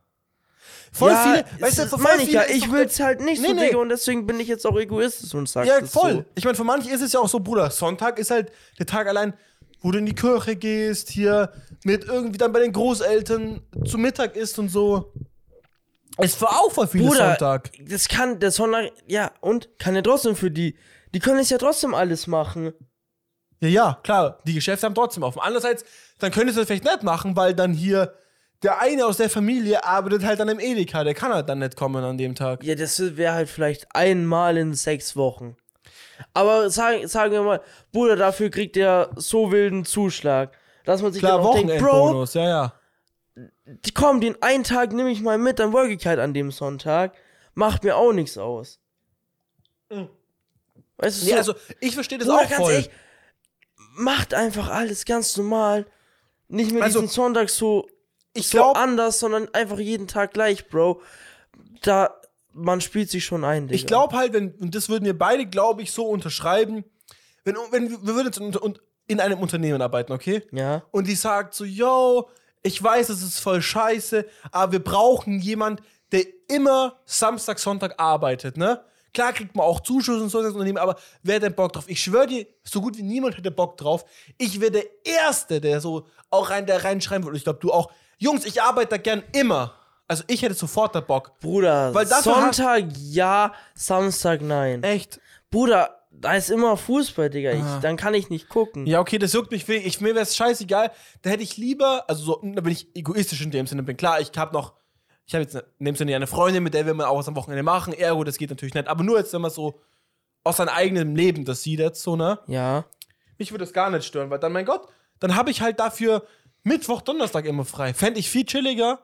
Speaker 2: Voll
Speaker 1: ja,
Speaker 2: viele, weißt du,
Speaker 1: das
Speaker 2: voll
Speaker 1: meine ich
Speaker 2: viele
Speaker 1: ja,
Speaker 2: ist
Speaker 1: ich
Speaker 2: doch-
Speaker 1: will's halt nicht
Speaker 2: Nee,
Speaker 1: so,
Speaker 2: nee.
Speaker 1: Digga, und deswegen bin ich jetzt auch egoistisch und sag
Speaker 2: Ja,
Speaker 1: das
Speaker 2: voll.
Speaker 1: so.
Speaker 2: Ich meine, für manche ist es ja auch so, Bruder, Sonntag ist halt der Tag allein, wo du in die Kirche gehst, hier mit irgendwie dann bei den Großeltern zu Mittag isst und so. Es war auch voll viele
Speaker 1: Bruder,
Speaker 2: Sonntag.
Speaker 1: das kann, der Sonntag, ja, und kann ja trotzdem für die, die können es ja trotzdem alles machen.
Speaker 2: Ja, ja, klar, die Geschäfte haben trotzdem offen. Andererseits, dann könntest du das vielleicht nicht machen, weil dann hier der eine aus der Familie arbeitet halt dann im Edeka, der kann halt dann nicht kommen an dem Tag.
Speaker 1: Ja, das wäre halt vielleicht einmal in sechs Wochen. Aber sagen, sagen wir mal, Bruder, dafür kriegt er so wilden Zuschlag, dass man sich
Speaker 2: Klar,
Speaker 1: dann auch denkt, Bro,
Speaker 2: Wochenendbonus, ja, ja.
Speaker 1: die- komm, den einen Tag nehme ich mal mit, dann work ich halt an dem Sonntag. Macht mir auch nichts aus. Weißt du,
Speaker 2: Mhm. Nee,
Speaker 1: so,
Speaker 2: also ich verstehe das
Speaker 1: Bruder,
Speaker 2: auch voll.
Speaker 1: ehrlich, macht einfach alles ganz normal. Nicht mehr
Speaker 2: Also,
Speaker 1: diesen Sonntag so,
Speaker 2: ich
Speaker 1: so
Speaker 2: glaub-
Speaker 1: anders, sondern einfach jeden Tag gleich, Bro. Da, man spielt sich schon ein, Digga.
Speaker 2: Ich glaube halt, wenn, und das würden wir beide, glaube ich, so unterschreiben, wenn, wenn wir wir würden jetzt unter, un- in einem Unternehmen arbeiten, okay?
Speaker 1: Ja.
Speaker 2: Und die sagt so, yo, ich weiß, es ist voll scheiße, aber wir brauchen jemand, der immer Samstag, Sonntag arbeitet, ne? Klar kriegt man auch Zuschüsse und so das Unternehmen, aber wer hat denn Bock drauf? Ich schwöre dir, so gut wie niemand hätte Bock drauf. Ich wäre der Erste, der so auch rein, der reinschreiben würde. Ich glaube, du auch. Jungs, ich arbeite da gern immer. Also ich hätte sofort da Bock.
Speaker 1: Bruder,
Speaker 2: Weil dafür
Speaker 1: Sonntag ja, Samstag nein.
Speaker 2: Echt?
Speaker 1: Äh, Bruder, da ist immer Fußball, Digga. Ich, dann kann ich nicht gucken.
Speaker 2: Ah. Ja, okay, das juckt mich wenig. Ich, mir wäre es scheißegal. Da hätte ich lieber, also so, da bin ich egoistisch in dem Sinne, bin klar, ich habe noch, ich habe jetzt ne, in dem Sinne ja eine Freundin, mit der will man auch was am Wochenende machen. Ergo, das geht natürlich nicht. Aber nur jetzt, wenn man so aus seinem eigenen Leben das sieht, jetzt so, ne?
Speaker 1: Ja.
Speaker 2: Mich würde das gar nicht stören, weil dann, mein Gott, dann habe ich halt dafür Mittwoch, Donnerstag immer frei. Fände ich viel chilliger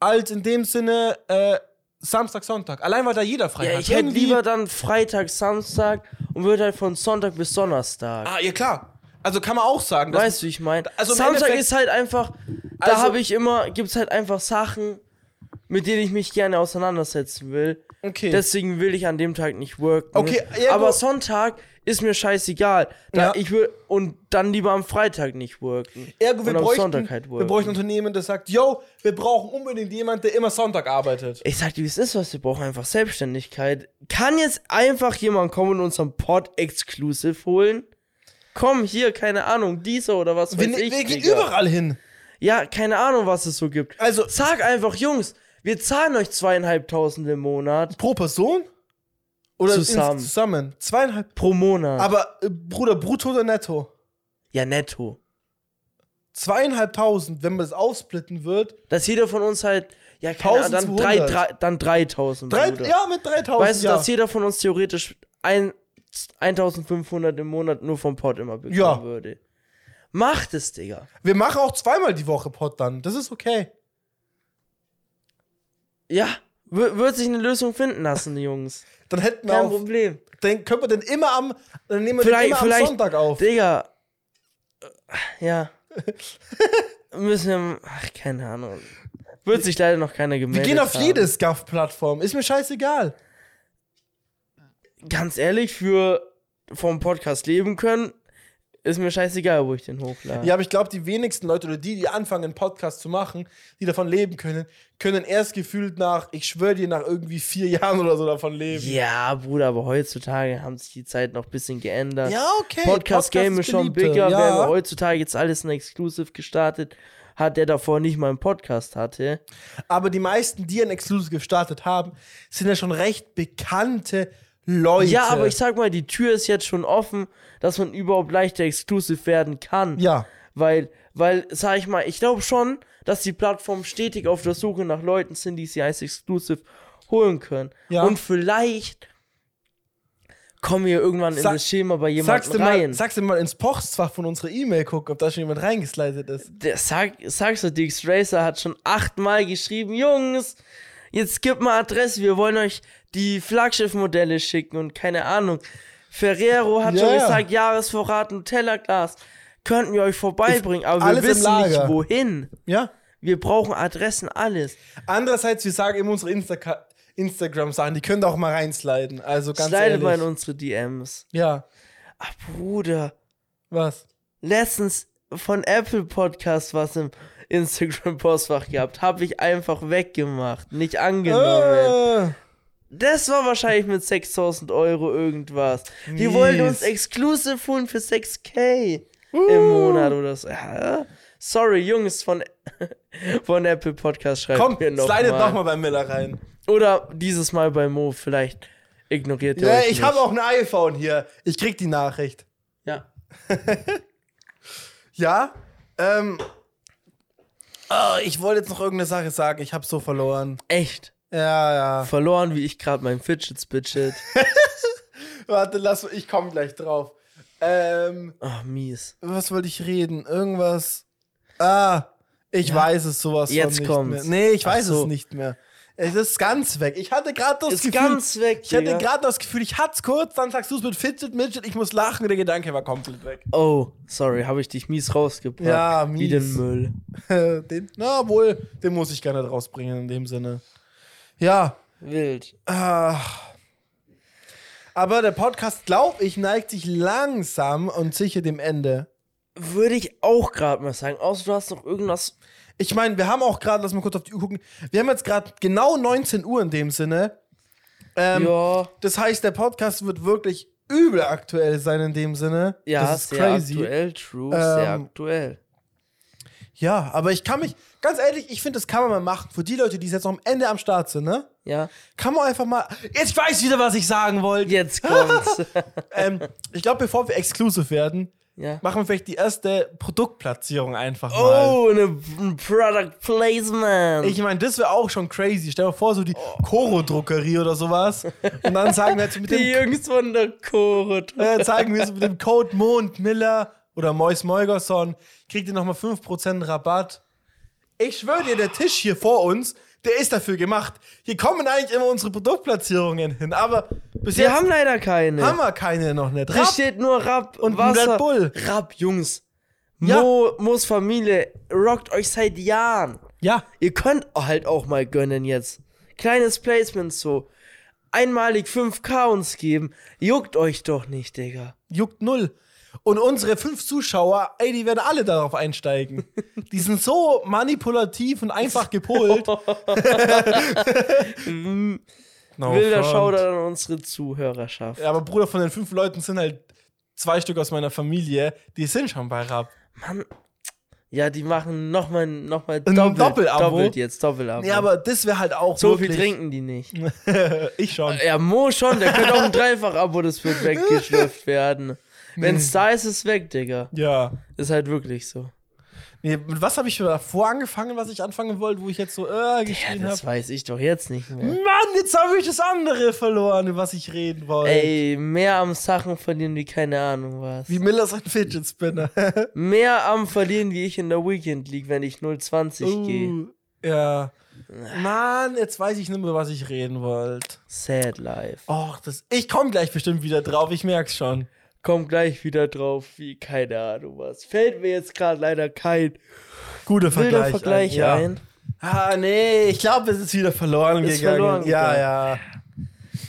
Speaker 2: als in dem Sinne äh, Samstag, Sonntag. Allein, weil da jeder frei
Speaker 1: Ja,
Speaker 2: hat.
Speaker 1: ich hätte
Speaker 2: Irgendwie-
Speaker 1: lieber dann Freitag, Samstag und würde halt von Sonntag bis Donnerstag.
Speaker 2: Ah, ja, klar. Also kann man auch sagen, dass
Speaker 1: weißt du, wie ich meine?
Speaker 2: also im
Speaker 1: Samstag
Speaker 2: Endeffekt-
Speaker 1: ist halt einfach, da
Speaker 2: Also-
Speaker 1: habe ich immer, gibt's halt einfach Sachen, mit denen ich mich gerne auseinandersetzen will.
Speaker 2: Okay.
Speaker 1: Deswegen will ich an dem Tag nicht worken. ne?
Speaker 2: Okay, ja,
Speaker 1: aber
Speaker 2: gut.
Speaker 1: Sonntag ist mir scheißegal. Da
Speaker 2: Ja.
Speaker 1: ich will und dann lieber am Freitag nicht worken.
Speaker 2: Ergo, wir
Speaker 1: und am
Speaker 2: bräuchten,
Speaker 1: Sonntag halt
Speaker 2: wir
Speaker 1: worken.
Speaker 2: bräuchten ein Unternehmen, das sagt, yo, wir brauchen unbedingt jemanden, der immer Sonntag arbeitet.
Speaker 1: ich sag dir, wie es ist, was wir brauchen, einfach Selbstständigkeit. Kann jetzt einfach jemand kommen und unseren Pod Exclusive holen? Komm, hier, keine Ahnung, dieser oder was
Speaker 2: Wir, ne-
Speaker 1: weiß ich.
Speaker 2: wir gehen
Speaker 1: Digga.
Speaker 2: überall hin.
Speaker 1: Ja, keine Ahnung, was es so gibt.
Speaker 2: Also-
Speaker 1: sag einfach, Jungs, wir zahlen euch zweieinhalbtausend im Monat
Speaker 2: Pro Person? Oder ins-
Speaker 1: Zusammen.
Speaker 2: zusammen. Zweieinhalb.
Speaker 1: pro Monat.
Speaker 2: Aber, äh, Bruder, brutto oder netto?
Speaker 1: ja, netto.
Speaker 2: Zweieinhalbtausend, wenn man das aufsplitten wird.
Speaker 1: Dass jeder von uns halt, ja, keine Ahnung, dann, drei,
Speaker 2: 1200.
Speaker 1: drei, dann 3000.
Speaker 2: Drei,
Speaker 1: Bruder.
Speaker 2: ja, mit 3000.
Speaker 1: weißt du,
Speaker 2: ja.
Speaker 1: dass jeder von uns theoretisch ein, 1500 im Monat nur vom Pod immer bekommen
Speaker 2: Ja.
Speaker 1: würde. Macht es, Digga.
Speaker 2: wir machen auch zweimal die Woche Pott dann. Das ist okay.
Speaker 1: Ja, w- wird sich eine Lösung finden lassen, die Jungs.
Speaker 2: Dann hätten wir
Speaker 1: Kein
Speaker 2: auch.
Speaker 1: Problem.
Speaker 2: Dann können wir den immer am. Dann nehmen wir den
Speaker 1: Vielleicht,
Speaker 2: immer
Speaker 1: vielleicht.
Speaker 2: am Sonntag auf.
Speaker 1: Digga. Äh, Ja. Müssen wir. Ach, keine Ahnung. Wird sich leider noch keiner
Speaker 2: Wir
Speaker 1: gemeldet.
Speaker 2: gehen auf
Speaker 1: haben.
Speaker 2: jede Scuff-Plattform. Ist mir scheißegal.
Speaker 1: Ganz ehrlich, für vom Podcast leben können, ist mir scheißegal, wo ich den hochlade.
Speaker 2: Ja, aber ich glaube, die wenigsten Leute oder die, die anfangen, einen Podcast zu machen, die davon leben können, können erst gefühlt nach, ich schwöre dir, nach irgendwie vier Jahren oder so davon leben.
Speaker 1: Ja, Bruder, aber heutzutage haben sich die Zeiten noch ein bisschen geändert.
Speaker 2: Ja, okay. Podcast
Speaker 1: Podcast Game ist schon
Speaker 2: beliebter,
Speaker 1: bigger.
Speaker 2: ja.
Speaker 1: Wäre mir heutzutage jetzt alles ein Exclusive gestartet, hat der davor nicht mal einen Podcast hatte.
Speaker 2: Aber die meisten, die ein Exclusive gestartet haben, sind ja schon recht bekannte Leute.
Speaker 1: Ja, aber ich sag mal, die Tür ist jetzt schon offen, dass man überhaupt leichter Exclusive werden kann.
Speaker 2: Ja.
Speaker 1: Weil, weil, sag ich mal, ich glaube schon, dass die Plattformen stetig auf der Suche nach Leuten sind, die sie als Exclusive holen können.
Speaker 2: Ja.
Speaker 1: Und vielleicht kommen wir irgendwann in
Speaker 2: Sag-
Speaker 1: das Schema bei jemandem
Speaker 2: Sagst du, mal,
Speaker 1: rein.
Speaker 2: sagst du mal ins Postfach von unserer E-Mail gucken, ob da schon jemand reingeslidet ist.
Speaker 1: Der, sag, sagst du, Dix Racer hat schon achtmal geschrieben, Jungs, jetzt gib mal Adresse, wir wollen euch die Flaggschiffmodelle schicken und keine Ahnung. Ferrero hat
Speaker 2: Ja,
Speaker 1: schon
Speaker 2: ja.
Speaker 1: gesagt, Jahresvorrat Nutella-Glas. Könnten wir euch vorbeibringen, aber wir
Speaker 2: alles im
Speaker 1: wissen nicht
Speaker 2: Lager.
Speaker 1: wohin.
Speaker 2: Ja?
Speaker 1: Wir brauchen Adressen, alles.
Speaker 2: Andererseits, wir sagen immer unsere Insta Instagram-Sachen, die können da auch mal reinsliden. Also ganz
Speaker 1: Slide
Speaker 2: ehrlich.
Speaker 1: mal in unsere DMs.
Speaker 2: ja,
Speaker 1: Ach, Bruder.
Speaker 2: was?
Speaker 1: Letztens von Apple Podcast was im Instagram-Postfach gehabt. Hab ich einfach weggemacht. Nicht angenommen.
Speaker 2: Äh,
Speaker 1: Das war wahrscheinlich mit 6000 Euro irgendwas. Die wollten uns
Speaker 2: Mies.
Speaker 1: exclusive holen für 6K im
Speaker 2: Uh.
Speaker 1: Monat oder so. Ja. Sorry, Jungs von, von Apple Podcast schreibt
Speaker 2: Komm,
Speaker 1: mir noch
Speaker 2: slidet
Speaker 1: mal.
Speaker 2: nochmal bei Miller rein.
Speaker 1: Oder dieses Mal bei Mo, vielleicht ignoriert ihr
Speaker 2: Ja,
Speaker 1: euch
Speaker 2: ich
Speaker 1: nicht.
Speaker 2: habe auch ein iPhone hier. Ich krieg die Nachricht.
Speaker 1: Ja.
Speaker 2: Ja? Ähm. ah, ich wollte jetzt noch irgendeine Sache sagen. Ich habe so verloren.
Speaker 1: Echt.
Speaker 2: Ja, ja.
Speaker 1: Verloren, wie ich gerade mein Fidget Spidget.
Speaker 2: Warte, lass, ich komme gleich drauf. Ähm,
Speaker 1: Ach, Ah, mies.
Speaker 2: was wollte ich reden? Irgendwas. Ah, ich
Speaker 1: Ja.
Speaker 2: weiß es sowas
Speaker 1: Jetzt
Speaker 2: von nicht
Speaker 1: kommt's.
Speaker 2: mehr. Nee, ich
Speaker 1: Ach
Speaker 2: weiß
Speaker 1: so.
Speaker 2: es nicht mehr. Es ist ganz weg. Ich hatte gerade das
Speaker 1: Ist
Speaker 2: Gefühl.
Speaker 1: ganz weg,
Speaker 2: ich hatte
Speaker 1: Digga.
Speaker 2: gerade das Gefühl, ich hat's kurz, dann sagst du es mit Fidget Midget, ich muss lachen, der Gedanke war komplett weg.
Speaker 1: Oh, sorry, habe ich dich mies rausgebracht.
Speaker 2: Ja,
Speaker 1: Wie
Speaker 2: mies.
Speaker 1: den Müll.
Speaker 2: den, na wohl, den muss ich gerne rausbringen in dem Sinne. Ja,
Speaker 1: Wild.
Speaker 2: ach. aber der Podcast, glaube ich, neigt sich langsam und sicher dem Ende.
Speaker 1: Würde ich auch gerade mal sagen. Außer du hast noch irgendwas.
Speaker 2: Ich meine, wir haben auch gerade, lass mal kurz auf die Uhr gucken, wir haben jetzt gerade genau 19 Uhr in dem Sinne. Ähm,
Speaker 1: ja,
Speaker 2: Das heißt, der Podcast wird wirklich übel aktuell sein in dem Sinne.
Speaker 1: ja,
Speaker 2: das ist
Speaker 1: sehr
Speaker 2: crazy.
Speaker 1: aktuell, true, sehr
Speaker 2: Ähm,
Speaker 1: aktuell.
Speaker 2: Ja, aber ich kann mich, ganz ehrlich, ich finde, das kann man mal machen. Für die Leute, die jetzt noch am Ende am Start sind, ne?
Speaker 1: Ja,
Speaker 2: Kann man einfach mal. Jetzt weiß ich wieder, was ich sagen wollte.
Speaker 1: jetzt kommt's.
Speaker 2: Ähm, ich glaube, bevor wir exklusiv werden,
Speaker 1: ja.
Speaker 2: machen wir vielleicht die erste Produktplatzierung einfach mal.
Speaker 1: Oh, eine, ein Product Placement.
Speaker 2: Ich meine, das wäre auch schon crazy. Stell dir vor, so die
Speaker 1: Oh.
Speaker 2: Koro-Druckerie oder sowas. Und dann sagen wir jetzt mit
Speaker 1: die
Speaker 2: dem,
Speaker 1: Jungs von der Chore.
Speaker 2: äh, zeigen wir so mit dem Code Mond Miller oder Mois Moigerson, kriegt ihr nochmal 5% Rabatt. Ich schwöre dir, der Tisch hier vor uns, der ist dafür gemacht. Hier kommen eigentlich immer unsere Produktplatzierungen hin, aber bis
Speaker 1: Wir
Speaker 2: jetzt
Speaker 1: haben leider keine.
Speaker 2: haben wir keine noch nicht.
Speaker 1: Da
Speaker 2: Rapp.
Speaker 1: steht nur Rapp
Speaker 2: und
Speaker 1: Wasser.
Speaker 2: Red Bull.
Speaker 1: Rapp, Jungs.
Speaker 2: Ja.
Speaker 1: Mo, Mo's Familie rockt euch seit Jahren.
Speaker 2: Ja.
Speaker 1: Ihr könnt halt auch mal gönnen jetzt. Kleines Placement so. Einmalig 5k uns geben. Juckt euch doch nicht, Digga.
Speaker 2: juckt null. Und unsere fünf Zuschauer, ey, die werden alle darauf einsteigen. Die sind so manipulativ und einfach gepolt. no
Speaker 1: Wilder
Speaker 2: front.
Speaker 1: Schauder an unsere Zuhörerschaft.
Speaker 2: Ja, aber Bruder, von den fünf Leuten sind halt zwei Stück aus meiner Familie, die sind schon bei Rap.
Speaker 1: Mann. Ja, die machen nochmal noch mal
Speaker 2: Ein
Speaker 1: doppelt,
Speaker 2: Doppelabo?
Speaker 1: doppelt jetzt, Doppelabo.
Speaker 2: Ja, aber das wäre halt auch
Speaker 1: so viel
Speaker 2: wirklich,
Speaker 1: trinken die nicht.
Speaker 2: trinken. ich schon.
Speaker 1: Ja, Mo schon, der könnte auch ein Dreifach-Abo, das wird weggeschlürft werden. Wenn's da ist, ist weg, Digga.
Speaker 2: Ja.
Speaker 1: Ist halt wirklich so.
Speaker 2: Nee, mit was habe ich davor angefangen, was ich anfangen wollte, wo ich Hm. jetzt so äh,
Speaker 1: Ja,
Speaker 2: geschrien
Speaker 1: das
Speaker 2: habe?
Speaker 1: weiß ich doch jetzt nicht mehr.
Speaker 2: Mann, jetzt habe ich das andere verloren, über was ich reden wollte.
Speaker 1: Ey, mehr am Sachen verlieren wie keine Ahnung was.
Speaker 2: Wie Miller sein Fidget Spinner.
Speaker 1: Mehr am verlieren wie ich in der Weekend League, wenn ich 020 gehe.
Speaker 2: Uh, Ja. Mann, jetzt weiß ich nicht mehr, was ich reden wollte.
Speaker 1: Sad life.
Speaker 2: Och, das, ich komme gleich bestimmt wieder drauf, ich merk's schon.
Speaker 1: Komm gleich wieder drauf wie keine Ahnung was. Fällt mir jetzt gerade leider kein
Speaker 2: Guter
Speaker 1: wilder
Speaker 2: Vergleich.
Speaker 1: Vergleich
Speaker 2: ja.
Speaker 1: ein.
Speaker 2: Ah, nee, ich glaube, es ist wieder verloren
Speaker 1: Ist
Speaker 2: gegangen.
Speaker 1: verloren
Speaker 2: ja, ja.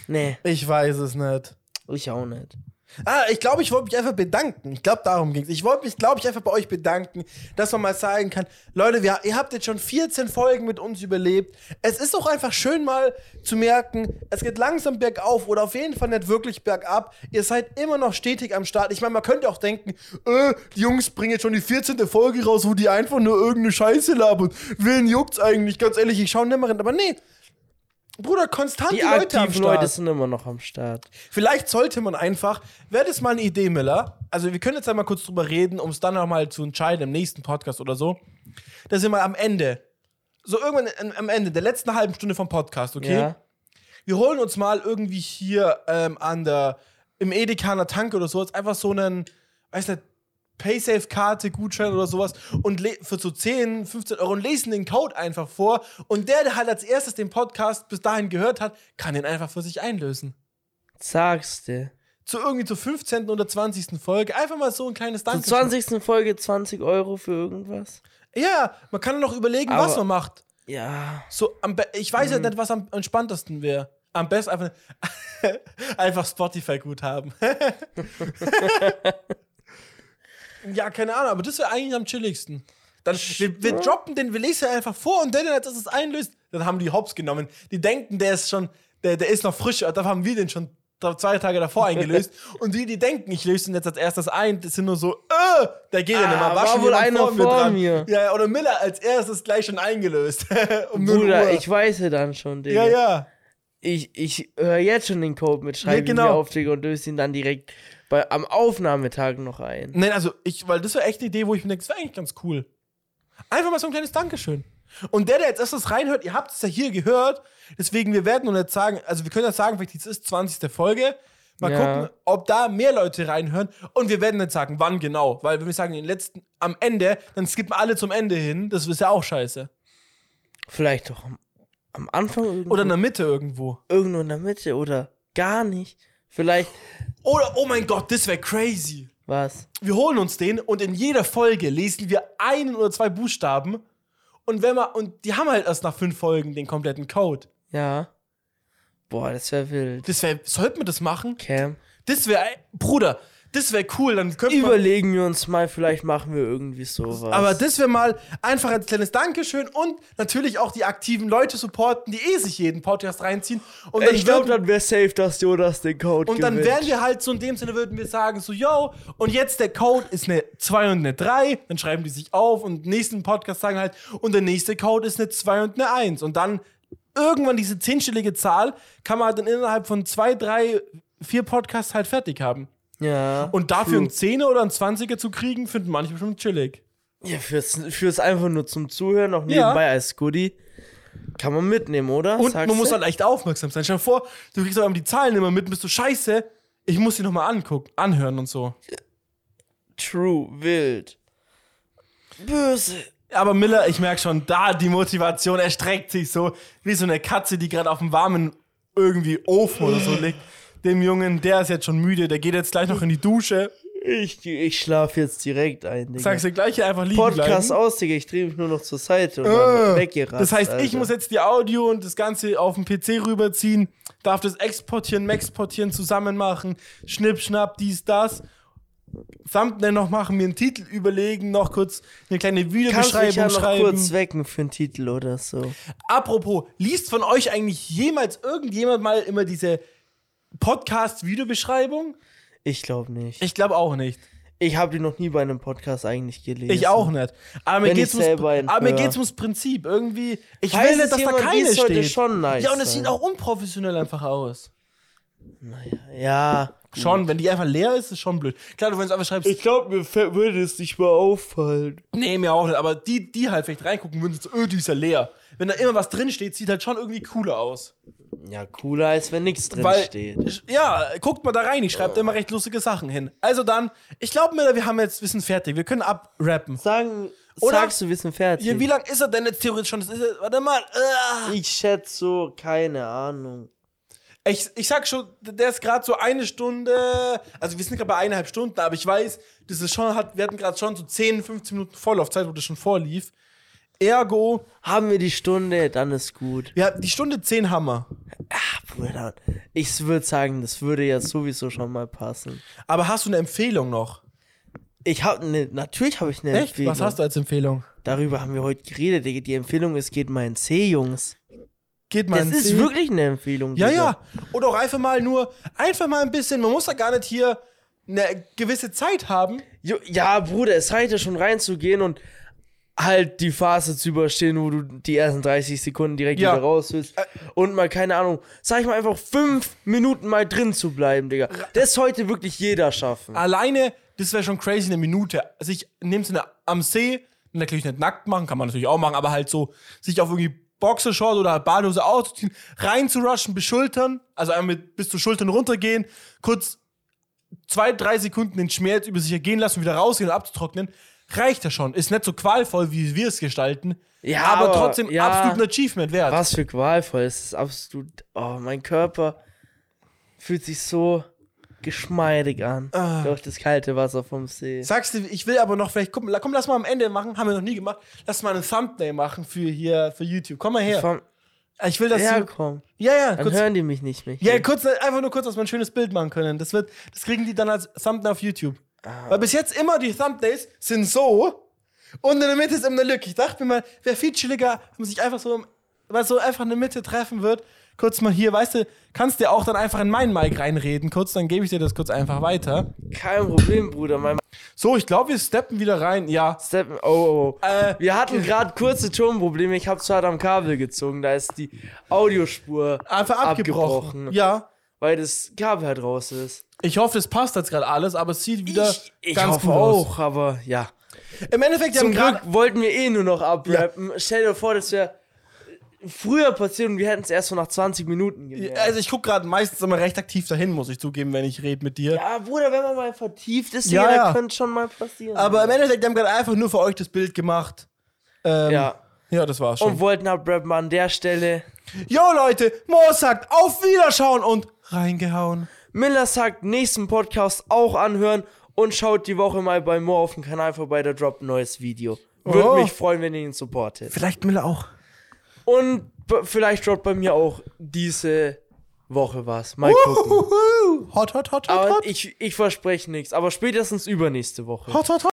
Speaker 1: Nee,
Speaker 2: Ich weiß es nicht.
Speaker 1: ich auch nicht.
Speaker 2: Ah, ich glaube, ich wollte mich einfach bedanken. Ich glaube, darum ging's. Ich wollte mich, glaube ich, einfach bei euch bedanken, dass man mal sagen kann, Leute, wir, ihr habt jetzt schon 14 Folgen mit uns überlebt. Es ist doch einfach schön mal zu merken, es geht langsam bergauf oder auf jeden Fall nicht wirklich bergab. Ihr seid immer noch stetig am Start. Ich meine, man könnte auch denken, äh, die Jungs bringen jetzt schon die 14. Folge raus, wo die einfach nur irgendeine Scheiße labern. Wen juckt's eigentlich? Ganz ehrlich, ich schaue nimmer hin. Aber nee. Bruder, konstant die,
Speaker 1: Die,
Speaker 2: Leute am
Speaker 1: aktiven
Speaker 2: Start.
Speaker 1: Leute sind immer noch am Start.
Speaker 2: Vielleicht sollte man einfach, wäre das mal eine Idee, Miller, also wir können jetzt einmal kurz drüber reden, um es dann nochmal zu entscheiden im nächsten Podcast oder so, dass wir mal am Ende, so irgendwann am- am Ende der letzten halben Stunde vom Podcast, okay?
Speaker 1: Ja?
Speaker 2: Wir holen uns mal irgendwie hier ähm, an der, im Edeka an der Tanke oder sowas, einfach so einen, weiß nicht, Paysafe-Karte, Gutschein oder sowas und le- für so 10, 15 Euro und lesen den Code einfach vor und der, der halt als erstes den Podcast bis dahin gehört hat, kann den einfach für sich einlösen
Speaker 1: Sagst du.
Speaker 2: zu irgendwie zur 15. oder 20. Folge einfach mal so ein kleines
Speaker 1: Zur
Speaker 2: Dankeschön.
Speaker 1: 20. Folge 20 Euro für irgendwas?
Speaker 2: Ja, man kann noch überlegen, was
Speaker 1: Aber-
Speaker 2: man macht.
Speaker 1: Ja.
Speaker 2: So, am be- ich weiß ja
Speaker 1: Mhm.
Speaker 2: nicht, was am entspanntesten wäre. Am besten einfach, einfach Spotify gut haben. ja, keine Ahnung, aber das wäre eigentlich am chilligsten. Dann, wir, wir droppen den Release einfach vor und dann, als es einlöst, dann haben die Hops genommen. Die denken, der ist schon, der, der ist noch frisch, da haben wir den schon da- zwei Tage davor eingelöst. und die, die denken, ich löse ihn jetzt als erstes ein, das sind nur so, äh, der geht ja nicht
Speaker 1: Ah,
Speaker 2: mehr.
Speaker 1: war
Speaker 2: schon
Speaker 1: wohl
Speaker 2: jemand
Speaker 1: einer vor
Speaker 2: dran.
Speaker 1: mir.
Speaker 2: Ja, ja, oder Miller als erstes gleich schon eingelöst. um 0 Uhr.
Speaker 1: Bruder, ich weiß ja dann schon, Digga.
Speaker 2: Ja, ja.
Speaker 1: Ich, ich höre jetzt schon den Code mit, schreibe
Speaker 2: genau.
Speaker 1: ihn mir auf, Digga, und löse ihn dann direkt bei, am Aufnahmetag noch ein.
Speaker 2: Nein, also ich, weil das wäre echt eine Idee, wo ich mir denke, das wäre eigentlich ganz cool. Einfach mal so ein kleines Dankeschön. Und der, der jetzt erstes reinhört, ihr habt es ja hier gehört, deswegen wir werden nur jetzt sagen, also wir können jetzt sagen, vielleicht jetzt ist 20. Folge. Mal
Speaker 1: Ja.
Speaker 2: gucken, ob da mehr Leute reinhören. Und wir werden nicht sagen, wann genau. Weil wenn wir sagen, den letzten am Ende, dann skippen alle zum Ende hin. Das ist ja auch scheiße.
Speaker 1: Vielleicht doch am, am Anfang irgendwo,
Speaker 2: Oder ne- in der Mitte irgendwo.
Speaker 1: irgendwo in der Mitte oder gar nicht. Vielleicht,
Speaker 2: Oder, oh mein Gott, das wäre crazy.
Speaker 1: was?
Speaker 2: wir holen uns den und in jeder Folge lesen wir einen oder zwei Buchstaben und wenn man und die haben halt erst nach fünf Folgen den kompletten Code.
Speaker 1: Ja. Boah, das wäre wild.
Speaker 2: Das wäre, sollten wir das machen?
Speaker 1: Cam.
Speaker 2: Das wäre, Bruder, das wäre cool. Dann könnte man,
Speaker 1: Überlegen wir uns mal, vielleicht machen wir irgendwie sowas.
Speaker 2: aber das wäre mal einfach als kleines Dankeschön und natürlich auch die aktiven Leute supporten, die eh sich jeden Podcast reinziehen. Und dann
Speaker 1: ich glaube,
Speaker 2: würden-
Speaker 1: dann wäre safe, dass Jonas den Code
Speaker 2: Und dann
Speaker 1: gewinnt.
Speaker 2: wären wir halt so in dem Sinne, würden wir sagen, so, yo, und jetzt der Code ist eine 2 und eine 3, dann schreiben die sich auf und im nächsten Podcast sagen halt, und der nächste Code ist eine 2 und eine 1. Und dann irgendwann diese zehnstellige Zahl kann man halt dann innerhalb von zwei, drei, vier Podcasts halt fertig haben.
Speaker 1: Ja.
Speaker 2: Und dafür
Speaker 1: true.
Speaker 2: einen Zehner oder einen Zwanziger zu kriegen, finden manche bestimmt chillig.
Speaker 1: Ja, fürs, fürs einfach nur zum Zuhören, noch
Speaker 2: Ja.
Speaker 1: nebenbei als Goodie. Kann man mitnehmen, oder?
Speaker 2: Und
Speaker 1: Sagst
Speaker 2: man muss
Speaker 1: du?
Speaker 2: halt echt aufmerksam sein. Stell dir vor, du kriegst auf einmal die Zahlen immer mit und bist so, scheiße, ich muss die nochmal angucken, anhören und so.
Speaker 1: True, wild. Böse.
Speaker 2: Aber Miller, ich merke schon, da die Motivation erstreckt sich so, wie so eine Katze, die gerade auf dem warmen irgendwie Ofen oder so liegt. Dem Jungen, der ist jetzt schon müde, der geht jetzt gleich noch in die Dusche.
Speaker 1: Ich, ich schlafe jetzt direkt ein, Digga.
Speaker 2: Sagst du gleich hier einfach liegen
Speaker 1: Podcast
Speaker 2: bleiben.
Speaker 1: aus, Digga. Ich drehe mich nur noch zur Seite und
Speaker 2: Äh,
Speaker 1: dann weggerast.
Speaker 2: Das heißt, ich
Speaker 1: Alter.
Speaker 2: muss jetzt die Audio und das Ganze auf den PC rüberziehen, darf das exportieren, maxportieren, zusammen machen, schnipp, schnapp, dies, das. Thumbnail noch machen, mir einen Titel überlegen, noch kurz eine kleine
Speaker 1: Kannst mich
Speaker 2: Videobeschreibung
Speaker 1: ja noch
Speaker 2: schreiben.
Speaker 1: kurz wecken für einen Titel oder so.
Speaker 2: Apropos, liest von euch eigentlich jemals irgendjemand mal immer diese Podcast-Videobeschreibung?
Speaker 1: Ich glaube nicht. Ich,
Speaker 2: Ich glaube auch nicht.
Speaker 1: habe die noch nie bei einem Podcast eigentlich gelesen.
Speaker 2: Ich auch nicht. Aber mir
Speaker 1: Wenn ich
Speaker 2: geht's ums,
Speaker 1: selber einen
Speaker 2: aber mir
Speaker 1: höre.
Speaker 2: geht's ums Prinzip. Irgendwie, ich
Speaker 1: Falls
Speaker 2: will
Speaker 1: es
Speaker 2: nicht, dass da
Speaker 1: jemand
Speaker 2: keine
Speaker 1: liest, sollte
Speaker 2: steht.
Speaker 1: schon nice
Speaker 2: ja, und es
Speaker 1: sein.
Speaker 2: sieht auch unprofessionell einfach aus.
Speaker 1: Ja.
Speaker 2: Schon, wenn die einfach leer ist, ist schon blöd. Klar, du wenn du einfach schreibst,
Speaker 1: glaube, mir fä- würde es nicht mal auffallen.
Speaker 2: nee, mir auch nicht, aber die, die halt vielleicht reingucken würden, so, öh, die ist ja leer. Wenn da immer was drin steht, sieht halt schon irgendwie cooler aus.
Speaker 1: Ja, cooler, als wenn nichts drin
Speaker 2: Weil,
Speaker 1: steht.
Speaker 2: ja, guckt mal da rein, ich schreibe da immer recht lustige Sachen hin. Also dann, ich glaube, Miller, wir haben jetzt, wir sind fertig, wir können abrappen.
Speaker 1: Sagen,
Speaker 2: Oder-
Speaker 1: sagst du, wir sind fertig.
Speaker 2: Ja, wie lang ist er denn jetzt theoretisch schon? Das ist, er- warte mal. ah.
Speaker 1: ich schätze so, keine Ahnung.
Speaker 2: Ich, ich sag schon, der ist gerade so eine Stunde, also wir sind gerade bei eineinhalb Stunden, aber ich weiß, das ist schon, hat, wir hatten gerade schon so 10, 15 Minuten Vorlaufzeit, wo das schon vorlief. Ergo,
Speaker 1: Haben wir die Stunde, dann ist gut.
Speaker 2: wir hatten die Stunde 10 Hammer.
Speaker 1: Bruder, ich würde sagen, das würde ja sowieso schon mal passen.
Speaker 2: Aber hast du eine Empfehlung noch?
Speaker 1: Ich habe ne, natürlich habe ich eine
Speaker 2: Echt?
Speaker 1: Empfehlung.
Speaker 2: Was hast du als Empfehlung?
Speaker 1: Darüber haben wir heute geredet. Digga. Die Empfehlung ist, geht mal in C, Jungs.
Speaker 2: Geht mal
Speaker 1: Das
Speaker 2: ins
Speaker 1: ist
Speaker 2: Ziel.
Speaker 1: wirklich eine Empfehlung.
Speaker 2: Ja,
Speaker 1: Digga.
Speaker 2: ja. Oder auch einfach mal nur, einfach mal ein bisschen, man muss ja gar nicht hier eine gewisse Zeit haben.
Speaker 1: Jo, ja, Bruder, es reicht ja schon reinzugehen und halt die Phase zu überstehen, wo du die ersten 30 Sekunden direkt
Speaker 2: Ja.
Speaker 1: wieder raus willst. Und mal, keine Ahnung, sag ich mal einfach fünf Minuten mal drin zu bleiben, Digga. Das sollte wirklich jeder schaffen.
Speaker 2: Alleine, das wäre schon crazy, eine Minute. Sich in dem Sinne am See, natürlich nicht nackt machen, kann man natürlich auch machen, aber halt so, sich auf irgendwie Boxershort oder Badehose auszuziehen, reinzurushen, beschultern, also einmal mit, bis zur Schultern runtergehen, kurz zwei, drei Sekunden den Schmerz über sich ergehen lassen, wieder rausgehen und abzutrocknen. Reicht ja schon. Ist nicht so qualvoll, wie wir es gestalten.
Speaker 1: Ja,
Speaker 2: aber,
Speaker 1: aber-
Speaker 2: trotzdem
Speaker 1: ja.
Speaker 2: absolut ein Achievement wert.
Speaker 1: Was für qualvoll. Es ist absolut. Oh, mein Körper fühlt sich so. geschmeidig an.
Speaker 2: Ah.
Speaker 1: Durch das kalte Wasser vom See.
Speaker 2: Sagst du, ich will aber noch vielleicht, komm, la- komm, lass mal am Ende machen, haben wir noch nie gemacht. Lass mal einen Thumbnail machen für hier, für YouTube. Komm mal her. Ah,
Speaker 1: Vom-
Speaker 2: Ich will, dass
Speaker 1: Ja,
Speaker 2: du,
Speaker 1: komm.
Speaker 2: ja, ja,
Speaker 1: Dann
Speaker 2: kurz,
Speaker 1: hören die mich nicht mehr.
Speaker 2: ja,
Speaker 1: hier.
Speaker 2: kurz, einfach nur kurz, dass wir ein schönes Bild machen können. Das wird, das kriegen die dann als Thumbnail auf YouTube.
Speaker 1: Ah.
Speaker 2: Weil bis jetzt immer die Thumbnails sind so und in der Mitte ist immer eine Lücke. Ich dachte mir mal, wäre viel chilliger, wenn man sich einfach so, im- weil so einfach in der Mitte treffen wird. Kurz mal hier, weißt du, kannst dir auch dann einfach in meinen Mic reinreden, kurz, dann gebe ich dir das kurz einfach weiter.
Speaker 1: Kein Problem, Bruder. Mein
Speaker 2: So, ich glaube, wir steppen wieder rein. Ja.
Speaker 1: Step. Oh, oh, oh.
Speaker 2: Äh,
Speaker 1: Wir hatten gerade kurze Tonprobleme. Ich habe zwar am Kabel gezogen, da ist die Audiospur
Speaker 2: Einfach abgebrochen. Ja.
Speaker 1: weil das Kabel halt raus ist.
Speaker 2: Ich hoffe, es passt jetzt gerade alles, aber es sieht wieder
Speaker 1: ich ich
Speaker 2: ganz
Speaker 1: hoffe
Speaker 2: gut
Speaker 1: auch, aber ja.
Speaker 2: aus. Im Endeffekt, wir
Speaker 1: Zum
Speaker 2: haben gerade.
Speaker 1: Glück wollten wir eh nur noch abrappen. Stell dir vor, das wäre früher passiert und wir hätten es erst so nach 20 Minuten gemerkt.
Speaker 2: Also ich gucke gerade meistens immer recht aktiv dahin, muss ich zugeben, wenn ich rede mit dir.
Speaker 1: ja, Bruder, wenn man mal vertieft ist,
Speaker 2: Ja,
Speaker 1: ja,
Speaker 2: ja.
Speaker 1: könnte schon mal passieren.
Speaker 2: Aber im Endeffekt, wir haben gerade einfach nur für euch das Bild gemacht. Ähm,
Speaker 1: ja.
Speaker 2: ja, das war's schon.
Speaker 1: Und wollten abrappen an der Stelle.
Speaker 2: Jo Leute, Mo sagt auf Wiederschauen und reingehauen.
Speaker 1: Miller sagt, nächsten Podcast auch anhören und schaut die Woche mal bei Mo auf dem Kanal vorbei, da droppt ein neues Video. Würde
Speaker 2: Oh.
Speaker 1: mich freuen, wenn ihr ihn supportet.
Speaker 2: Vielleicht Miller auch.
Speaker 1: Und b- vielleicht droppt bei mir auch diese Woche was. Mal gucken.
Speaker 2: Uhuhu. Hot, hot, hot, hot,
Speaker 1: Aber
Speaker 2: hot.
Speaker 1: ich, ich verspreche nichts, aber spätestens übernächste Woche.
Speaker 2: Hot, hot, hot.